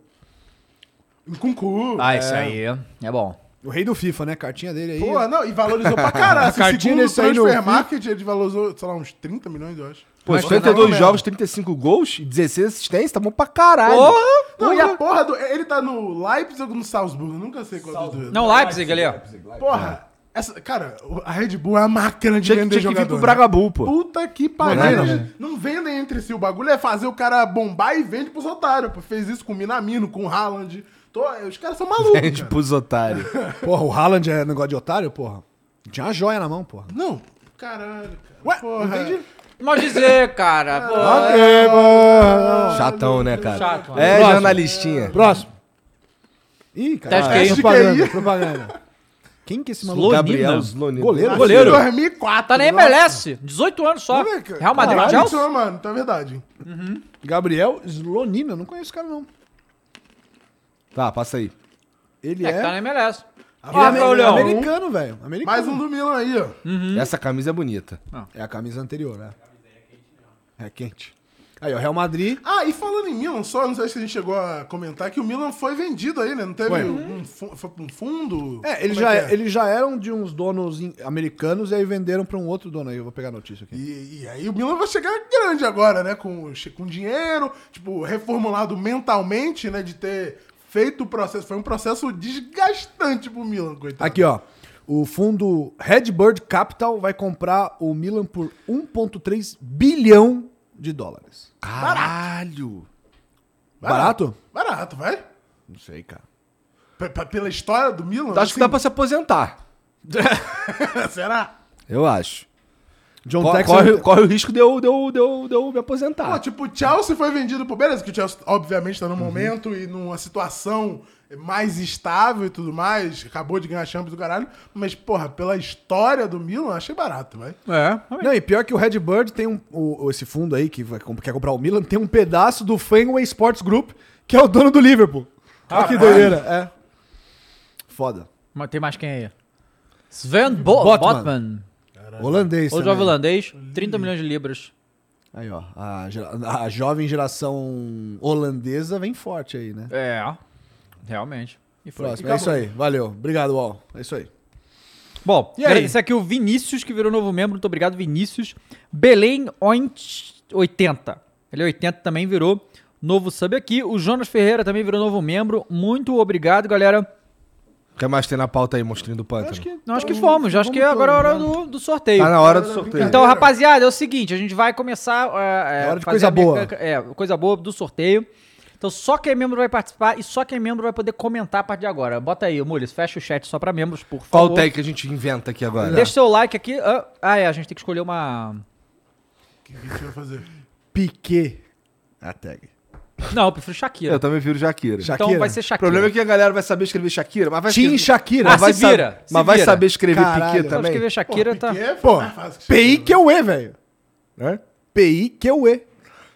Com cu. Ah, isso aí é bom. O rei do FIFA, né? Cartinha dele aí. Porra, não, e valorizou pra caralho. Assim, A cartinha Segundo o desse aí no Transfer fim. Market, ele valorizou, sei lá, uns 30 milhões, eu acho. Pô, Mas 52 tá jogos, 35 gols, 16 assistências, tá bom pra caralho. Não, Não, e a porra do. Ele tá no Leipzig ou no Salzburgo? Nunca sei qual dos dois. Não, Leipzig ali, ó. Porra. Essa, cara, o- a Red Bull é a máquina de Tinha, que- vender tinha que vir jogador. pro né? Braga Bull, pô. Puta que pariu. Não, não, Eles Não vendem entre si. O bagulho é fazer o cara bombar e vende pros otários. pô. Fez isso com o Minamino, com o Haaland. Tô- os caras são malucos. Gente, cara. pros Tipo, otários. Porra, o Haaland é negócio de otário, porra. Tinha uma joia na mão, porra. Não. Caralho, cara. Ué, Porra. entendi. Pode dizer, cara. Ah, Pô, Chatão, né, cara? chato. mano. É, Próximo. jornalistinha. Próximo. Ih, cara. Teste aí. propaganda, propaganda. Quem que é esse maluco? Gabriel Slonina. Goleiro. Goleiro. 2004. Tá na nossa. MLS. 18 anos é só. Olha, cara. Real Madrid, Caralho, Chelsea. isso, mano. Então é verdade. Gabriel Slonina. Não conheço o cara, não. Tá, passa aí. Ele É, é, que tá na MLS. ele é Ah, meu Leão. americano, velho. Americano. Mais um do Milan aí, ó. Hum? Essa camisa é bonita. É a camisa anterior, né? É quente. Aí, ó, Real Madrid. Ah, e falando em Milan só, não sei se a gente chegou a comentar que o Milan foi vendido aí, né? Não teve Foi. um, fu- foi pra um fundo? É, eles Como já, que eles já eram de uns donos in- americanos e aí venderam pra um outro dono aí. Eu vou pegar a notícia aqui. E, e aí o Milan vai chegar grande agora, né? Com, che- com dinheiro, tipo, reformulado mentalmente, né? De ter feito o processo. Foi um processo desgastante pro Milan, coitado. Tá. Aqui, ó. O fundo Redbird Capital vai comprar o Milan por 1,3 bilhão de dólares. Caralho. Barato? Barato, vai. Não sei, cara. P- p- Pela história do Milan? assim, Tá Então, Acho assim, que dá pra se aposentar. pra... Será? Eu acho. John Então, Co- Texas. é um- corre, corre o risco de eu, de eu, de eu, de eu me Pô, aposentar. tipo, o Chelsea foi vendido pro... Beleza, que o Chelsea, obviamente, Uhum. tá num momento e numa situação mais estável e tudo mais. Acabou de ganhar a Champions do caralho. Mas, porra, pela história do Milan, achei barato, vai. É. Não, e pior que o Redbird tem um. o- o- esse fundo aí que vai, comp- quer comprar o Milan tem um pedaço do Fenway Sports Group, que é o dono do Liverpool. Olha que doideira. É. Foda. Mas Tem mais quem aí? Sven Bo Botman. é Botman. Holandês. Outro também. jovem holandês, 30 milhões de libras. Aí, ó. A, gera- a jovem geração holandesa vem forte aí, né? É, realmente. E foi. Próximo. É isso aí. Valeu. Obrigado, UOL. É isso aí. Bom, aí? esse aqui é o Vinícius, que virou novo membro. Muito obrigado, Vinícius. Belém Oint- 80. Ele é 80 também virou novo sub aqui. O Jonas Ferreira também virou novo membro. Muito obrigado, galera. O que mais tem na pauta aí, monstrinho do pântano? Nós acho que fomos. Acho que agora é a hora do, do sorteio. Tá na hora do sorteio. Então, rapaziada, é o seguinte, a gente vai começar... É, é, hora de fazer coisa a meca- boa. É, coisa boa do sorteio. Então, só quem é membro vai participar e só quem é membro vai poder comentar a partir de agora. Bota aí, Mules, fecha o chat só pra membros, por Qual favor. o tag que a gente inventa aqui agora? Deixa seu like aqui. Ah, Ah, é, a gente tem que escolher uma... O que que a gente vai fazer? Piquet. A tag. Não, eu prefiro Shakira. Eu também viro Jaqueira. Então Shakira. vai ser O Shakira. problema é que a galera vai saber escrever Shakira, mas vai Tim escrever... Shakira. Ah, Mas vai, se vira, saber- se mas vai vira. saber escrever Caralho. Piquet Só também? escrever Shakira tá... Piquet, Pô, é mais fácil que né? PI Shakira. É, que eu E, velho. Hã? PI que eu E. né?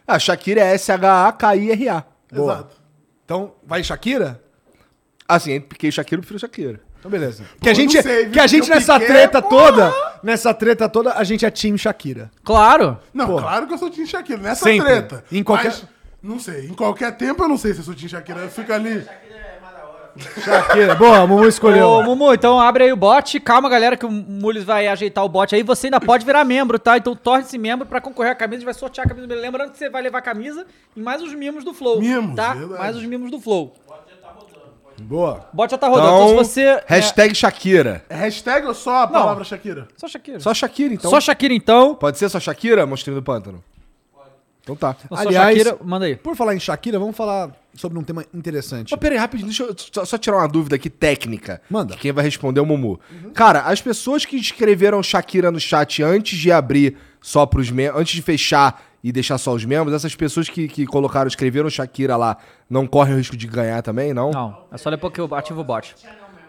Ah, Shakira é S-H-A-K-I-R-A. Exato. Então, vai Shakira? Assim, entre Piquet e Shakira, eu prefiro Shakira. Então, beleza. Que a eu não gente, sei, viu? que a gente Porque o nessa Piquet, treta toda, nessa treta toda, a gente é Tim Shakira. Claro. Não, claro que eu sou Tim Shakira, nessa Sempre. treta. Em qualquer- Mas, não sei, em qualquer tempo eu não sei se eu sou Tim Shakira. Eu fico ali. Shakira. Boa, a Mumu Ô, escolheu. Mumu, então abre aí o bot. Calma, galera, que o Mules vai ajeitar o bot aí. Você ainda pode virar membro, tá? Então torne-se membro pra concorrer à camisa. A gente vai sortear a camisa. do Mules. Lembrando que você vai levar a camisa e mais os mimos do Flow. Mimos, tá? verdade. Mais os mimos do Flow. Boa. O bot já tá rodando. Então, se você. hashtag Shakira. Hashtag ou só a palavra Shakira? É... Só Shakira. Só, Só Shakira, então. Shakira, então. Pode ser só Shakira, monstrinho do pântano? Então tá. Só Aliás- Shakira, manda aí. Por falar em Shakira, vamos falar sobre um tema interessante. Ô, peraí, rapidinho, deixa eu só, só tirar uma dúvida aqui técnica. Manda. Que quem vai responder é o Mumu. Cara, as pessoas que escreveram Shakira no chat antes de abrir só pros membros, antes de fechar e deixar só os membros, essas pessoas que, que colocaram, escreveram Shakira lá, não correm o risco de ganhar também, não? Não, é só depois que eu ativo o bot.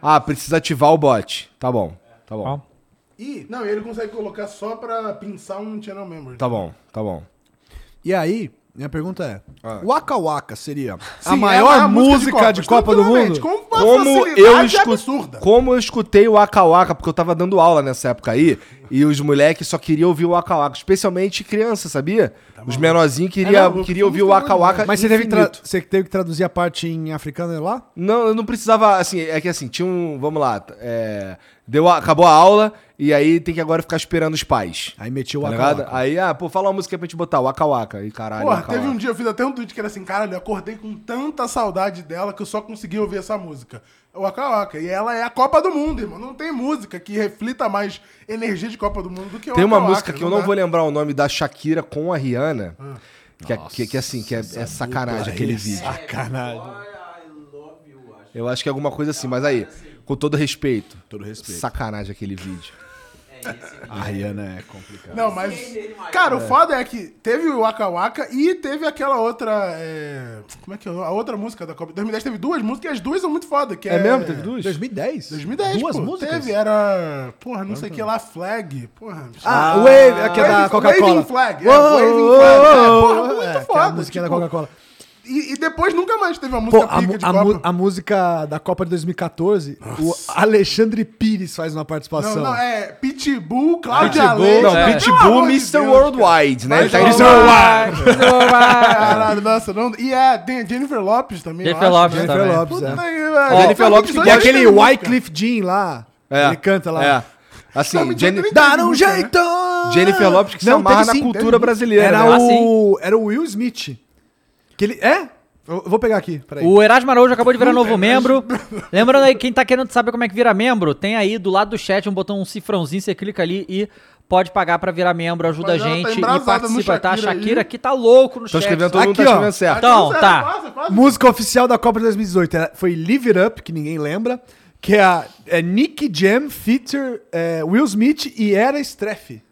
Ah, precisa ativar o bot. Tá bom, tá bom, Ó. E, não, ele consegue colocar só pra pinçar um channel member. tá bom, tá bom. E aí, minha pergunta é: Ah. Waka Waka seria Sim, a é maior música de Copa, do Mundo? tranquilamente, Com uma Como facilidade eu, escu- absurda. como eu escutei o Waka Waka, porque eu tava dando aula nessa época aí, e os moleques só queriam ouvir o Waka Waka, especialmente criança, sabia? os menorzinhos Tá É, queriam não, queria eu ouvir o Waka Waka Mas você teve, que tra- infinito. você teve que traduzir a parte em africano lá? Não, eu não precisava, assim, é que assim, tinha um, vamos lá, é, deu a- acabou a aula, e aí tem que agora ficar esperando os pais. Aí meti o Tá Waka ligado? Waka. Aí, ah, pô, fala uma música pra gente botar, Waka Waka, e caralho, Porra, Waka teve um Waka. dia, eu fiz até um tweet que era assim, caralho, eu acordei com tanta saudade dela que eu só consegui ouvir essa música. O Waka Waka. E ela é a Copa do Mundo, irmão. Não tem música que reflita mais energia de Copa do Mundo do que o Tem uma Waka Waka, música que eu não dá. vou lembrar o nome da Shakira com a Rihanna, que, é- que, que, assim, que é, é sacanagem aquele vídeo. Sacanagem. Eu acho que é alguma coisa assim, mas aí, com todo respeito. Todo respeito. Sacanagem aquele vídeo. A Rihanna é complicada. Não, mas. Cara, o foda é que teve o Waka Waka e teve aquela outra. é, Como é que é? A outra música da Copa. 2010 teve duas músicas e as duas são muito foda. Que é, duas? 2010? 2010, Duas pô, músicas? Teve, é. era. Porra, não sei o que lá, Flag. Porra. Ah, Wave, aqui é da Waving- Coca-Cola. Waving Flag, é, Uou, Waving uou, Flag, é, uou, porra, uou. muito É, que é A foda, musiquinha tipo- da Coca-Cola. E, e depois nunca mais teve uma Pô, música a, pica mu- de a Copa. mu- a música da Copa de 2014, o Alexandre Pires faz uma participação. Não, não, é Pitbull, Cláudia Pitbull, Leite. Não, Pelo Pitbull amor de Mr. Deus, Worldwide, né? Ele tá Mas indo- não- cara. Caralho. Caralho, nossa, não. E a Dan- Jennifer Lopes também. eu Jennifer acho, Lopes né? Jennifer também. Lopes, Puta é. que pariu. Jennifer Lopes que E Eu é aquele Só tem Wycliffe Jean lá, É. ele canta lá. É. Assim, Sabe, Jenny- Jennifer- Dar um Música, né? jeito! Jennifer Lopes que se Não, amarra teve na sim, cultura teve. brasileira. Era, né? Ah, o, era o Will Smith. Que ele, é? Eu eu vou pegar aqui, peraí. O Erasmo Araújo acabou de virar novo membro. Lembrando aí, quem tá querendo saber como é que vira membro, tem aí do lado do chat um botão, um cifrãozinho, você clica ali e pode pagar pra virar membro, ajuda Mas ela a tá gente e embrasada participa, no tá? A Shakira aí. Shakira aqui tá louco no Estão chat. escrevendo, todo mundo tá Aqui, ó. escrevendo Ah, certo. Então, sério, tá. quase, quase. Música oficial da Copa de 2018 era- foi Live It Up, que ninguém lembra, que é, a, é Nick Jam, Feature, é, Will Smith e Era Streff.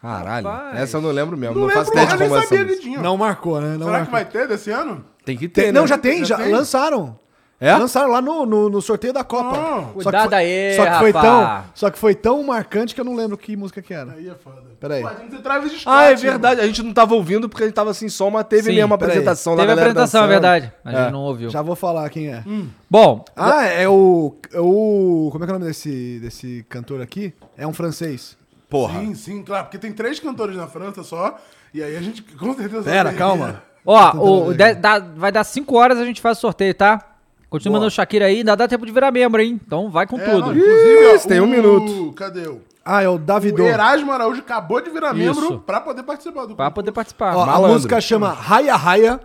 Caralho, essa eu não lembro mesmo. Não, Não faço lembro, ideia de eu nem como é essa sabia música. vidinho. Não marcou, né? Não Será marcou. que vai ter desse ano? Tem que ter, Tem- né? não, já tem, já, tem? lançaram. É? Lançaram lá no, no, no sorteio da Copa. Só que Cuidado foi, aí, só que foi rapá. tão, Só que foi tão marcante que eu não lembro que música que era. Aí é foda. Peraí. Pô, tem que ser Travis Scott. Ah, é mano. verdade. A gente não tava ouvindo porque a gente tava assim, só uma teve Sim, mesmo a peraí. apresentação lá. Teve a galera apresentação, é dançando. verdade. A gente É. não ouviu. Já vou falar quem é. Bom, Ah, é o, é o. Como é que é o nome desse, desse cantor aqui? É um francês. Porra. Sim, sim, claro. Porque tem três cantores na França só. E aí a gente com certeza... Pera, vai- calma. Tô ó, tentando o, ver de- dá- vai dar 5 horas a gente faz o sorteio, tá? Continua mandando Shakira aí, ainda dá tempo de virar membro, hein? Então vai com É, tudo. não, inclusive, Isso, tem um o- minuto. Cadê o... Ah, é o Davidô. O Erasmo Araújo acabou de virar Isso. membro pra poder participar do Pra poder participar. Ó, a Malandro. música chama Raya Raya,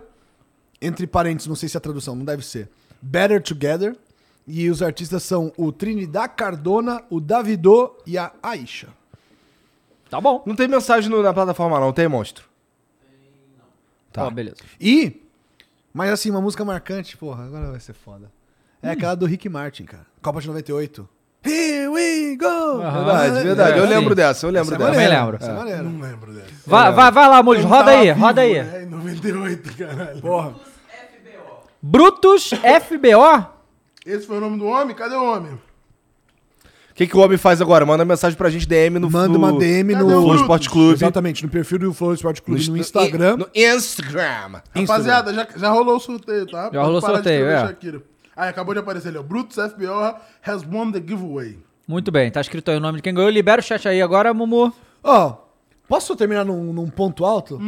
entre parênteses, não sei se é a tradução, não deve ser. Better Together. E os artistas são o Trinidad Cardona, o Davidô e a Aisha. Tá bom. Não tem mensagem no- na plataforma, não, tem monstro. Tá, beleza. E. Mas assim, uma música marcante, porra, agora vai ser foda. É aquela do Rick Martin, cara. Copa de 98. Here we go! Verdade, verdade. Eu sim. lembro dessa, eu lembro Essa é dessa. maneira, lembro. essa é maneira. Não lembro dessa. Vai, vai, vai lá, Mules, roda aí, Tá vivo, roda aí. Né? Em 98, caralho. Brutus FBO? Esse foi o nome do homem? Cadê o homem? O que, que o homem faz agora? Manda mensagem pra gente, DM no Manda no- uma DM Cadê o no. Flow Brutus? Esporte Clube. Exatamente, no perfil do Flow Esporte Clube no, Instagram. No Instagram. Rapaziada, já, já rolou o sorteio, tá? Pode rolou o parar de sorteio, escrever é. Shakira. Aí acabou de aparecer ali, ó. Brutus FBO has won the giveaway. Muito bem, tá escrito aí o nome de quem ganhou. Libera o chat aí agora, Mumu. Ó, posso terminar num, num ponto alto?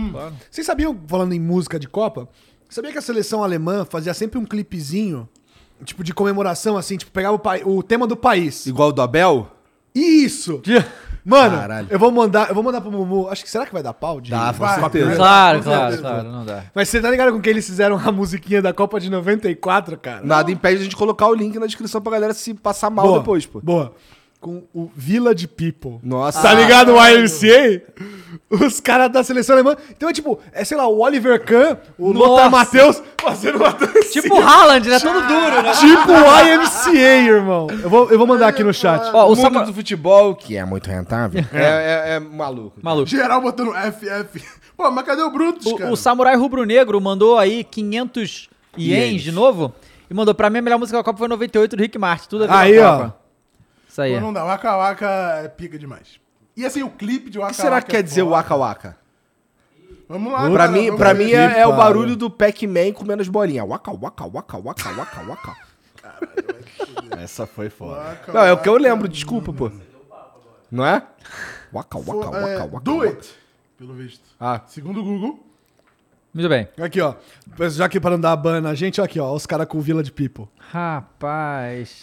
Vocês sabiam, falando em música de Copa, sabia que a seleção alemã fazia sempre um clipezinho, tipo, de comemoração, assim, tipo, pegava o, pai- o tema do país. Igual o do Abel? Isso! Mano, Caralho. eu vou mandar, eu vou mandar pro Mumu. Acho que será que vai dar pau? De... Dá, com Vai, certeza. Claro, Com claro, certeza. claro, não dá. Mas você tá ligado com que eles fizeram a musiquinha da Copa de 94, cara? Nada impede a gente colocar o link na descrição pra galera se passar mal Boa, depois, pô. Boa. Com o Village People. Nossa. Tá ligado o YMCA? Os caras da seleção alemã. Então é tipo, é sei lá, o Oliver Kahn, o Lothar Nossa. Matheus fazendo uma dancinha. Tipo o Haaland, né? Todo duro, né? Tipo o YMCA, irmão. Eu vou, eu vou mandar aqui no chat. Ó, o mundo Samuel... do futebol, que é muito rentável, é, é- é maluco. Maluco. Geral botando FF. Pô, mas cadê o Brutus, O- cara? O, Samurai Rubro Negro mandou aí 500 ienes de novo e mandou pra mim a melhor música da Copa foi 98 do Rick Martin. Tudo a ver com a Aí, ó. Copa. Isso aí. Pô, não dá. Waka Waka é pica demais. E assim, o clipe de O Waka que será Waka que quer é dizer o foda. Waka Waka? Vamos lá, Pra cara, mim, vamos pra ver. mim é, é o pariu. barulho do Pac-Man comendo as bolinhas. Waka Waka Waka Waka Waka Waka. Essa foi foda. Waka Não, é o que eu Waka. lembro, desculpa, pô. Não é? Waka Pô, Waka é, Waka Waka. do waka. it, pelo visto. Ah. Segundo o Google. Muito bem. Aqui, ó. Já que pra não dar ban na gente, ó aqui, ó. Os caras com o Village People. Rapaz.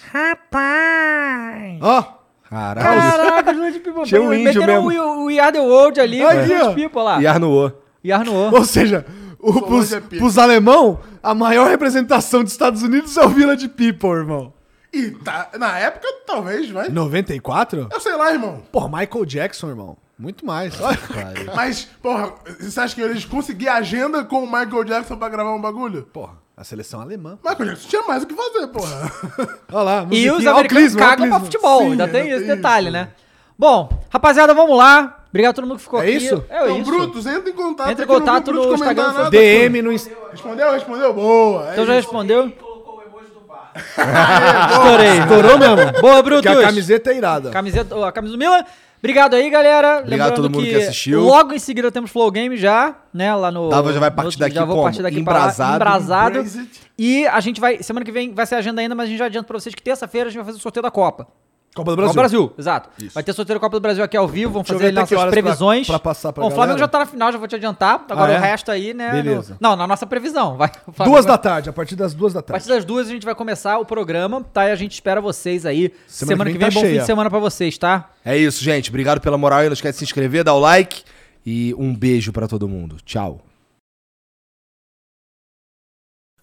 Ó. Caralho. Caraca, Village People. Tinha um bem, índio meteram mesmo. o We Are The World ali, Aqui, o Village ó. People lá. E Arnoô. E Arnoô. Ou seja, o, pros, é pica. pros alemão, a maior representação dos Estados Unidos é o Village People, irmão. E tá, na época, talvez, vai. 94? Eu sei lá, irmão. Porra, Michael Jackson, irmão. Muito mais. Mas, porra, você acha que eles conseguiram agenda com o Michael Jackson pra gravar um bagulho? Porra, a seleção alemã. Michael Jackson tinha mais o que fazer, porra. Olha lá, E musiquinha. os Ó é o americanos Klinsmann, ó o cagam pra Klinsmann. futebol. Sim, ainda ainda tem esse tem detalhe, isso. né? Bom, rapaziada, vamos lá. Obrigado a todo mundo que ficou É aqui. isso? É então, isso. Brutus, entra em contato. Entra em aqui contato grupo no de comentar Instagram, nada. DM no Instagram. Respondeu, respondeu. Boa. é Então já isso. respondeu? Estourei. Estourou mesmo. Boa, Que Brutus. a camiseta é irada. Camiseta, ó, a camisa do Milan. Obrigado aí, galera. Então. Obrigado a todo mundo que assistiu. Logo em seguida temos Flow Game já, né? Lá no. Tava, já vai no partir outro- daqui já vou como? partir daqui Embrasado. pra lá. Embrasado. Embrace it. E a gente vai. Semana que vem vai ser a agenda ainda, mas a gente já adianta pra vocês que terça-feira a gente vai fazer o sorteio da Copa. Copa do Copa Brasil. do Brasil, exato. Vai ter sorteio da Copa do Brasil aqui ao vivo, vamos Deixa eu ver fazer até que nossas horas pra- previsões. pra passar pra Bom, o Flamengo galera. já tá na final, já vou te adiantar. Agora Ah, é? o resto aí, né? Beleza. no- Não, na nossa previsão. Vai. O Flamengo Duas vai- da tarde, a partir das duas da a tarde. partir das duas a gente vai começar o programa, tá? E a gente espera vocês aí. Semana, que vem, tá bom fim cheia. de semana pra vocês, tá? É isso, gente. Obrigado pela moral aí. Não esquece de se inscrever, dar o like. E um beijo pra todo mundo. Tchau.